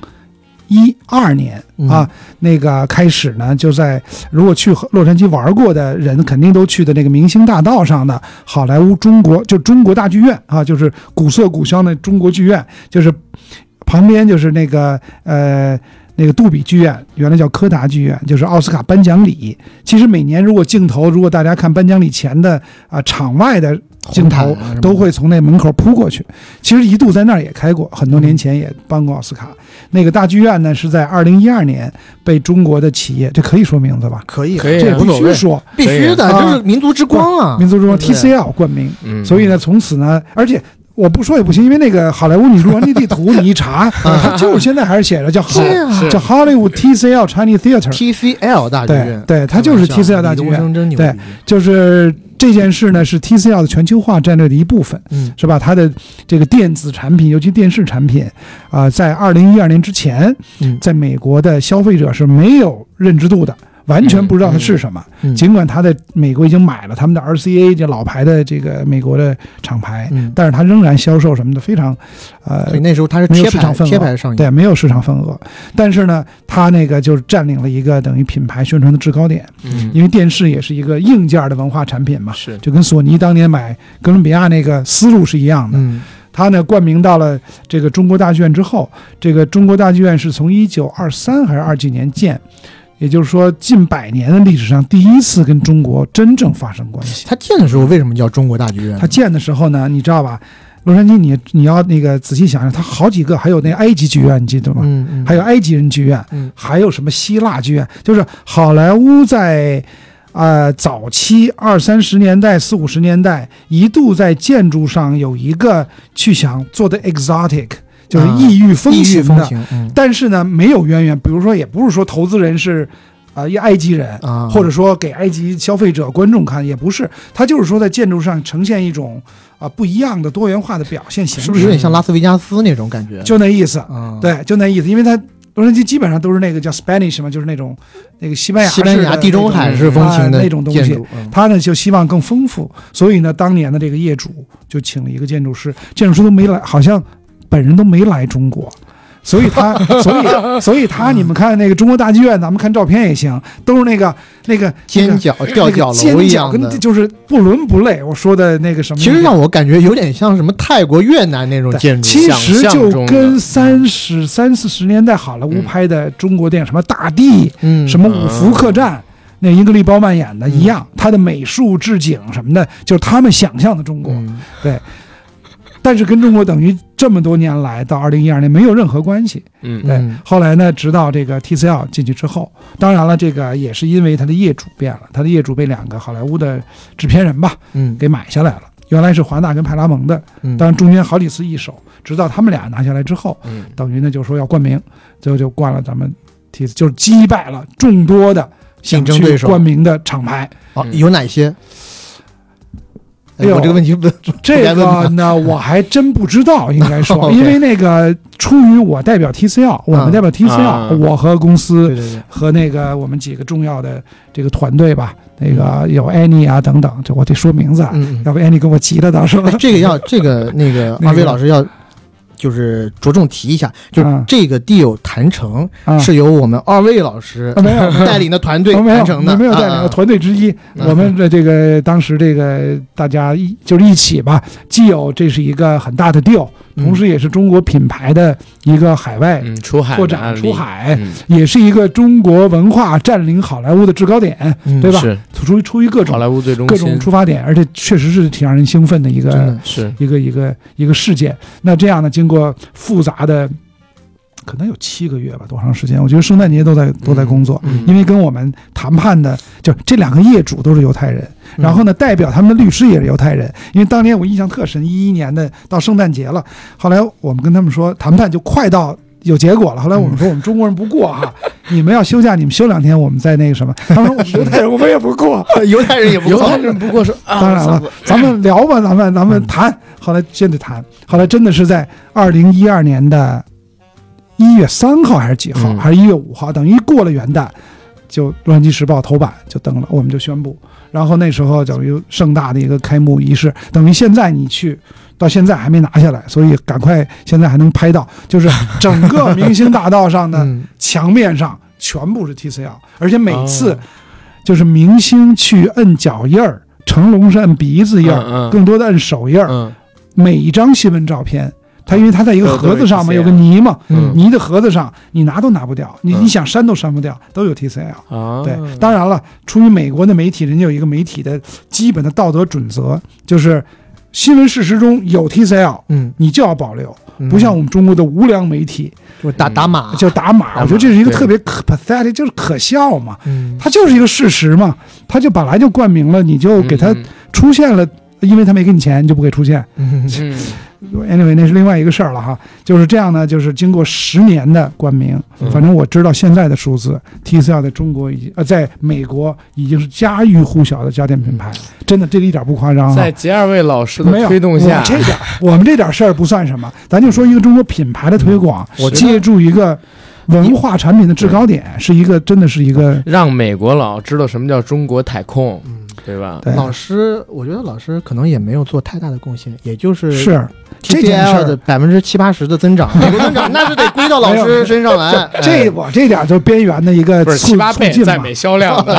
[SPEAKER 4] 一二年啊，那个开始呢，就在如果去洛杉矶玩过的人，肯定都去的那个明星大道上的好莱坞中国，就中国大剧院啊，就是古色古香的中国剧院，就是旁边就是那个呃。那个杜比剧院原来叫柯达剧院，就是奥斯卡颁奖礼。其实每年如果镜头，如果大家看颁奖礼前的啊、场外的镜头
[SPEAKER 3] 红毯啊什么的
[SPEAKER 4] 都会从那门口扑过去。其实一度在那儿也开过，很多年前也颁过奥斯卡。那个大剧院呢，是在二零一二年被中国的企业，这可以说名字吧？
[SPEAKER 3] 可以
[SPEAKER 2] 可以
[SPEAKER 4] 这也
[SPEAKER 2] 啊
[SPEAKER 4] 必须说，
[SPEAKER 3] 必须的，
[SPEAKER 4] 啊
[SPEAKER 3] 这是民族之光啊！
[SPEAKER 4] 民族之光
[SPEAKER 3] 对不对
[SPEAKER 4] TCL 冠名。
[SPEAKER 2] 嗯，
[SPEAKER 4] 所以呢，从此呢，而且我不说也不行，因为那个好莱坞，你如果那地图你一查，它就是现在还是写着叫好
[SPEAKER 3] 是
[SPEAKER 2] 嗯
[SPEAKER 3] 啊
[SPEAKER 4] 叫 Hollywood TCL Chinese Theater，
[SPEAKER 3] TCL 大剧
[SPEAKER 4] 对
[SPEAKER 3] 院，
[SPEAKER 4] 对，它就是
[SPEAKER 3] 啊
[SPEAKER 4] TCL 大剧
[SPEAKER 3] 李东
[SPEAKER 4] 院，
[SPEAKER 3] 升真牛逼
[SPEAKER 4] 对，就是这件事呢是 TCL 的全球化战略的一部分。
[SPEAKER 3] 嗯
[SPEAKER 4] 是吧？它的这个电子产品，尤其电视产品，啊、在二零一二年之前，
[SPEAKER 3] 嗯
[SPEAKER 4] 在美国的消费者是没有认知度的，完全不知道它是什么。
[SPEAKER 3] 嗯
[SPEAKER 4] 尽管它在美国已经买了他们的 RCA 这老牌的这个美国的厂牌，
[SPEAKER 3] 嗯，
[SPEAKER 4] 但是它仍然销售什么的非常，
[SPEAKER 3] 所
[SPEAKER 4] 呃
[SPEAKER 3] 以，那时候它是
[SPEAKER 4] 没有
[SPEAKER 3] 贴
[SPEAKER 4] 市场
[SPEAKER 3] 牌
[SPEAKER 4] 份额
[SPEAKER 3] 贴牌上映，
[SPEAKER 4] 对，没有市场份额。但是呢，它那个就是占领了一个等于品牌宣传的制高点，
[SPEAKER 2] 嗯
[SPEAKER 4] 因为电视也是一个硬件的文化产品嘛。
[SPEAKER 2] 是
[SPEAKER 4] 就跟索尼当年买哥伦比亚那个思路是一样的，
[SPEAKER 3] 嗯
[SPEAKER 4] 它呢冠名到了这个中国大剧院之后，这个中国大剧院是从一九二三还是二几年建，也就是说近百年的历史上第一次跟中国真正发生关系。
[SPEAKER 3] 它建的时候为什么叫中国大剧院呢？
[SPEAKER 4] 它建的时候呢，你知道吧？洛杉矶你，你要那个仔细想想，它好几个，还有那个埃及剧院，你记得吗？
[SPEAKER 3] 嗯嗯，
[SPEAKER 4] 还有埃及人剧院，
[SPEAKER 3] 嗯
[SPEAKER 4] 还有什么希腊剧院，就是好莱坞在。呃，早期二三十年代、四五十年代，一度在建筑上有一个去想做的 exotic，就是
[SPEAKER 3] 啊
[SPEAKER 4] 异域风
[SPEAKER 3] 异域
[SPEAKER 4] 情的，
[SPEAKER 3] 风情，嗯
[SPEAKER 4] 但是呢，没有渊源。比如说，也不是说投资人是啊、一埃及人，
[SPEAKER 3] 啊，
[SPEAKER 4] 或者说给埃及消费者、观众看，也不是。他就是说在建筑上呈现一种啊、不一样的多元化的表现形式，
[SPEAKER 3] 是不是有点像拉斯维加斯那种感觉？
[SPEAKER 4] 就那意思。
[SPEAKER 3] 啊，，
[SPEAKER 4] 对，就那意思，因为它洛杉矶基本上都是那个叫 Spanish 嘛，就是那种那个西班牙
[SPEAKER 3] 西班
[SPEAKER 4] 式
[SPEAKER 3] 牙
[SPEAKER 4] 的
[SPEAKER 3] 地中
[SPEAKER 4] 那种
[SPEAKER 3] 海式风情的
[SPEAKER 4] 啊那种东西
[SPEAKER 3] 建筑，嗯
[SPEAKER 4] 他呢就希望更丰富，所以呢，当年的这个业主就请了一个建筑师，建筑师都没来，好像本人都没来中国。所以
[SPEAKER 3] <laughs>
[SPEAKER 4] 他，所以，所以他，你们看那个中国大剧院，咱们看照片也行，都是那个那个
[SPEAKER 3] 尖角吊脚
[SPEAKER 4] 那
[SPEAKER 3] 楼
[SPEAKER 4] 个尖
[SPEAKER 3] 一
[SPEAKER 4] 角
[SPEAKER 3] 样
[SPEAKER 4] 跟
[SPEAKER 3] 的。
[SPEAKER 4] 就是不伦不类。我说的那个什么，
[SPEAKER 3] 其实让我感觉有点像什么泰国、越南那种
[SPEAKER 4] 对
[SPEAKER 3] 建筑，
[SPEAKER 4] 其实
[SPEAKER 2] 想象
[SPEAKER 4] 就
[SPEAKER 2] 中的
[SPEAKER 4] 跟三十三四十年代好莱坞
[SPEAKER 2] 嗯
[SPEAKER 4] 拍的中国电影，什么大地，
[SPEAKER 3] 嗯，
[SPEAKER 4] 什么五福客栈，那英格丽褒曼演的一样，它的美术置景什么的，就是他们想象的中国，
[SPEAKER 3] 嗯
[SPEAKER 4] 但是跟中国等于这么多年来到二零一二年没有任何关系。
[SPEAKER 2] 嗯
[SPEAKER 4] 对，
[SPEAKER 3] 嗯
[SPEAKER 4] 后来呢，直到这个 TCL 进去之后，当然了，这个也是因为它的业主变了，它的业主被两个好莱坞的制片人吧
[SPEAKER 3] 嗯
[SPEAKER 4] 给买下来了。原来是华纳跟派拉蒙的，
[SPEAKER 3] 嗯，
[SPEAKER 4] 当然中间好几次易手，直到他们俩拿下来之后，
[SPEAKER 2] 嗯
[SPEAKER 4] 等于呢就说要冠名，最后就冠了咱们 T，就是击败了众多的
[SPEAKER 3] 竞争对手
[SPEAKER 4] 想去冠名的
[SPEAKER 3] <laughs>
[SPEAKER 4] 厂牌。
[SPEAKER 3] 哦
[SPEAKER 2] 嗯
[SPEAKER 3] 有哪些？哎
[SPEAKER 4] 哎呦
[SPEAKER 3] 我这个问题问
[SPEAKER 4] 这
[SPEAKER 3] 该问
[SPEAKER 4] 个
[SPEAKER 3] 吧 <laughs>
[SPEAKER 4] 呢，我还真不知道，应该说，
[SPEAKER 3] OK
[SPEAKER 4] 因为那个出于我代表 TCL，我们代表 TCL，、
[SPEAKER 2] 啊
[SPEAKER 4] 我和公司
[SPEAKER 3] 对对
[SPEAKER 4] 和那个我们几个重要的这个团队吧，那个有 Annie 啊等等，这我得说名字啊，
[SPEAKER 3] 嗯嗯嗯
[SPEAKER 4] 要不 Annie 跟我急了，到时候 <laughs>
[SPEAKER 3] 哎，这个要这个那个
[SPEAKER 4] 那个
[SPEAKER 3] 二位老师要就是着重提一下，就是
[SPEAKER 4] 嗯
[SPEAKER 3] 这个 deal 谈成
[SPEAKER 4] 啊，
[SPEAKER 3] 是由我们二位老师
[SPEAKER 4] 啊没有没有
[SPEAKER 3] 带领的团队
[SPEAKER 4] 我没有
[SPEAKER 3] 完，成的，
[SPEAKER 4] 你没有带领
[SPEAKER 3] 啊
[SPEAKER 4] 的团队之一。
[SPEAKER 3] 嗯
[SPEAKER 4] 我们的这个当时这个大家一就是一起吧，既有这是一个很大的 deal，
[SPEAKER 3] 嗯
[SPEAKER 4] 同时也是中国品牌的一个海外
[SPEAKER 2] 嗯，出海
[SPEAKER 4] 拓
[SPEAKER 2] 的案
[SPEAKER 4] 哎展
[SPEAKER 2] 例
[SPEAKER 4] 出，海，哎
[SPEAKER 2] 嗯
[SPEAKER 4] 也是一个中国文化占领好莱坞的制高点，
[SPEAKER 3] 嗯
[SPEAKER 4] 对吧？
[SPEAKER 2] 是
[SPEAKER 4] 出于出于各
[SPEAKER 2] 好
[SPEAKER 4] 种
[SPEAKER 2] 莱坞最中
[SPEAKER 4] 各种
[SPEAKER 2] 心
[SPEAKER 4] 出发点，而且确实是挺让人兴奋的一
[SPEAKER 3] 真
[SPEAKER 4] 个
[SPEAKER 3] 的
[SPEAKER 2] 是
[SPEAKER 4] 一个一个一个事件。那这样呢，经过复杂的，可能有七个月吧，多长时间？我觉得圣诞节都在都在工作，
[SPEAKER 2] 嗯
[SPEAKER 4] 因为跟我们谈判的，就这两个业主都是犹太人，然后呢，代表他们的律师也是犹太人。因为当年我印象特深，一一年的到圣诞节了，后来我们跟他们说，谈判就快到有结果了。后来我们说，我们中国人不过哈，你们要休假，你们休两天，我们再那个什么。他们说我们犹太人，我们也不过。
[SPEAKER 3] <laughs> 犹太人也不
[SPEAKER 2] 犹
[SPEAKER 3] 错
[SPEAKER 2] 太人不过是啊，
[SPEAKER 4] 当然了，咱们聊吧，咱们咱们谈。后来接着谈，后来真的是在二零一二年的一月三号还是几号，
[SPEAKER 2] 嗯
[SPEAKER 4] 还是一月五号，等于过了元旦，就《洛杉矶时报》头版就登了，我们就宣布。然后那时候等于盛大的一个开幕仪式，等于现在你去。到现在还没拿下来，所以赶快现在还能拍到，就是整个明星大道上的
[SPEAKER 3] 嗯
[SPEAKER 4] 墙面上全部
[SPEAKER 2] <laughs>
[SPEAKER 4] 是 TCL，而且每次
[SPEAKER 2] 哦
[SPEAKER 4] 就是明星去摁脚印儿，成龙是摁鼻子印儿，
[SPEAKER 2] 嗯嗯
[SPEAKER 4] 更多的摁手印儿。
[SPEAKER 2] 嗯
[SPEAKER 4] 每一张新闻照片，它因为它在一个盒子上
[SPEAKER 2] 都
[SPEAKER 4] 嘛，
[SPEAKER 2] 有
[SPEAKER 4] 有
[SPEAKER 2] TCL
[SPEAKER 4] 个泥嘛，
[SPEAKER 2] 嗯
[SPEAKER 4] 泥的盒子上你拿都拿不掉，你
[SPEAKER 2] 嗯
[SPEAKER 4] 你想删都删不掉，都有 TCL。
[SPEAKER 2] 啊，
[SPEAKER 4] 对，当然了，出于美国的媒体，人家有一个媒体的基本的道德准则，就是新闻事实中有 TCL，
[SPEAKER 3] 嗯，
[SPEAKER 4] 你就要保留，
[SPEAKER 3] 嗯
[SPEAKER 4] 不像我们中国的无良媒体
[SPEAKER 3] <laughs> 就是打打码，
[SPEAKER 4] 就打
[SPEAKER 2] 打
[SPEAKER 4] 码。
[SPEAKER 2] 码
[SPEAKER 4] 我觉得这是一个
[SPEAKER 2] 啊对
[SPEAKER 4] 特别可 pathetic，就是可笑嘛。
[SPEAKER 3] 嗯
[SPEAKER 4] 它就是一个事实嘛，它就本来就冠名了，你就给它
[SPEAKER 2] 嗯
[SPEAKER 4] 出现了，因为他没给你钱，你就不给出现。
[SPEAKER 3] <laughs> 嗯
[SPEAKER 2] 嗯
[SPEAKER 4] Anyway，那是另外一个事儿了哈。就是这样呢，就是经过十年的冠名
[SPEAKER 2] 嗯，
[SPEAKER 4] 反正我知道现在的数字，TCL 在中国已经呃，在美国已经是家喻户晓的家电品牌，真的，这个一点不夸张啊
[SPEAKER 2] 嗯在。杰二位老师的
[SPEAKER 4] 没有
[SPEAKER 2] 推动下
[SPEAKER 4] 我，这点儿我们这点事儿不算什么，咱就说一个中国品牌的推广，
[SPEAKER 2] 嗯我觉得
[SPEAKER 4] 借助一个文化产品的制高点，是一个真的是一个
[SPEAKER 2] 让美国佬知道什么叫中国太空，
[SPEAKER 3] 嗯
[SPEAKER 2] 对吧？
[SPEAKER 4] 对
[SPEAKER 3] 老师，我觉得老师可能也没有做太大的贡献，也就是
[SPEAKER 4] 是这件事
[SPEAKER 3] TCL
[SPEAKER 4] 儿
[SPEAKER 3] 的百分之七八十的增长，
[SPEAKER 4] <laughs>
[SPEAKER 3] 美国增长那是得归到老师身上来。
[SPEAKER 4] 这
[SPEAKER 3] 哎
[SPEAKER 4] 我这点儿就是边缘的一个
[SPEAKER 2] 呃不是
[SPEAKER 4] 呃促
[SPEAKER 2] 七八
[SPEAKER 4] 促
[SPEAKER 2] 倍
[SPEAKER 4] 进
[SPEAKER 2] 在
[SPEAKER 4] 嘛，
[SPEAKER 2] 美销量
[SPEAKER 4] <laughs>
[SPEAKER 2] 的，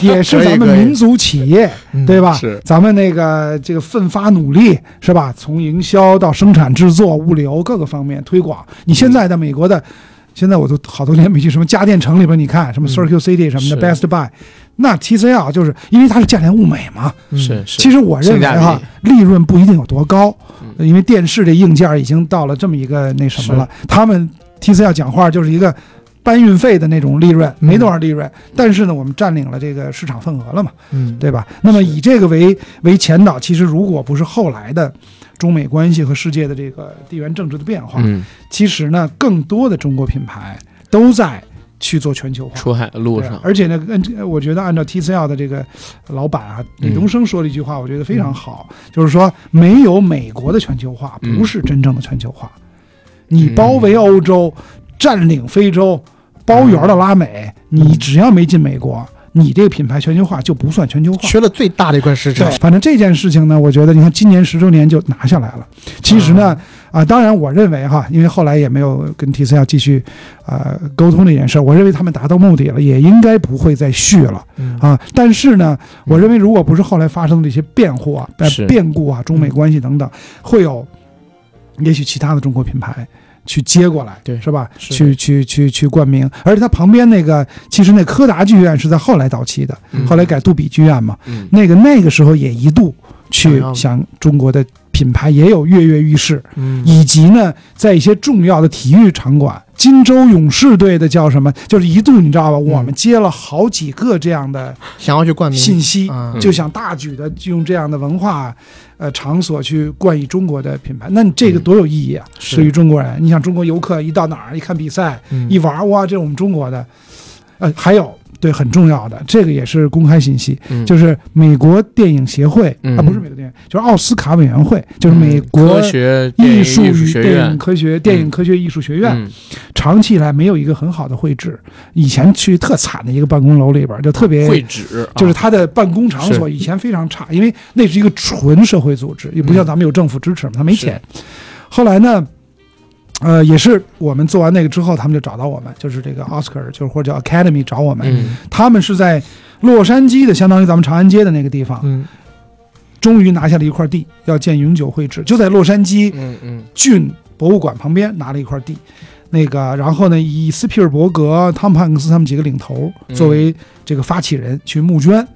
[SPEAKER 4] 也是
[SPEAKER 3] <laughs> 可以
[SPEAKER 4] 咱们
[SPEAKER 3] 可以
[SPEAKER 4] 民族企业，
[SPEAKER 3] 嗯
[SPEAKER 4] 对吧？
[SPEAKER 2] 是
[SPEAKER 4] 咱们那个这个奋发努力，是吧？从营销到生产制作、物流各个方面推广。你现在在美国的，现在我都好多年没去什么家电城里边，你看什么
[SPEAKER 3] 嗯
[SPEAKER 4] Circuit City 什么的、
[SPEAKER 2] 是
[SPEAKER 4] Best Buy，那 TCL 就是因为它是价廉物美嘛。
[SPEAKER 3] 嗯
[SPEAKER 2] 是是，
[SPEAKER 4] 其实我认为哈
[SPEAKER 2] 性价，
[SPEAKER 4] 利润不一定有多高，呃
[SPEAKER 2] 嗯
[SPEAKER 4] 因为电视这硬件已经到了这么一个那什么了。他们 TCL 讲话就是一个搬运费的那种利润，
[SPEAKER 2] 嗯
[SPEAKER 4] 没多少利润。但是呢，我们占领了这个市场份额了嘛，
[SPEAKER 3] 嗯，
[SPEAKER 4] 对吧？那么以这个为为前导，其实如果不是后来的中美关系和世界的这个地缘政治的变化，
[SPEAKER 2] 嗯，
[SPEAKER 4] 其实呢，更多的中国品牌都在去做全球化。
[SPEAKER 2] 出海的路
[SPEAKER 4] 对啊
[SPEAKER 2] 上，
[SPEAKER 4] 而且呢，按我觉得按照 TCL 的这个老板啊，
[SPEAKER 2] 嗯
[SPEAKER 4] 李东升说了一句话，我觉得非常好，就是说没有美国的全球化，
[SPEAKER 2] 嗯
[SPEAKER 4] 不是真正的全球化。你包围欧洲，占领非洲，包圆了拉美，你只要没进美国，你这个品牌全球化就不算全球化。
[SPEAKER 3] 缺了最大的一块市场
[SPEAKER 4] 对，。反正这件事情呢，我觉得你看今年十周年就拿下来了。其实呢，啊、当然我认为哈，因为后来也没有跟 TCL 继续呃沟通这件事儿，我认为他们达到目的了，也应该不会再续了
[SPEAKER 3] 嗯
[SPEAKER 4] 啊。但是呢，我认为如果不是后来发生的一些变故啊、呃
[SPEAKER 2] 嗯是嗯
[SPEAKER 4] 变故啊、中美关系等等，会有也许其他的中国品牌。去接过来，
[SPEAKER 2] 对
[SPEAKER 4] 是吧？
[SPEAKER 2] 是的
[SPEAKER 4] 去去去去冠名，而且它旁边那个，其实那柯达剧院是在后来到期的，
[SPEAKER 2] 嗯
[SPEAKER 4] 后来改杜比剧院嘛。
[SPEAKER 2] 嗯
[SPEAKER 4] 那个那个时候也一度
[SPEAKER 3] 想
[SPEAKER 4] 去
[SPEAKER 3] 要
[SPEAKER 4] 想中国的品牌也有跃跃欲试，
[SPEAKER 3] 嗯
[SPEAKER 4] 以及呢，在一些重要的体育场馆，金州勇士队的叫什么，就是一度你知道吧，我们接了好几个这样的
[SPEAKER 3] 想要去嗯冠名
[SPEAKER 4] 信息，嗯
[SPEAKER 3] 啊，
[SPEAKER 4] 就想大举的用这样的文化。呃，场所去冠以中国的品牌，那你这个多有意义啊！
[SPEAKER 3] 嗯是
[SPEAKER 4] 对于中国人，你想中国游客一到哪儿一看比赛，
[SPEAKER 3] 嗯
[SPEAKER 4] 一玩哇，这是我们中国的。呃，还有对很重要的，这个也是公开信息，
[SPEAKER 2] 嗯
[SPEAKER 4] 就是美国电影协会、
[SPEAKER 2] 嗯
[SPEAKER 4] 啊，不是美国电影，就是奥斯卡委员会，就是美国
[SPEAKER 2] 科学电影
[SPEAKER 4] 艺
[SPEAKER 2] 艺术
[SPEAKER 4] 术与
[SPEAKER 2] 学
[SPEAKER 4] 电
[SPEAKER 2] 院
[SPEAKER 4] 影科学电影科学艺术学院，
[SPEAKER 2] 嗯
[SPEAKER 4] 长期以来没有一个很好的会址。以前去特惨的一个办公楼里边，就特别
[SPEAKER 2] 会址啊
[SPEAKER 4] 就是他的办公场所
[SPEAKER 2] 是嗯
[SPEAKER 4] 以前非常差，因为那是一个纯社会组织，也不像咱们有政府支持嘛，他没钱。后来呢，呃，也是我们做完那个之后，他们就找到我们，就是这个 Oscar，就是或者叫 Academy 找我们。
[SPEAKER 2] 嗯
[SPEAKER 4] 他们是在洛杉矶的，相当于咱们长安街的那个地方，
[SPEAKER 2] 嗯
[SPEAKER 4] 终于拿下了一块地，要建永久会址，就在洛杉矶
[SPEAKER 2] 嗯嗯
[SPEAKER 4] 郡博物馆旁边拿了一块地。那个，然后呢，以斯皮尔伯格、汤姆汉克斯他们几个领头
[SPEAKER 2] 嗯
[SPEAKER 4] 作为这个发起人去募捐，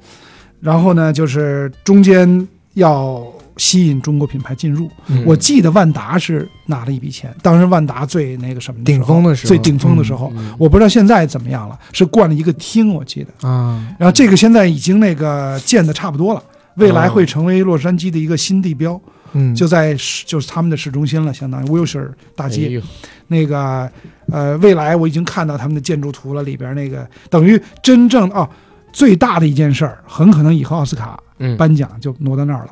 [SPEAKER 4] 然后呢，就是中间要吸引中国品牌进入。
[SPEAKER 2] 嗯，
[SPEAKER 4] 我记得万达是拿了一笔钱，当时万达最那个什么时候
[SPEAKER 3] 顶峰的时候
[SPEAKER 4] 最顶峰的时候，
[SPEAKER 2] 嗯
[SPEAKER 4] 我不知道现在怎么样了，是冠了一个厅，我记得。
[SPEAKER 3] 啊，
[SPEAKER 4] 然后这个现在已经那个建的差不多了，未来会成为洛杉矶的一个新地标，
[SPEAKER 3] 嗯，
[SPEAKER 4] 就在市就是他们的市中心了，相当于 Wilshire 大街、
[SPEAKER 2] 哎呦
[SPEAKER 4] 那个呃，未来我已经看到他们的建筑图了，里边那个等于真正哦最大的一件事儿，很可能以后奥斯卡
[SPEAKER 2] 嗯
[SPEAKER 4] 颁奖就挪到那儿了，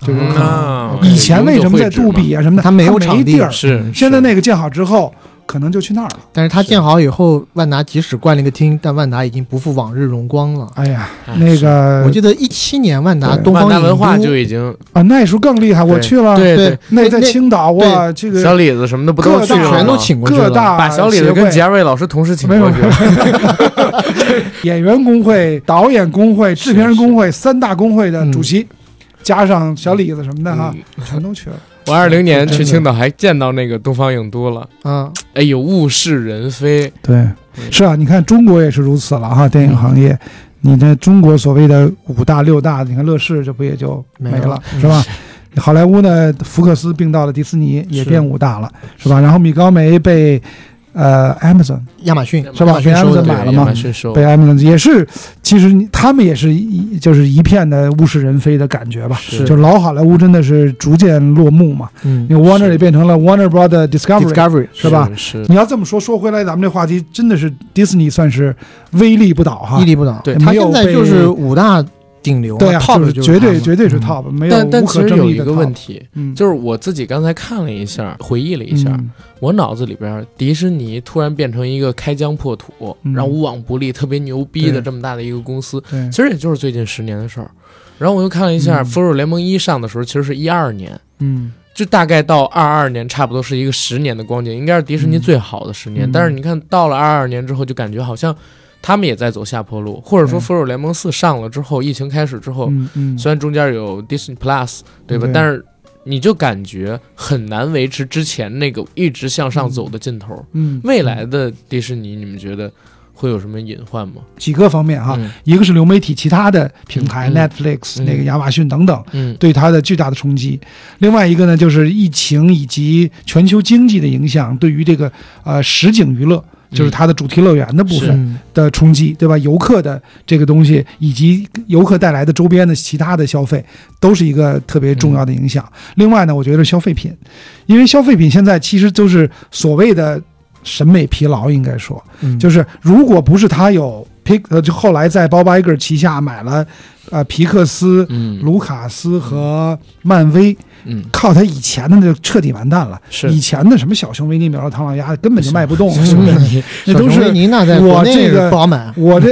[SPEAKER 4] 就有可能。
[SPEAKER 2] 啊
[SPEAKER 3] 哎
[SPEAKER 4] 以前为什么在杜比啊什么的，
[SPEAKER 3] 他
[SPEAKER 4] 没
[SPEAKER 3] 没有场
[SPEAKER 4] 地
[SPEAKER 3] 地
[SPEAKER 4] 儿，
[SPEAKER 2] 是
[SPEAKER 4] 现在那个建好之后，可能就去那儿了。
[SPEAKER 3] 但是他建好以后，万达即使冠了一个厅，但万达已经不复往日荣光了。
[SPEAKER 4] 哎呀，
[SPEAKER 2] 哎
[SPEAKER 4] 那个
[SPEAKER 3] 我记得一七年万达
[SPEAKER 4] 呃对
[SPEAKER 3] 东方
[SPEAKER 2] 万达
[SPEAKER 3] 影
[SPEAKER 2] 文化
[SPEAKER 3] 都
[SPEAKER 2] 就已经
[SPEAKER 4] 啊，那时候更厉害，我去了，
[SPEAKER 2] 对
[SPEAKER 3] 对
[SPEAKER 4] 那在
[SPEAKER 3] 那
[SPEAKER 4] 青岛哇，这
[SPEAKER 2] 小
[SPEAKER 4] 个
[SPEAKER 2] 李子什么的不都
[SPEAKER 4] 各
[SPEAKER 2] 去
[SPEAKER 4] 大
[SPEAKER 2] 了吗
[SPEAKER 3] 全都请过去
[SPEAKER 4] 各
[SPEAKER 3] 了，
[SPEAKER 4] 大
[SPEAKER 2] 把小李子
[SPEAKER 4] 协
[SPEAKER 2] 跟
[SPEAKER 4] 啊会
[SPEAKER 2] 杰瑞老师同时请
[SPEAKER 4] 没有
[SPEAKER 2] 过去
[SPEAKER 4] 没，演员工会、导演工会、制片人工会三大工会的主席，加上小李子什么的哈，全都去了。
[SPEAKER 2] 我二零年去
[SPEAKER 3] 真的
[SPEAKER 2] 青岛还见到那个东方影都了，
[SPEAKER 3] 啊，
[SPEAKER 2] 哎呦物是人非，
[SPEAKER 4] 对，是啊，你看中国也是如此了哈，电影行业。你这中国所谓的五大六大，你看乐视这不也就没
[SPEAKER 3] 没
[SPEAKER 4] 了
[SPEAKER 3] 了，
[SPEAKER 4] 是吧？好莱坞呢，福克斯并到了迪士尼，也
[SPEAKER 3] 是
[SPEAKER 4] 变五大了，是吧？然后米高梅被呃 Amazon
[SPEAKER 3] 亚马逊
[SPEAKER 4] 是吧
[SPEAKER 3] 亚马逊收
[SPEAKER 4] 被
[SPEAKER 3] 的
[SPEAKER 4] Amazon 买了
[SPEAKER 2] 对亚
[SPEAKER 4] 吗
[SPEAKER 2] 马逊收
[SPEAKER 4] 被 Amazon 也是，其实你他们也是一就是一片的物是人非的感觉吧，
[SPEAKER 2] 是
[SPEAKER 4] 就老好莱坞真的是逐渐落幕嘛。
[SPEAKER 3] 嗯
[SPEAKER 4] 那个 Warner 也变成了 Warner Brother Discovery。
[SPEAKER 3] ，Discovery
[SPEAKER 4] 是吧？
[SPEAKER 2] 是
[SPEAKER 4] 你要这么说，说回来，咱们这话题真的是 Disney 算是威力不倒哈
[SPEAKER 3] 屹，立不倒，
[SPEAKER 2] 对
[SPEAKER 3] 他
[SPEAKER 4] 没有
[SPEAKER 3] 现在就
[SPEAKER 4] 被
[SPEAKER 3] 是五大顶流嘛，啊
[SPEAKER 4] 对呀、啊
[SPEAKER 3] ，top
[SPEAKER 4] 就是
[SPEAKER 3] 就是
[SPEAKER 4] 绝
[SPEAKER 3] 他
[SPEAKER 4] 对
[SPEAKER 3] 嘛
[SPEAKER 4] 绝对是
[SPEAKER 3] 嗯
[SPEAKER 4] top，没有
[SPEAKER 2] 但但
[SPEAKER 4] 无
[SPEAKER 2] 其
[SPEAKER 4] 可
[SPEAKER 2] 实
[SPEAKER 4] 争
[SPEAKER 2] 有
[SPEAKER 4] 议
[SPEAKER 2] 一
[SPEAKER 4] 的
[SPEAKER 2] 个
[SPEAKER 4] top
[SPEAKER 2] 问，题，
[SPEAKER 4] 嗯，
[SPEAKER 2] 就是我自己刚才看了一下，回忆了一下，
[SPEAKER 4] 嗯
[SPEAKER 2] 我脑子里边迪士尼突然变成一个开疆破土，
[SPEAKER 4] 嗯
[SPEAKER 2] 然后无往不利、特别牛逼的
[SPEAKER 4] 对
[SPEAKER 2] 这么大的一个公司，
[SPEAKER 4] 对
[SPEAKER 2] 其实也就是最近十年的事儿。然后我又看了一下《
[SPEAKER 4] 嗯
[SPEAKER 2] 复仇者联盟一》上的时候，其实是一二年，
[SPEAKER 4] 嗯
[SPEAKER 2] 就大概到二二年，差不多是一个十年的光景，应该是迪士尼最好的十年。
[SPEAKER 4] 嗯
[SPEAKER 2] 但是你看到了二二年之后，就感觉好像他们也在走下坡路，或者说
[SPEAKER 4] 嗯
[SPEAKER 2] 《复仇者联盟四》上了之后，疫情开始之后，
[SPEAKER 4] 嗯嗯，
[SPEAKER 2] 虽然中间有 Disney Plus，对吧？
[SPEAKER 4] 对
[SPEAKER 2] 但是你就感觉很难维持之前那个一直向上走的劲头。
[SPEAKER 4] 嗯
[SPEAKER 2] 未来的迪士尼，你们觉得会有什么隐患吗？
[SPEAKER 4] 几个方面哈，
[SPEAKER 2] 嗯
[SPEAKER 4] 一个是流媒体其他的平台、
[SPEAKER 2] 嗯
[SPEAKER 4] Netflix、
[SPEAKER 2] 嗯
[SPEAKER 4] 那个亚马逊等等
[SPEAKER 2] 嗯
[SPEAKER 4] 对它的巨大的冲击，另外一个呢就是疫情以及全球经济的影响对于这个呃实景娱乐。就是它的主题乐园的部
[SPEAKER 2] 嗯是
[SPEAKER 4] 分
[SPEAKER 3] 嗯
[SPEAKER 4] 的冲击，对吧？游客的这个东西，以及游客带来的周边的其他的消费，都是一个特别重要的影响。另外呢，我觉得是消费品，因为消费品现在其实都是所谓的审美疲劳，应该说，
[SPEAKER 3] 嗯
[SPEAKER 4] 就是如果不是他有皮呃，就后来在 Bob Iger 旗下买了呃皮克斯、
[SPEAKER 2] 嗯
[SPEAKER 4] 卢卡斯和漫威，
[SPEAKER 2] 嗯，
[SPEAKER 4] 靠他以前的那就彻底完蛋了。
[SPEAKER 2] 是
[SPEAKER 4] 以前的什么小熊维尼、米老唐老鸭根本就卖不动，
[SPEAKER 2] 熊维
[SPEAKER 3] 尼
[SPEAKER 4] 那
[SPEAKER 3] 小
[SPEAKER 4] 都
[SPEAKER 3] 熊维
[SPEAKER 4] 是
[SPEAKER 3] 尼那在国
[SPEAKER 4] 我
[SPEAKER 3] 内
[SPEAKER 4] 这个
[SPEAKER 3] 不好买， <laughs>
[SPEAKER 4] 我这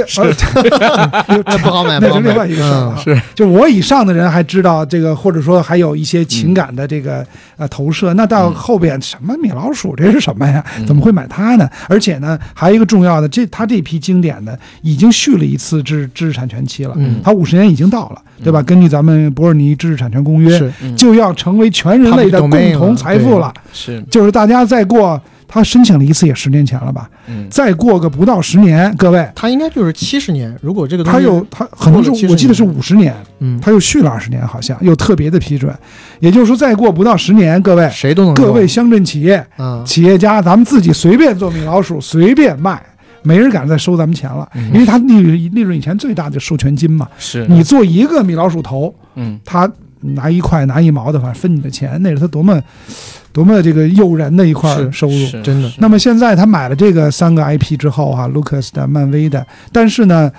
[SPEAKER 4] 呃
[SPEAKER 3] 那哎不好买，
[SPEAKER 4] 那
[SPEAKER 3] 不好
[SPEAKER 4] 是另外
[SPEAKER 3] 买。
[SPEAKER 4] 一个事儿、啊
[SPEAKER 3] 嗯
[SPEAKER 2] 是
[SPEAKER 4] 就我以上的人还知道这个，或者说还有一些
[SPEAKER 3] 嗯
[SPEAKER 4] 情感的这个、呃投射。那到后边什么米老鼠这是什么呀？
[SPEAKER 2] 嗯
[SPEAKER 4] 怎么会买它呢？而且呢，还有一个重要的，这他这批经典的已经续了一次知知识产权期了，
[SPEAKER 3] 嗯
[SPEAKER 4] 它五十年已经到了，对吧？根据咱们伯尔尼知识产权公约，
[SPEAKER 3] 是
[SPEAKER 4] 就要成为全人类的
[SPEAKER 3] 嗯他们
[SPEAKER 4] 共
[SPEAKER 3] domain
[SPEAKER 4] 同财富了
[SPEAKER 3] 了。
[SPEAKER 2] 是
[SPEAKER 4] 就是大家再过，他申请了一次也十年前了吧？
[SPEAKER 2] 嗯
[SPEAKER 4] 再过个不到十年，各位。
[SPEAKER 3] 他应该就是七十年，如果这个东西
[SPEAKER 4] 他又他可能
[SPEAKER 3] 过了
[SPEAKER 4] 是
[SPEAKER 3] 70
[SPEAKER 4] 我记得是
[SPEAKER 3] 年
[SPEAKER 4] 五十年，
[SPEAKER 3] 嗯，
[SPEAKER 4] 他又续了二十年，好像又特别的批准，也就是说再过不到十年，各位
[SPEAKER 3] 谁都能
[SPEAKER 4] 各
[SPEAKER 3] 用
[SPEAKER 4] 位乡镇企业、
[SPEAKER 3] 啊，
[SPEAKER 4] 企业家，咱们自己随便做米老鼠，随便卖，没人敢再收咱们钱了，
[SPEAKER 3] 嗯
[SPEAKER 4] 因为他利润利润以前最大的授权金嘛，
[SPEAKER 2] 是
[SPEAKER 4] 你做一个米老鼠头，
[SPEAKER 2] 嗯
[SPEAKER 4] 他拿一块拿一毛的，反正分你的钱，那是他多么多么这个诱人的一块
[SPEAKER 3] 是
[SPEAKER 4] 收入。
[SPEAKER 3] 真的
[SPEAKER 4] 那么现在他买了这个三个 IP 之后哈、啊、，Lucas 的、漫威的，但是呢，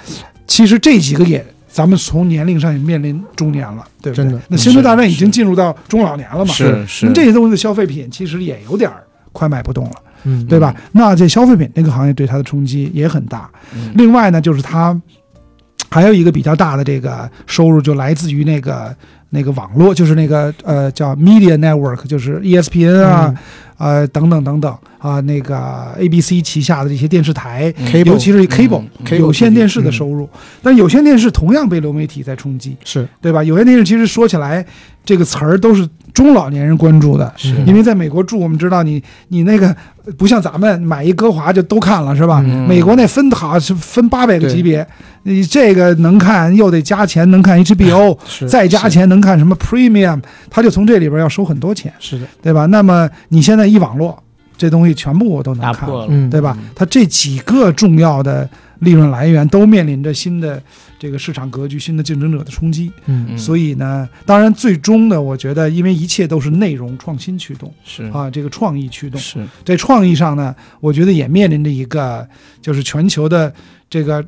[SPEAKER 4] 其实这几个也，咱们从年龄上也面临中年了，对不对？
[SPEAKER 3] 真的嗯
[SPEAKER 4] 那《星球大战》已
[SPEAKER 2] 是
[SPEAKER 4] 经进入到中老年了嘛？
[SPEAKER 2] 是是
[SPEAKER 4] 那这些东西的消费品其实也有点儿快卖不动了，
[SPEAKER 3] 嗯
[SPEAKER 4] 对吧？那这消费品这个行业对它的冲击也很大。
[SPEAKER 2] 嗯
[SPEAKER 4] 另外呢，就是它还有一个比较大的这个收入就来自于那个那个网络，就是那个呃叫 Media Network，就是 ESPN 啊，
[SPEAKER 3] 嗯
[SPEAKER 4] 呃等等等等啊、那个 ABC 旗下的这些电视台，
[SPEAKER 3] Cable，
[SPEAKER 4] 尤其是 cable、
[SPEAKER 3] 嗯 cable
[SPEAKER 4] 有线电视的
[SPEAKER 3] 嗯
[SPEAKER 4] 收入，但有线电视同样被流媒体在冲击，
[SPEAKER 3] 是
[SPEAKER 4] 对吧？有线电视其实说起来，这个词儿都是中老年人关注的，
[SPEAKER 3] 是
[SPEAKER 4] 因为在美国住，我们知道你你那个呃不像咱们买一歌华就都看了是吧？
[SPEAKER 3] 嗯
[SPEAKER 4] 美国那分塔是分八百个
[SPEAKER 3] 对
[SPEAKER 4] 级别，你这个能看又得加钱能看 HBO，
[SPEAKER 3] 是
[SPEAKER 4] 再加钱能看什么 Premium，他就从这里边要收很多钱，
[SPEAKER 3] 是的，
[SPEAKER 4] 对吧？那么你现在一网络，这东西全部我都能
[SPEAKER 5] 打
[SPEAKER 4] 看，
[SPEAKER 5] 破了。
[SPEAKER 2] 嗯，
[SPEAKER 4] 对吧？它这几个重要的利润来源都面临着新的这个市场格局、新的竞争者的冲击，
[SPEAKER 2] 嗯
[SPEAKER 4] 所以呢，当然最终呢，我觉得因为一切都是内容创新驱动
[SPEAKER 5] 是
[SPEAKER 2] 嗯
[SPEAKER 4] 啊，这个创意驱动，
[SPEAKER 5] 是
[SPEAKER 4] 在创意上呢，我觉得也面临着一个就是全球的这个呃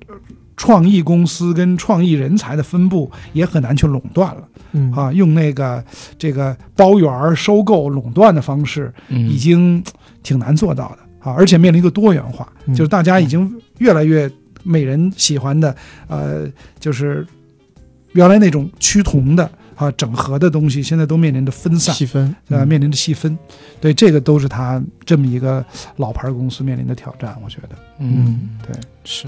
[SPEAKER 4] 创意公司跟创意人才的分布也很难去垄断了
[SPEAKER 2] 嗯，
[SPEAKER 4] 啊，用那个这个包圆儿、收购、垄断的方式，
[SPEAKER 5] 嗯
[SPEAKER 4] 已经挺难做到的啊，而且面临一个多元化，
[SPEAKER 2] 嗯
[SPEAKER 4] 就是大家已经越来越每人喜欢的，呃，就是原来那种趋同的啊整合的东西，现在都面临着分散，
[SPEAKER 3] 细分
[SPEAKER 4] 呃，
[SPEAKER 3] 嗯
[SPEAKER 4] 面临着细分，对，这个都是它这么一个老牌公司面临的挑战，我觉得，
[SPEAKER 5] 嗯
[SPEAKER 4] 对，
[SPEAKER 5] 是，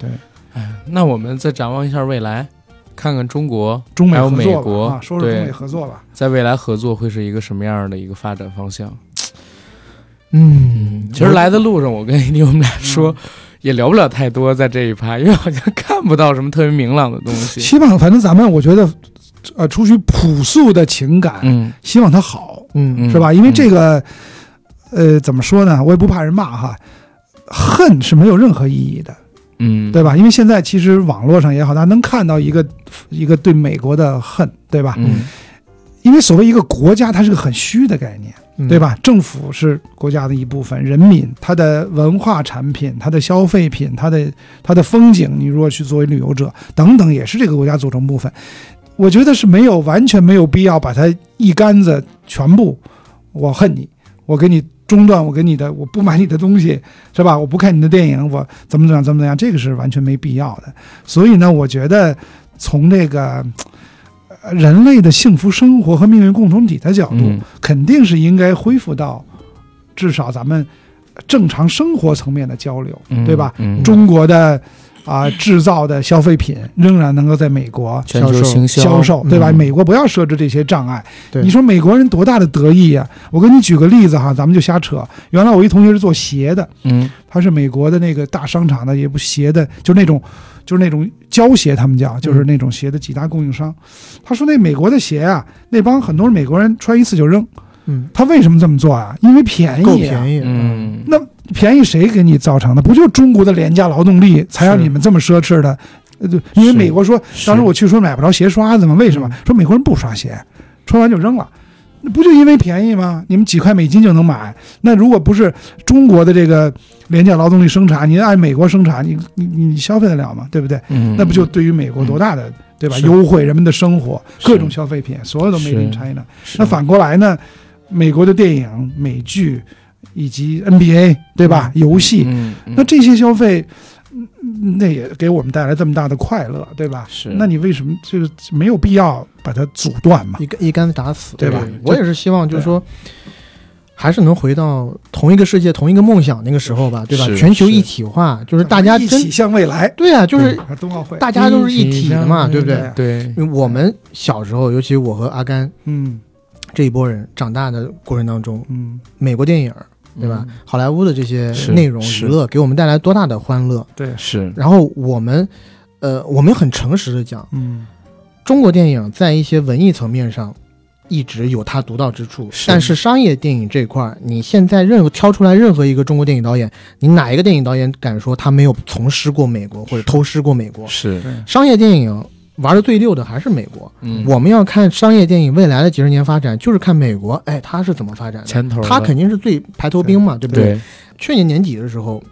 [SPEAKER 4] 对。
[SPEAKER 5] 哎，那我们再展望一下未来，看看中国
[SPEAKER 4] 中美
[SPEAKER 5] 还有
[SPEAKER 4] 合
[SPEAKER 5] 美
[SPEAKER 4] 作
[SPEAKER 5] 国
[SPEAKER 4] 吧啊，说说中
[SPEAKER 5] 对
[SPEAKER 4] 美合作吧，
[SPEAKER 5] 在未来合作会是一个什么样的一个发展方向？
[SPEAKER 2] 嗯，
[SPEAKER 5] 其实来的路上，我跟 <laughs> AD 我们俩说。也聊不了太多在这一趴，因为好像看不到什么特别明朗的东西。
[SPEAKER 4] 希望反正咱们我觉得，呃，出于朴素的情感，
[SPEAKER 5] 嗯，
[SPEAKER 4] 希望它好，
[SPEAKER 2] 嗯
[SPEAKER 5] 嗯
[SPEAKER 4] 是吧？因为
[SPEAKER 5] 嗯
[SPEAKER 4] 这个，呃，怎么说呢？我也不怕人骂哈，恨是没有任何意义的，
[SPEAKER 5] 嗯，
[SPEAKER 4] 对吧？因为现在其实网络上也好，大家能看到一个一个对美国的恨，对吧？
[SPEAKER 5] 嗯，
[SPEAKER 4] 因为所谓一个国家，它是个很虚的概念，
[SPEAKER 2] 嗯
[SPEAKER 4] 对？吧？政府是国家的一部分，人民他的文化产品、他的消费品、他的他的风景，你如果去作为旅游者等等，也是这个国家组成部分。我觉得是没有完全没有必要把它一竿子全部，我恨你，我给你中断，我给你的，我不买你的东西，是吧？我不看你的电影，我怎么怎么样，怎么怎么样，这个是完全没必要的。所以呢，我觉得从这个呃人类的幸福生活和命运共同体的角度，
[SPEAKER 5] 嗯
[SPEAKER 4] 肯定是应该恢复到至少咱们正常生活层面的交流，对吧？？
[SPEAKER 5] 嗯，
[SPEAKER 4] 中国的啊、制造的消费品仍然能够在美国
[SPEAKER 5] 全球行销
[SPEAKER 4] 销售，对吧？
[SPEAKER 2] 嗯
[SPEAKER 4] 美国不要设置这些障碍。
[SPEAKER 3] 对
[SPEAKER 4] 你说美国人多大的得意呀、我给你举个例子哈，咱们就瞎扯。原来我一同学是做鞋的，
[SPEAKER 5] 嗯
[SPEAKER 4] 他是美国的那个大商场的也不鞋的，就是那种就是那种胶鞋，他们叫就是那种鞋的几大供应商。他说那美国的鞋啊，那帮很多美国人穿一次就扔。
[SPEAKER 3] 嗯，
[SPEAKER 4] 他为什么这么做啊？因为便宜、啊，
[SPEAKER 3] 够便宜，
[SPEAKER 5] 嗯，
[SPEAKER 4] 那便宜谁给你造成的？不就是中国的廉价劳动力才让
[SPEAKER 3] 是
[SPEAKER 4] 你们这么奢侈的？呃，对，因
[SPEAKER 5] 是
[SPEAKER 4] 为美国说，
[SPEAKER 5] 是嗯
[SPEAKER 4] 当时我去说买不着鞋刷子嘛，为什么？说美国人不刷鞋，穿完就扔了。那不就因为便宜吗？你们几块美金就能买？那如果不是中国的这个廉价劳动力生产，你按美国生产，你你你消费得了吗？对不对？
[SPEAKER 5] 嗯
[SPEAKER 4] 那不就对于美国多大的对吧？
[SPEAKER 5] 是
[SPEAKER 4] 优惠人们的生活，
[SPEAKER 5] 是
[SPEAKER 4] 各种消费品，所有都 made in
[SPEAKER 5] 是
[SPEAKER 4] China。
[SPEAKER 5] 是
[SPEAKER 4] 那反过来呢，美国的电影、美剧以及 NBA 对吧？游戏，
[SPEAKER 5] 嗯，嗯
[SPEAKER 4] 那这些消费，嗯那也给我们带来这么大的快乐，对吧？
[SPEAKER 5] 是
[SPEAKER 4] 那你为什么就是没有必要把它阻断嘛？
[SPEAKER 3] 一竿一竿子打死，
[SPEAKER 4] 对吧
[SPEAKER 3] 我也是希望就是说。还是能回到同一个世界、同一个梦想那个时候吧，对吧？
[SPEAKER 5] 是
[SPEAKER 3] 全球
[SPEAKER 5] 是
[SPEAKER 3] 一体化，就是大家
[SPEAKER 4] 一
[SPEAKER 3] 真
[SPEAKER 4] 起向未来，
[SPEAKER 3] 对啊，就是
[SPEAKER 4] 啊冬奥会，
[SPEAKER 3] 大家都是一体的嘛，
[SPEAKER 5] 嗯
[SPEAKER 3] 对不对
[SPEAKER 4] 对？
[SPEAKER 5] 对，
[SPEAKER 3] 我们小时候，尤其我和阿甘
[SPEAKER 4] 嗯
[SPEAKER 3] 这一波人长大的过程当中，
[SPEAKER 4] 嗯，
[SPEAKER 3] 美国电影对吧？好莱坞的这些
[SPEAKER 5] 嗯是
[SPEAKER 3] 内容
[SPEAKER 5] 是
[SPEAKER 3] 娱乐给我们带来多大的欢乐？
[SPEAKER 4] 对，
[SPEAKER 5] 是
[SPEAKER 3] 然后我们，呃，我们很诚实的讲，
[SPEAKER 4] 嗯
[SPEAKER 3] 中国电影在一些文艺层面上一直有它独到之处，
[SPEAKER 5] 是
[SPEAKER 3] 但是商业电影这一块儿，你现在任何挑出来任何一个中国电影导演，你哪一个电影导演敢说他没有从师过美国或者偷师过美国？
[SPEAKER 5] 是，
[SPEAKER 3] 商业电影玩的最溜的还是美国。
[SPEAKER 5] 嗯
[SPEAKER 3] 我们要看商业电影未来的几十年发展，就是看美国，哎，它是怎么发展的？
[SPEAKER 5] 前头
[SPEAKER 3] 它
[SPEAKER 5] 的
[SPEAKER 3] 肯定是最排头兵嘛，对不对？
[SPEAKER 5] 对
[SPEAKER 3] 去年年底的时候，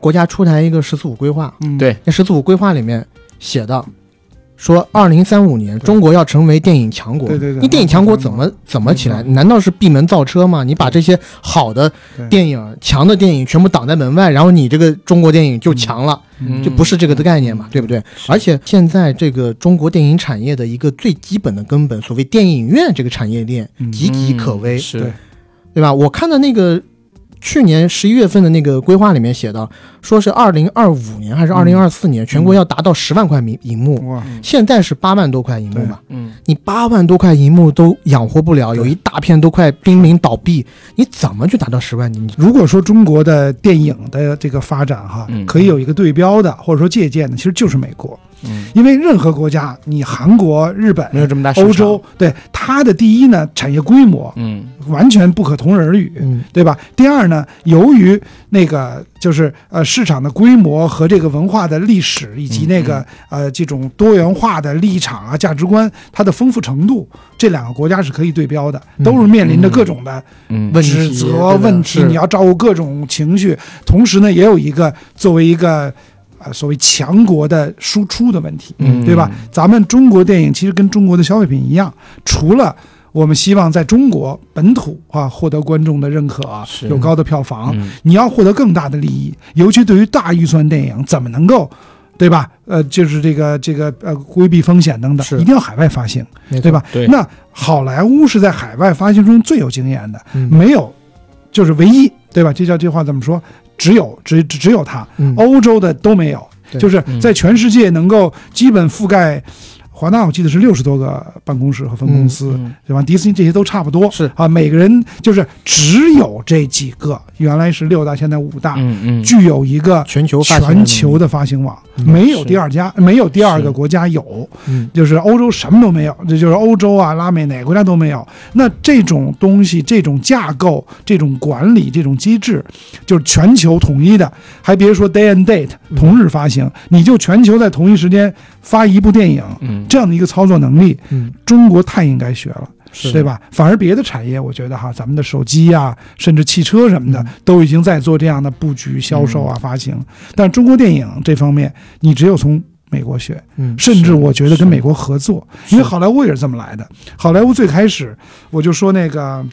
[SPEAKER 3] 国家出台一个“十四五”规划，
[SPEAKER 4] 嗯
[SPEAKER 5] 对
[SPEAKER 3] 那“十四五”规划里面写到，说二零三五年中国要成为电影强国。
[SPEAKER 4] 对对对
[SPEAKER 3] 你电影强国怎么怎么起来？
[SPEAKER 4] 没错
[SPEAKER 3] 难道是闭门造车吗？你把这些好的
[SPEAKER 4] 对
[SPEAKER 3] 电影、强的电影全部挡在门外，然后你这个中国电影就强了，
[SPEAKER 4] 嗯
[SPEAKER 3] 就不是这个的概念嘛，对不对？而且现在这个中国电影产业的一个最基本的根本，所谓电影院这个产业链
[SPEAKER 4] 嗯
[SPEAKER 3] 岌岌可危，
[SPEAKER 5] 是
[SPEAKER 3] 对吧？我看的那个去年十一月份的那个规划里面写的，说是二零二五年
[SPEAKER 4] 嗯
[SPEAKER 3] 还是二零二四年，全国要达到十万块银银幕，
[SPEAKER 4] 哇，
[SPEAKER 3] 现在是八万多块银幕
[SPEAKER 4] 对
[SPEAKER 3] 嘛，
[SPEAKER 5] 嗯，
[SPEAKER 3] 你八万多块银幕都养活不了，有一大片都快濒临倒闭，你怎么去达到十万？你
[SPEAKER 4] 如果说中国的电影的这个发展哈，
[SPEAKER 5] 嗯
[SPEAKER 4] 可以有一个对标的或者说借鉴的，其实就是美国，
[SPEAKER 5] 嗯
[SPEAKER 4] 因为任何国家，你韩国、日本、
[SPEAKER 5] 没有这么大市场
[SPEAKER 4] 欧洲，对它的第一呢，产业规模
[SPEAKER 5] 嗯
[SPEAKER 4] 完全不可同日而语。
[SPEAKER 3] 嗯，
[SPEAKER 4] 对吧？第二呢，由于那个就是呃市场的规模和这个文化的历史以及那
[SPEAKER 5] 嗯
[SPEAKER 4] 个、呃这种多元化的立场啊、价值观，它的丰富程度，这两个国家是可以对标的，
[SPEAKER 3] 嗯
[SPEAKER 4] 都是面临着各种的
[SPEAKER 5] 嗯
[SPEAKER 3] 问
[SPEAKER 4] 指
[SPEAKER 3] 题
[SPEAKER 4] 责问题，你
[SPEAKER 3] 要
[SPEAKER 4] 要照顾各种情绪，同时呢，也有一个作为一个呃所谓强国的输出的问题，
[SPEAKER 5] 嗯
[SPEAKER 4] 对吧？咱们中国电影其实跟中国的消费品一样，除了我们希望在中国本土啊获得观众的认可，
[SPEAKER 5] 是
[SPEAKER 4] 有高的票房，
[SPEAKER 5] 嗯
[SPEAKER 4] 你要获得更大的利益，尤其对于大预算电影，怎么能够？对吧？呃，就是这个这个呃，规避风险等等，
[SPEAKER 3] 是
[SPEAKER 4] 一定要海外发行，对？吧？
[SPEAKER 5] 对
[SPEAKER 4] 那好莱坞是在海外发行中最有经验的，
[SPEAKER 3] 嗯
[SPEAKER 4] 没有，就是唯一，对吧？这叫这话怎么说？只有只只只有它，
[SPEAKER 3] 嗯
[SPEAKER 4] 欧洲的都没有，
[SPEAKER 3] 对
[SPEAKER 4] 就是
[SPEAKER 5] 嗯
[SPEAKER 4] 在全世界能够基本覆盖。华纳我记得是六十多个办公室和分公司，
[SPEAKER 5] 嗯嗯
[SPEAKER 4] 对吧？迪士尼这些都差不多，
[SPEAKER 3] 是
[SPEAKER 4] 啊，每个人就是只有这几个，原来是六大，现在五大，
[SPEAKER 5] 嗯嗯，
[SPEAKER 4] 具有一个
[SPEAKER 3] 全球发行的
[SPEAKER 4] 全球的发行网，
[SPEAKER 3] 嗯
[SPEAKER 4] 没有
[SPEAKER 5] 是
[SPEAKER 4] 第二家，没有第二
[SPEAKER 5] 是
[SPEAKER 4] 个国家有，
[SPEAKER 3] 嗯
[SPEAKER 4] 就是欧洲什么都没有，这就是欧洲啊、拉美哪个国家都没有。那这种东西、这种架构、这种管理、这种机制，就是全球统一的，还别说 day and date
[SPEAKER 3] 嗯
[SPEAKER 4] 同日发行，你就全球在同一时间发一部电影，
[SPEAKER 5] 嗯
[SPEAKER 4] 这样的一个操作能力，
[SPEAKER 3] 嗯
[SPEAKER 4] 中国太应该学了。
[SPEAKER 3] 是
[SPEAKER 4] 对吧？反而别的产业，我觉得哈，咱们的手机呀、甚至汽车什么的
[SPEAKER 3] 嗯，
[SPEAKER 4] 都已经在做这样的布局、销售啊、发行。但中国电影这方面，你只有从美国学，
[SPEAKER 3] 嗯
[SPEAKER 4] 甚至我觉得
[SPEAKER 5] 是
[SPEAKER 4] 跟美国合作，因为好莱坞也是这么来的。好莱坞最开始我就说那个。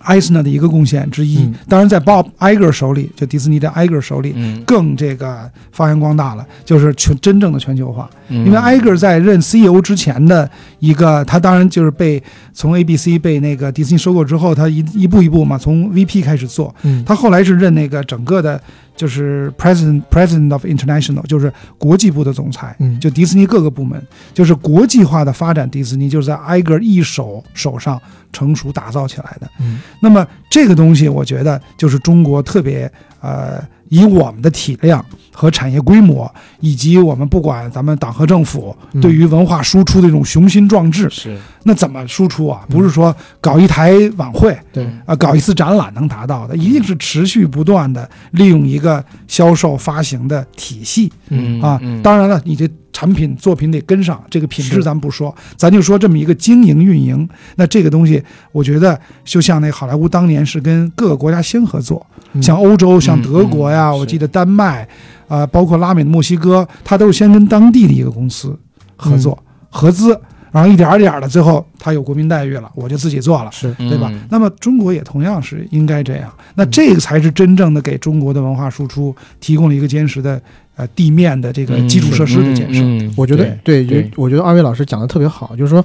[SPEAKER 4] 艾斯纳的一个贡献之一，
[SPEAKER 3] 嗯
[SPEAKER 4] 当然在 Bob Iger 手里，就迪士尼的 Iger 手里
[SPEAKER 5] 嗯，
[SPEAKER 4] 更这个发扬光大了，就是全真正的全球化。
[SPEAKER 5] 因
[SPEAKER 4] 因为挨个儿在任 CEO 之前的一个，他当然就是被从 ABC 被那个迪士尼收购之后，他一一步一步嘛，从 VP 开始做，
[SPEAKER 3] 嗯
[SPEAKER 4] 他后来是任那个整个的，就是 President President of International，就是国际部的总裁，
[SPEAKER 3] 嗯
[SPEAKER 4] 就迪士尼各个部门，就是国际化的发展，迪士尼就是在挨个儿一手手上成熟打造起来的。
[SPEAKER 3] 嗯
[SPEAKER 4] 那么这个东西，我觉得就是中国特别呃，以我们的体量和产业规模，以及我们不管咱们党和政府
[SPEAKER 3] 嗯
[SPEAKER 4] 对于文化输出的这种雄心壮志，
[SPEAKER 5] 是
[SPEAKER 4] 那怎么输出啊？
[SPEAKER 3] 嗯
[SPEAKER 4] 不是说搞一台晚会。
[SPEAKER 3] 对
[SPEAKER 4] 啊、搞一次展览能达到的，一定是持续不断的利用一个销售发行的体系
[SPEAKER 5] 嗯
[SPEAKER 4] 啊。
[SPEAKER 5] 嗯
[SPEAKER 4] 当然了，你这产品作品得跟上，这个品
[SPEAKER 5] 是
[SPEAKER 4] 质咱不说，咱就说这么一个经营运营。那这个东西，我觉得就像那好莱坞当年是跟各个国家先合作，
[SPEAKER 3] 嗯
[SPEAKER 4] 像欧洲、像德国呀，
[SPEAKER 5] 嗯嗯
[SPEAKER 4] 我
[SPEAKER 5] 是
[SPEAKER 4] 记得丹麦啊、包括拉美的墨西哥，它都是先跟当地的一个公司合作、
[SPEAKER 5] 嗯
[SPEAKER 4] 合资，然后一点儿一点的，最后它有国民待遇了，我就自己做了。
[SPEAKER 3] 是
[SPEAKER 5] 嗯
[SPEAKER 4] 对吧？那么中国也同样是应该这样，那这个才是真正的给中国的文化输出提供了一个坚实的呃地面的这个基础设施的建设。
[SPEAKER 5] 嗯
[SPEAKER 3] 我觉得对，
[SPEAKER 5] 对
[SPEAKER 3] 就我觉得二位老师讲的特别好，就是说，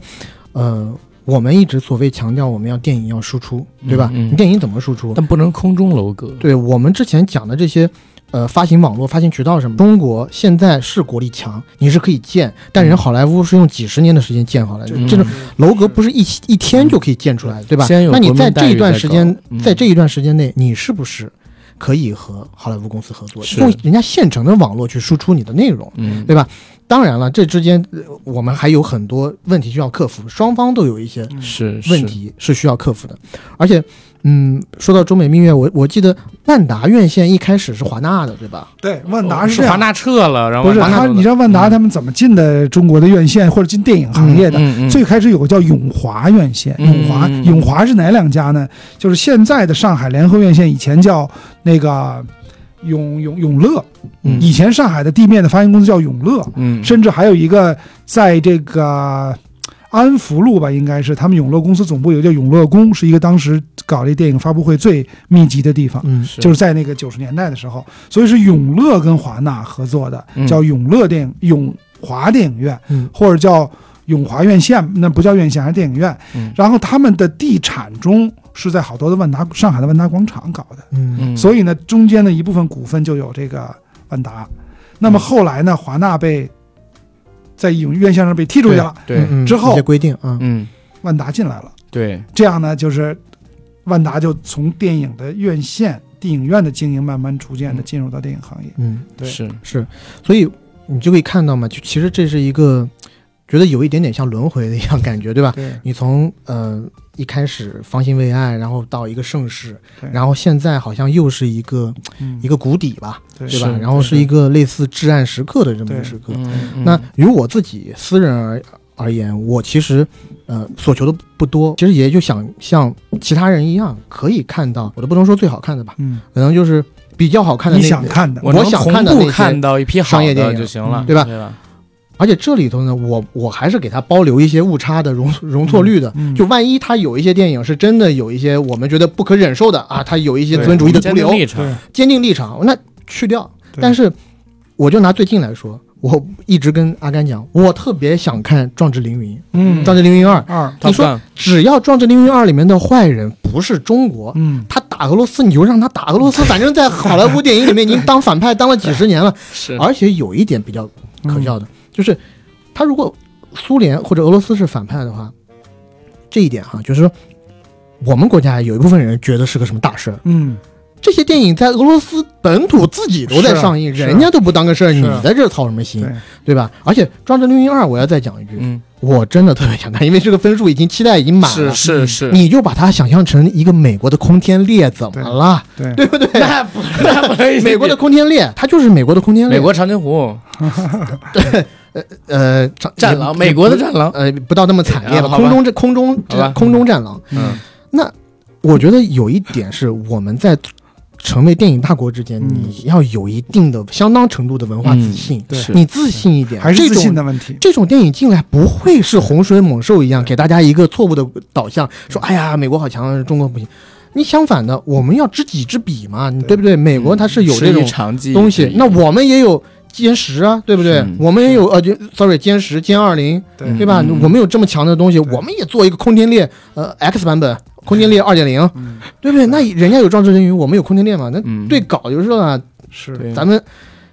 [SPEAKER 3] 呃，我们一直所谓强调我们要电影要输出，对吧？
[SPEAKER 5] 嗯嗯
[SPEAKER 3] 你电影怎么输出？
[SPEAKER 5] 但不能空中楼阁。
[SPEAKER 3] 对我们之前讲的这些，呃，发行网络、发行渠道什么，中国现在是国力强，你是可以建，但人好莱坞是用几十年的时间建好莱坞，
[SPEAKER 5] 嗯
[SPEAKER 3] 这种楼阁不
[SPEAKER 4] 是
[SPEAKER 3] 是一一天就可以建出来的，对吧？
[SPEAKER 5] 先有
[SPEAKER 3] 那你
[SPEAKER 5] 国
[SPEAKER 3] 在
[SPEAKER 5] 民待
[SPEAKER 3] 这一
[SPEAKER 5] 遇
[SPEAKER 3] 段
[SPEAKER 5] 再
[SPEAKER 3] 时
[SPEAKER 5] 搞
[SPEAKER 3] 间，
[SPEAKER 5] 嗯
[SPEAKER 3] 在这一段时间内，你是不是可以和好莱坞公司合作，
[SPEAKER 5] 是
[SPEAKER 3] 用人家现成的网络去输出你的内容？
[SPEAKER 5] 嗯，
[SPEAKER 3] 对吧？当然了，这之间呃我们还有很多问题需要克服，双方都有一
[SPEAKER 2] 嗯
[SPEAKER 3] 些
[SPEAKER 5] 是
[SPEAKER 3] 问，题是需要克服的。而且，嗯，说到中美蜜月，我我记得万达院线一开始是华纳的，对吧？
[SPEAKER 4] 对万
[SPEAKER 5] 是
[SPEAKER 4] 达是
[SPEAKER 5] 嗯是
[SPEAKER 4] 这
[SPEAKER 5] 华
[SPEAKER 4] 样。
[SPEAKER 5] 纳撤了，然后
[SPEAKER 4] 不是
[SPEAKER 5] 华纳
[SPEAKER 4] 他，
[SPEAKER 5] 撤
[SPEAKER 4] 你知
[SPEAKER 5] 了
[SPEAKER 4] 道万达他们怎么进的中国的院线或者进电影行业的？
[SPEAKER 5] 嗯嗯
[SPEAKER 4] 最开始有个叫永华院线，
[SPEAKER 5] 嗯
[SPEAKER 4] 永华
[SPEAKER 5] 嗯嗯
[SPEAKER 4] 永华是哪两家呢？就是现在的上海联合院线，以前叫那个永永永乐，
[SPEAKER 5] 嗯
[SPEAKER 4] 以前上海的地面的发行公司叫永乐，
[SPEAKER 5] 嗯
[SPEAKER 4] 甚至还有一个在这个安福路吧，应该是他们永乐公司总部有叫永乐宫，是一个当时搞这电影发布会最密集的地方。
[SPEAKER 2] 嗯
[SPEAKER 4] 啊就是在那个九十年代的时候，所以是永乐跟华纳合作的，
[SPEAKER 5] 嗯
[SPEAKER 4] 叫永乐电影、永华电影院，
[SPEAKER 2] 嗯
[SPEAKER 4] 或者叫永华院线，那不叫院线，还是电影院。
[SPEAKER 5] 嗯
[SPEAKER 4] 然后他们的地产中是在好多的万达上海的万达广场搞的，
[SPEAKER 2] 嗯
[SPEAKER 5] 嗯，
[SPEAKER 4] 所以呢，中间的一部分股份就有这个万达。那么后来呢，华纳被在影院线上被踢出去了，
[SPEAKER 5] 对，
[SPEAKER 2] 嗯
[SPEAKER 4] 之后
[SPEAKER 3] 一些规定啊，
[SPEAKER 5] 嗯，
[SPEAKER 4] 万达进来了。
[SPEAKER 5] 对，
[SPEAKER 4] 这样呢，就是万达就从电影的院线、电影院的经营，慢慢逐渐的进入到电影行业。
[SPEAKER 3] 嗯，
[SPEAKER 4] 对
[SPEAKER 5] 是，
[SPEAKER 3] 是，所以你就可以看到嘛，就其实这是一个觉得有一点点像轮回的一样感觉，对吧？ <laughs>
[SPEAKER 4] 对，
[SPEAKER 3] 你从呃一开始方兴未艾，然后到一个盛世
[SPEAKER 4] 对，
[SPEAKER 3] 然后现在好像又是一个
[SPEAKER 4] 嗯
[SPEAKER 3] 一个谷底吧，
[SPEAKER 4] 对
[SPEAKER 3] 对吧？
[SPEAKER 5] 是
[SPEAKER 3] 然后是一个类似至暗时刻的这么一个时刻。
[SPEAKER 5] 嗯，
[SPEAKER 3] 那于我自己私人而而言，我其实呃所求的不多，其实也就想像其他人一样，可以看到我都不能说最好看的吧，
[SPEAKER 4] 嗯，
[SPEAKER 3] 可能就是比较好看的
[SPEAKER 4] 你
[SPEAKER 3] 那
[SPEAKER 4] 想看的，
[SPEAKER 5] 我
[SPEAKER 3] 我
[SPEAKER 5] 能
[SPEAKER 3] 想
[SPEAKER 5] 同
[SPEAKER 3] 看的那
[SPEAKER 5] 步
[SPEAKER 3] 些
[SPEAKER 5] 看到一批好
[SPEAKER 3] 商业电
[SPEAKER 5] 的
[SPEAKER 3] 影
[SPEAKER 5] 就行了，
[SPEAKER 4] 嗯
[SPEAKER 5] 对
[SPEAKER 3] 对吧
[SPEAKER 5] 吧？
[SPEAKER 3] 而且这里头呢，我我还是给它包留一些误差的容容错率的。
[SPEAKER 4] 嗯
[SPEAKER 3] 就万一它有一些电影是真的有一些我们觉得不可忍受的啊，它有一些资本主义的毒
[SPEAKER 5] 坚定
[SPEAKER 3] 瘤，嗯
[SPEAKER 5] 立场，
[SPEAKER 4] 对，
[SPEAKER 3] 坚定立场，那去掉。
[SPEAKER 4] 对
[SPEAKER 3] 但是，我就拿最近来说，我一直跟阿甘讲，我特别想看《壮志凌云》
[SPEAKER 4] 嗯
[SPEAKER 3] 《壮志凌云二》，
[SPEAKER 4] 二，
[SPEAKER 5] Top
[SPEAKER 3] 你说
[SPEAKER 5] Gun，
[SPEAKER 3] 只要《壮志凌云二》里面的坏人不是中国，
[SPEAKER 4] 嗯，
[SPEAKER 3] 他打俄罗斯你就让他打俄罗斯，反正在好莱坞电影里面已经当反派当了几十年了。
[SPEAKER 5] 是
[SPEAKER 3] 而且有一点比较
[SPEAKER 4] 嗯
[SPEAKER 3] 可笑的，就是他如果苏联或者俄罗斯是反派的话，这一点哈，就是说我们国家有一部分人觉得是个什么大事儿，
[SPEAKER 4] 嗯，
[SPEAKER 3] 这些电影在俄罗斯本土自己都在上映，
[SPEAKER 4] 是啊
[SPEAKER 3] 人家都不当个事儿，
[SPEAKER 4] 是
[SPEAKER 3] 你
[SPEAKER 4] 啊
[SPEAKER 3] 在这儿操什么心，
[SPEAKER 4] 对，
[SPEAKER 3] 对吧？而且《壮志凌云二》，我要再讲一句，
[SPEAKER 5] 嗯，
[SPEAKER 3] 我真的特别想看，因为这个分数已经期待已经满
[SPEAKER 5] 是
[SPEAKER 3] 了。
[SPEAKER 5] 是是，
[SPEAKER 3] 嗯你就把它想象成一个美国的空天猎，怎么
[SPEAKER 4] 对
[SPEAKER 3] 了？
[SPEAKER 4] 对，
[SPEAKER 3] 对不对？ <laughs>
[SPEAKER 5] 那不那不能一定
[SPEAKER 3] 美国的空天猎，它就是美国的空天猎。
[SPEAKER 5] 美国长津湖
[SPEAKER 3] 呃，战
[SPEAKER 5] 战狼，美国的战狼，
[SPEAKER 3] 呃，不到那么惨烈吧？
[SPEAKER 5] 啊好吧
[SPEAKER 3] 空中这空中
[SPEAKER 5] 好吧
[SPEAKER 3] 这空中战狼，
[SPEAKER 5] 嗯，
[SPEAKER 3] 我觉得有一点是我们在成为电影大国之前，
[SPEAKER 4] 嗯
[SPEAKER 3] 你要有一定的相当程度的文化自信，
[SPEAKER 5] 对是
[SPEAKER 3] 你自信一点，
[SPEAKER 4] 还是自信
[SPEAKER 3] 嗯这种。
[SPEAKER 4] 的问题。
[SPEAKER 3] 这种电影进来不会是洪水猛兽一样给大家一个错误的导向，说哎呀美国好强，中国不行。你相反的，我们要知己知彼嘛，你
[SPEAKER 4] 对嗯
[SPEAKER 3] 对不对？美国它是有这种
[SPEAKER 5] 长计
[SPEAKER 3] 东西，那我们也有歼十啊，对不对
[SPEAKER 5] 是？
[SPEAKER 3] 我们也有呃就，sorry，歼十、歼二零，
[SPEAKER 4] 对
[SPEAKER 3] 对吧？
[SPEAKER 5] 嗯
[SPEAKER 3] 我们有这么强的东西，
[SPEAKER 4] 对
[SPEAKER 3] 我们也做一个空天猎，呃，X 版本，空天猎二点零，
[SPEAKER 4] 嗯，
[SPEAKER 3] 对不对？那人家有壮志凌云，我们有空天猎嘛？那
[SPEAKER 5] 嗯
[SPEAKER 3] 对搞就是了，
[SPEAKER 4] 是
[SPEAKER 5] 对
[SPEAKER 3] 咱们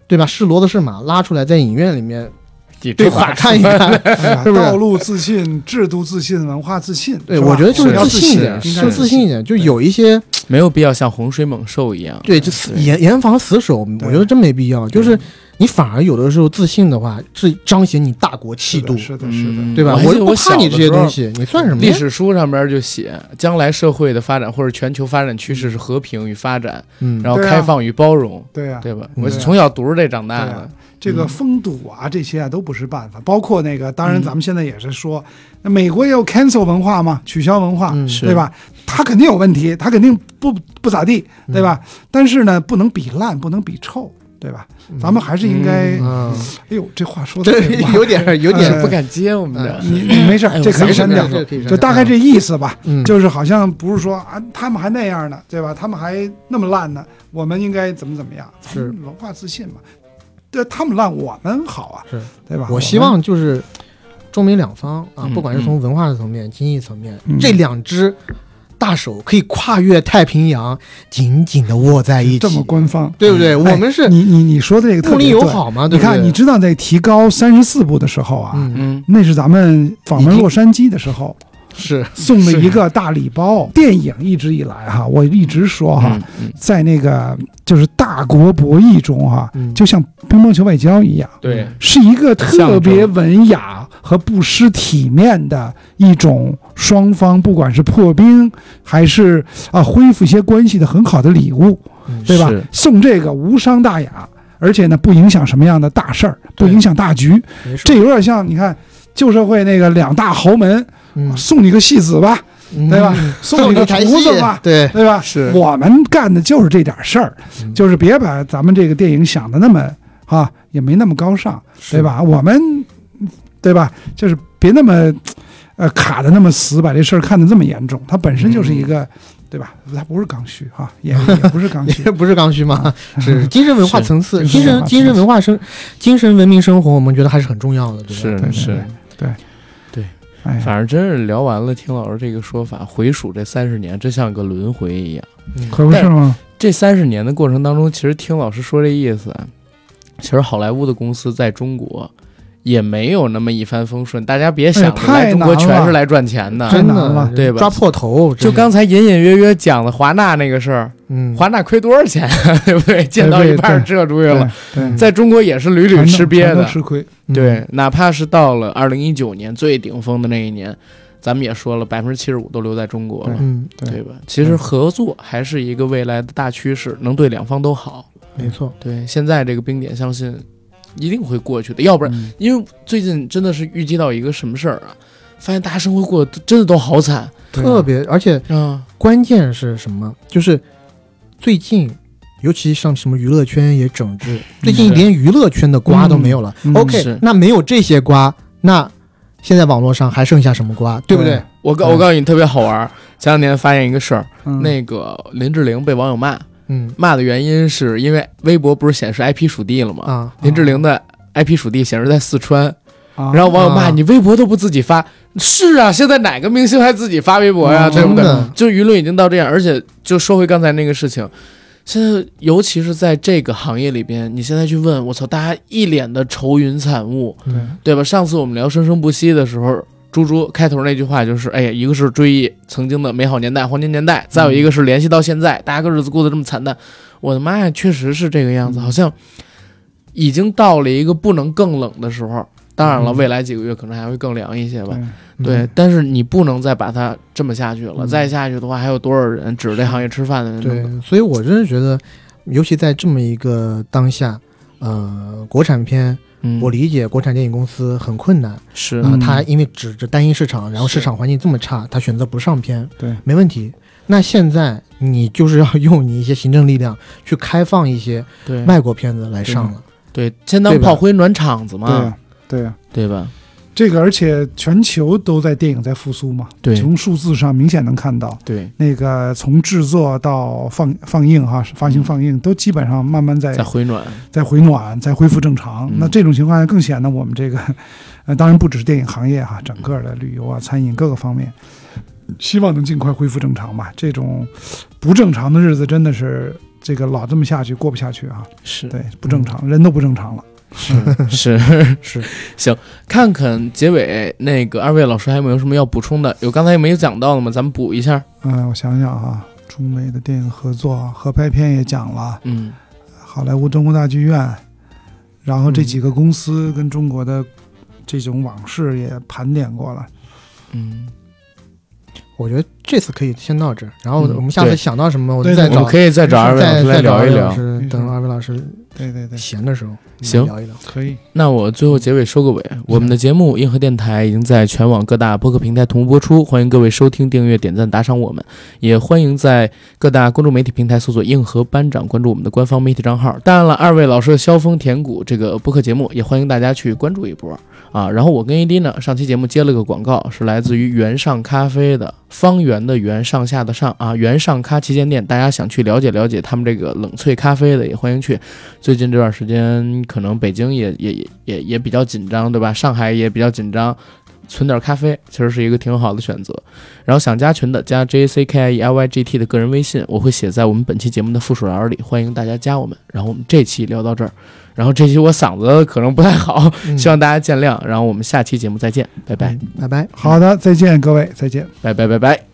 [SPEAKER 3] 对吧？是骡子是马，拉出来在影院里面对
[SPEAKER 5] 对
[SPEAKER 3] 话看一看。
[SPEAKER 4] 哎呀
[SPEAKER 3] 是不是
[SPEAKER 4] 道路自信、制度自信、文化自信，
[SPEAKER 3] 对，
[SPEAKER 4] 是吧
[SPEAKER 3] 我觉得就是
[SPEAKER 4] 要
[SPEAKER 3] 自
[SPEAKER 4] 自
[SPEAKER 3] 信一
[SPEAKER 4] 信
[SPEAKER 3] 点，
[SPEAKER 4] 应该
[SPEAKER 3] 就是自信一点，就有一些
[SPEAKER 5] 没有必要像洪水猛兽一样，
[SPEAKER 3] 对，就死严严防死守，我
[SPEAKER 4] 对
[SPEAKER 3] 觉得真没必要。就是你反而有的时候自信的话，是彰显你大国气
[SPEAKER 4] 是的
[SPEAKER 3] 度，
[SPEAKER 4] 是的，
[SPEAKER 5] 嗯
[SPEAKER 4] 是的，
[SPEAKER 3] 对吧？
[SPEAKER 5] 我还记
[SPEAKER 3] 我就
[SPEAKER 5] 得
[SPEAKER 3] 不
[SPEAKER 5] 我
[SPEAKER 3] 怕你
[SPEAKER 5] 小的
[SPEAKER 3] 这些
[SPEAKER 5] 时候
[SPEAKER 3] 东西，你算什么呀？
[SPEAKER 5] 历史书上边就写，将来社会的发展或者全球发展趋势是和平与发展，
[SPEAKER 3] 嗯，
[SPEAKER 5] 然后
[SPEAKER 4] 对啊
[SPEAKER 5] 开放与包容，
[SPEAKER 4] 对呀，
[SPEAKER 5] 对吧？
[SPEAKER 3] 嗯
[SPEAKER 5] 我从小读着这长大
[SPEAKER 4] 对
[SPEAKER 5] 的
[SPEAKER 4] 啊，这个封堵啊，这些啊都不是办法。包括那个，当
[SPEAKER 3] 嗯
[SPEAKER 4] 然咱们现在也是说，那美国也有 cancel 文化嘛，取消文化，
[SPEAKER 3] 嗯
[SPEAKER 5] 是
[SPEAKER 4] 对吧？它肯定有问题，它肯定不不咋地，
[SPEAKER 3] 嗯
[SPEAKER 4] 对吧？但是呢，不能比烂，不能比臭，对吧？咱们还是应该，
[SPEAKER 3] 嗯，哎
[SPEAKER 4] 哎呦，这话说的
[SPEAKER 3] 这有点有点
[SPEAKER 4] 嗯
[SPEAKER 5] 不敢接我们的。
[SPEAKER 4] 你你没事儿
[SPEAKER 5] 哎，呦
[SPEAKER 4] 这可以
[SPEAKER 5] 咱
[SPEAKER 4] 删掉
[SPEAKER 5] 们。
[SPEAKER 4] 就大概这意思吧，
[SPEAKER 3] 嗯
[SPEAKER 4] 就是好像不是说啊，他们还那样呢，对吧？啊他们还那么烂呢，我们应该怎么怎么样？咱们文化自信嘛，对他们烂，我们好啊，
[SPEAKER 3] 是
[SPEAKER 4] 对吧？
[SPEAKER 3] 我希望就是中美两方啊
[SPEAKER 5] 嗯，
[SPEAKER 3] 不管是从文化层面、经济层面
[SPEAKER 4] 嗯，
[SPEAKER 3] 这两只大手可以跨越太平洋，紧紧的握在一
[SPEAKER 4] 这么
[SPEAKER 3] 起，
[SPEAKER 4] 官方，
[SPEAKER 3] 对不对？
[SPEAKER 4] 哎
[SPEAKER 3] 我们是
[SPEAKER 4] 你你你说的这个特
[SPEAKER 3] 睦
[SPEAKER 4] 别
[SPEAKER 3] 邻友
[SPEAKER 4] 对。
[SPEAKER 3] 好嘛，
[SPEAKER 4] 你
[SPEAKER 3] 对不嗯对？
[SPEAKER 4] 看，你知道在提高三十四步的时候啊，
[SPEAKER 3] 嗯，
[SPEAKER 5] 嗯，
[SPEAKER 4] 那是咱们访问洛杉矶的时候
[SPEAKER 3] 是
[SPEAKER 4] 送的一个大礼包。电影一直以来哈，我一直说哈，
[SPEAKER 5] 嗯嗯
[SPEAKER 4] 在那个就是大国博弈中哈，
[SPEAKER 3] 嗯
[SPEAKER 4] 就像乒乓球外交一样，
[SPEAKER 5] 对，
[SPEAKER 4] 是一个特
[SPEAKER 5] 象
[SPEAKER 4] 别
[SPEAKER 5] 征
[SPEAKER 4] 文雅和不失体面的一种双方，不管是破冰还是啊恢复一些关系的很好的礼物，
[SPEAKER 3] 嗯
[SPEAKER 4] 对吧
[SPEAKER 5] 是？
[SPEAKER 4] 送这个无伤大雅，而且呢不影响什么样的大事儿，不影响大局。
[SPEAKER 3] 没错
[SPEAKER 4] 这有点像你看旧社会那个两大豪门，
[SPEAKER 3] 嗯
[SPEAKER 4] 送你个戏子吧，
[SPEAKER 3] 嗯
[SPEAKER 4] 啊对吧？送你个
[SPEAKER 3] 台
[SPEAKER 4] 厨
[SPEAKER 3] 戏
[SPEAKER 4] 子吧，，
[SPEAKER 3] <laughs> 对，
[SPEAKER 4] 对吧？
[SPEAKER 5] 是
[SPEAKER 4] 我们干的就是这点事儿，
[SPEAKER 3] 嗯
[SPEAKER 4] 就是别把咱们这个电影想的那么啊，也没那么高尚，对吧？我们，对吧？就是别那么，呃卡的那么死，把这事儿看得这么严重，它本身就是
[SPEAKER 2] 嗯
[SPEAKER 4] 一个，对吧？它不是刚需啊，也也不是刚需
[SPEAKER 3] 这 <laughs> ，不是刚需
[SPEAKER 4] <laughs>
[SPEAKER 3] 吗？是精神文化
[SPEAKER 2] <laughs> 是
[SPEAKER 3] 层次，
[SPEAKER 4] 嗯精
[SPEAKER 3] 精
[SPEAKER 4] 神
[SPEAKER 3] 神精神
[SPEAKER 4] 文化层次
[SPEAKER 3] 文化生，精神文明生活，我们觉得还是很重要的，对吧？
[SPEAKER 2] 是
[SPEAKER 4] 对
[SPEAKER 2] 是，，
[SPEAKER 4] 对
[SPEAKER 2] 对，
[SPEAKER 4] 哎呀，
[SPEAKER 2] 反正真是聊完了，听老师这个说法，回数这三十年，真像个轮回一样。
[SPEAKER 3] 嗯
[SPEAKER 4] 可不是吗？
[SPEAKER 2] 这三十年的过程当中，其实听老师说这意思啊，其实好莱坞的公司在中国也没有那么一帆风顺。大家别想着
[SPEAKER 4] 哎
[SPEAKER 2] 来
[SPEAKER 4] 呀
[SPEAKER 2] 中国
[SPEAKER 4] 太难了
[SPEAKER 2] 全是来赚钱的，
[SPEAKER 4] 太
[SPEAKER 3] 真
[SPEAKER 4] 难
[SPEAKER 3] 的
[SPEAKER 4] 了
[SPEAKER 2] 对吧
[SPEAKER 3] 抓破头，
[SPEAKER 2] 就
[SPEAKER 3] 真的
[SPEAKER 2] 刚才隐隐约约讲的华纳那个事儿，
[SPEAKER 3] 嗯，
[SPEAKER 2] 华纳亏多少钱，啊 <laughs> 对不对？建到一半儿撤出去了，
[SPEAKER 4] 对，
[SPEAKER 2] 在中国也是屡屡
[SPEAKER 4] 对
[SPEAKER 2] 吃瘪
[SPEAKER 4] 全都
[SPEAKER 2] 的。
[SPEAKER 4] 吃亏，
[SPEAKER 3] 嗯
[SPEAKER 2] 对，哪怕是到了二零一九年最顶峰的那一年，咱们也说了，百分之七十五都留在中国了，
[SPEAKER 3] 嗯，
[SPEAKER 4] 对
[SPEAKER 2] 对吧？其实合作还是一个未来的大趋势，能对两方都好。
[SPEAKER 3] 没错，
[SPEAKER 2] 对，现在这个冰点，相信一定会过去的，要不然，
[SPEAKER 4] 嗯
[SPEAKER 2] 因为最近真的是预计到一个什么事儿啊，发现大家生活过得真的都好惨
[SPEAKER 4] 对
[SPEAKER 3] 特别，而且
[SPEAKER 4] 嗯
[SPEAKER 2] 啊，
[SPEAKER 3] 关键是什么？就是最近，尤其像什么娱乐圈也整治，最
[SPEAKER 2] 嗯
[SPEAKER 3] 近
[SPEAKER 2] 是
[SPEAKER 3] 连娱乐圈的瓜都没有了。
[SPEAKER 4] 嗯
[SPEAKER 3] OK，
[SPEAKER 2] 是
[SPEAKER 3] 那没有这些瓜，那现在网络上还剩下什
[SPEAKER 2] 嗯
[SPEAKER 3] 么瓜，对不对？
[SPEAKER 2] 我告
[SPEAKER 4] 对
[SPEAKER 2] 我告诉你，特别好玩儿。前两天发现一个事儿，
[SPEAKER 4] 嗯
[SPEAKER 2] 那个林志玲被网友骂，
[SPEAKER 3] 嗯
[SPEAKER 2] 骂的原因是因为微博不是显示 IP 属地了吗？
[SPEAKER 3] 啊，
[SPEAKER 2] 林志玲的 IP 属地显示在四川，
[SPEAKER 4] 啊
[SPEAKER 2] 然后网友骂
[SPEAKER 3] 啊
[SPEAKER 2] 你微博都不自己发，是啊，现在哪个明星还自己发微博呀？
[SPEAKER 4] 嗯
[SPEAKER 2] 对不
[SPEAKER 3] 啊真
[SPEAKER 2] 对？
[SPEAKER 3] 的，
[SPEAKER 2] 就舆论已经到这样，而且就说回刚才那个事情，现在尤其是在这个行业里边，你现在去问，我操，大家一脸的愁云惨雾，
[SPEAKER 3] 嗯
[SPEAKER 2] 对吧？上次我们聊生生不息的时候，猪猪开头那句话就是：哎呀，一个是追忆曾经的美好年代、黄金年代，再有一个是联系到现在，大家个日子过得这么惨淡。我的妈呀，确实是这个样子，好像已经到了一个不能更冷的时候。当然了，
[SPEAKER 4] 嗯
[SPEAKER 2] 未来几个月可能还会更凉一些吧。
[SPEAKER 4] 对
[SPEAKER 3] 嗯
[SPEAKER 2] 对，但是你不能再把它这么下去了，
[SPEAKER 4] 嗯
[SPEAKER 2] 再下去的话，还有多少人指着这行业吃饭的人？
[SPEAKER 3] 对，所以我真是觉得，尤其在这么一个当下，呃，国产片，
[SPEAKER 2] 嗯，
[SPEAKER 3] 我理解国产电影公司很困难。
[SPEAKER 2] 是
[SPEAKER 3] 啊、
[SPEAKER 4] 嗯
[SPEAKER 3] 他因为指着单一市场，然后市
[SPEAKER 2] 是
[SPEAKER 3] 场环境这么差，他选择不上片，
[SPEAKER 4] 对，
[SPEAKER 3] 没问题。那现在你就是要用你一些行政力量去开放一些
[SPEAKER 2] 对
[SPEAKER 3] 外国片子来上了，
[SPEAKER 2] 嗯对，先当
[SPEAKER 3] 对吧
[SPEAKER 2] 炮灰暖场子
[SPEAKER 4] 对
[SPEAKER 2] 嘛，
[SPEAKER 4] 啊对啊，
[SPEAKER 2] 对吧？
[SPEAKER 4] 这个而且全球都在电影在复苏嘛，
[SPEAKER 2] 对
[SPEAKER 4] 从数字上明显能看到，
[SPEAKER 2] 对，
[SPEAKER 4] 那个从制作到放放映哈、发
[SPEAKER 2] 嗯
[SPEAKER 4] 行放映都基本上慢慢在
[SPEAKER 2] 再回暖，
[SPEAKER 4] 在回暖，在恢复正常。
[SPEAKER 2] 嗯
[SPEAKER 4] 那这种情况下更显得我们这个，呃，当然不只是电影行业哈，整个的旅游啊、餐饮各个方面，希望能尽快恢复正常吧。这种不正常的日子真的是这个老这么下去过不下去啊，
[SPEAKER 2] 是
[SPEAKER 4] 对，不正常，人都不正常了。
[SPEAKER 3] <laughs>
[SPEAKER 2] 是
[SPEAKER 3] 是
[SPEAKER 2] <laughs> 行，看看结尾那个二位老师还有没有什么要补充的？有刚才没有讲到的吗？咱们补一下。
[SPEAKER 4] 嗯、我想想啊，中美的电影合作合拍片也讲了，
[SPEAKER 2] 嗯，
[SPEAKER 4] 好莱坞中国大剧院，然后这几个公司跟中国的这种往事也盘点过了。
[SPEAKER 2] 嗯，
[SPEAKER 3] 我觉得这次可以先到这儿，然后
[SPEAKER 2] 嗯
[SPEAKER 3] 我们下次
[SPEAKER 2] 对
[SPEAKER 3] 想到什么，我
[SPEAKER 4] 对
[SPEAKER 3] 们再
[SPEAKER 2] 我们
[SPEAKER 3] 找
[SPEAKER 2] 可以再找二位老
[SPEAKER 3] 再
[SPEAKER 2] 师来
[SPEAKER 3] 再找
[SPEAKER 2] 聊一
[SPEAKER 3] 二位老
[SPEAKER 2] 聊。
[SPEAKER 3] 师
[SPEAKER 4] 嗯
[SPEAKER 3] 等二位老师
[SPEAKER 4] 对对对，
[SPEAKER 3] 闲的时候，我们
[SPEAKER 2] 行
[SPEAKER 3] 聊一聊。
[SPEAKER 4] 可以。
[SPEAKER 2] 那我最后结尾收个尾，我们的节目《硬核电台》已经在全网各大播客平台同步播出，欢迎各位收听、订阅、点赞、打赏我们，也欢迎在各大公众媒体平台搜索“硬核班长”，关注我们的官方媒体账号。当然了，二位老师的萧峰甜谷这个播客节目也欢迎大家去关注一波啊。然后我跟 AD 呢，上期节目接了个广告，是来自于原上咖啡的方圆的圆上下的上啊，原上咖旗舰店，大家想去了解了解他们这个冷萃咖啡的，也欢迎去。最近这段时间，可能北京也也也也也比较紧张，对吧？上海也比较紧张，存点咖啡其实是一个挺好的选择。然后想加群的，加 J C K I E L Y G T 的个人微信，我会写在我们本期节目的附属栏里，欢迎大家加我们。然后我们这期聊到这儿，然后这期我嗓子可能不太好，
[SPEAKER 3] 嗯
[SPEAKER 2] 希望大家见谅。然后我们下期节目再见，拜拜，
[SPEAKER 3] 拜拜。
[SPEAKER 4] 好的，再见各位，再见。
[SPEAKER 2] 拜拜，拜拜。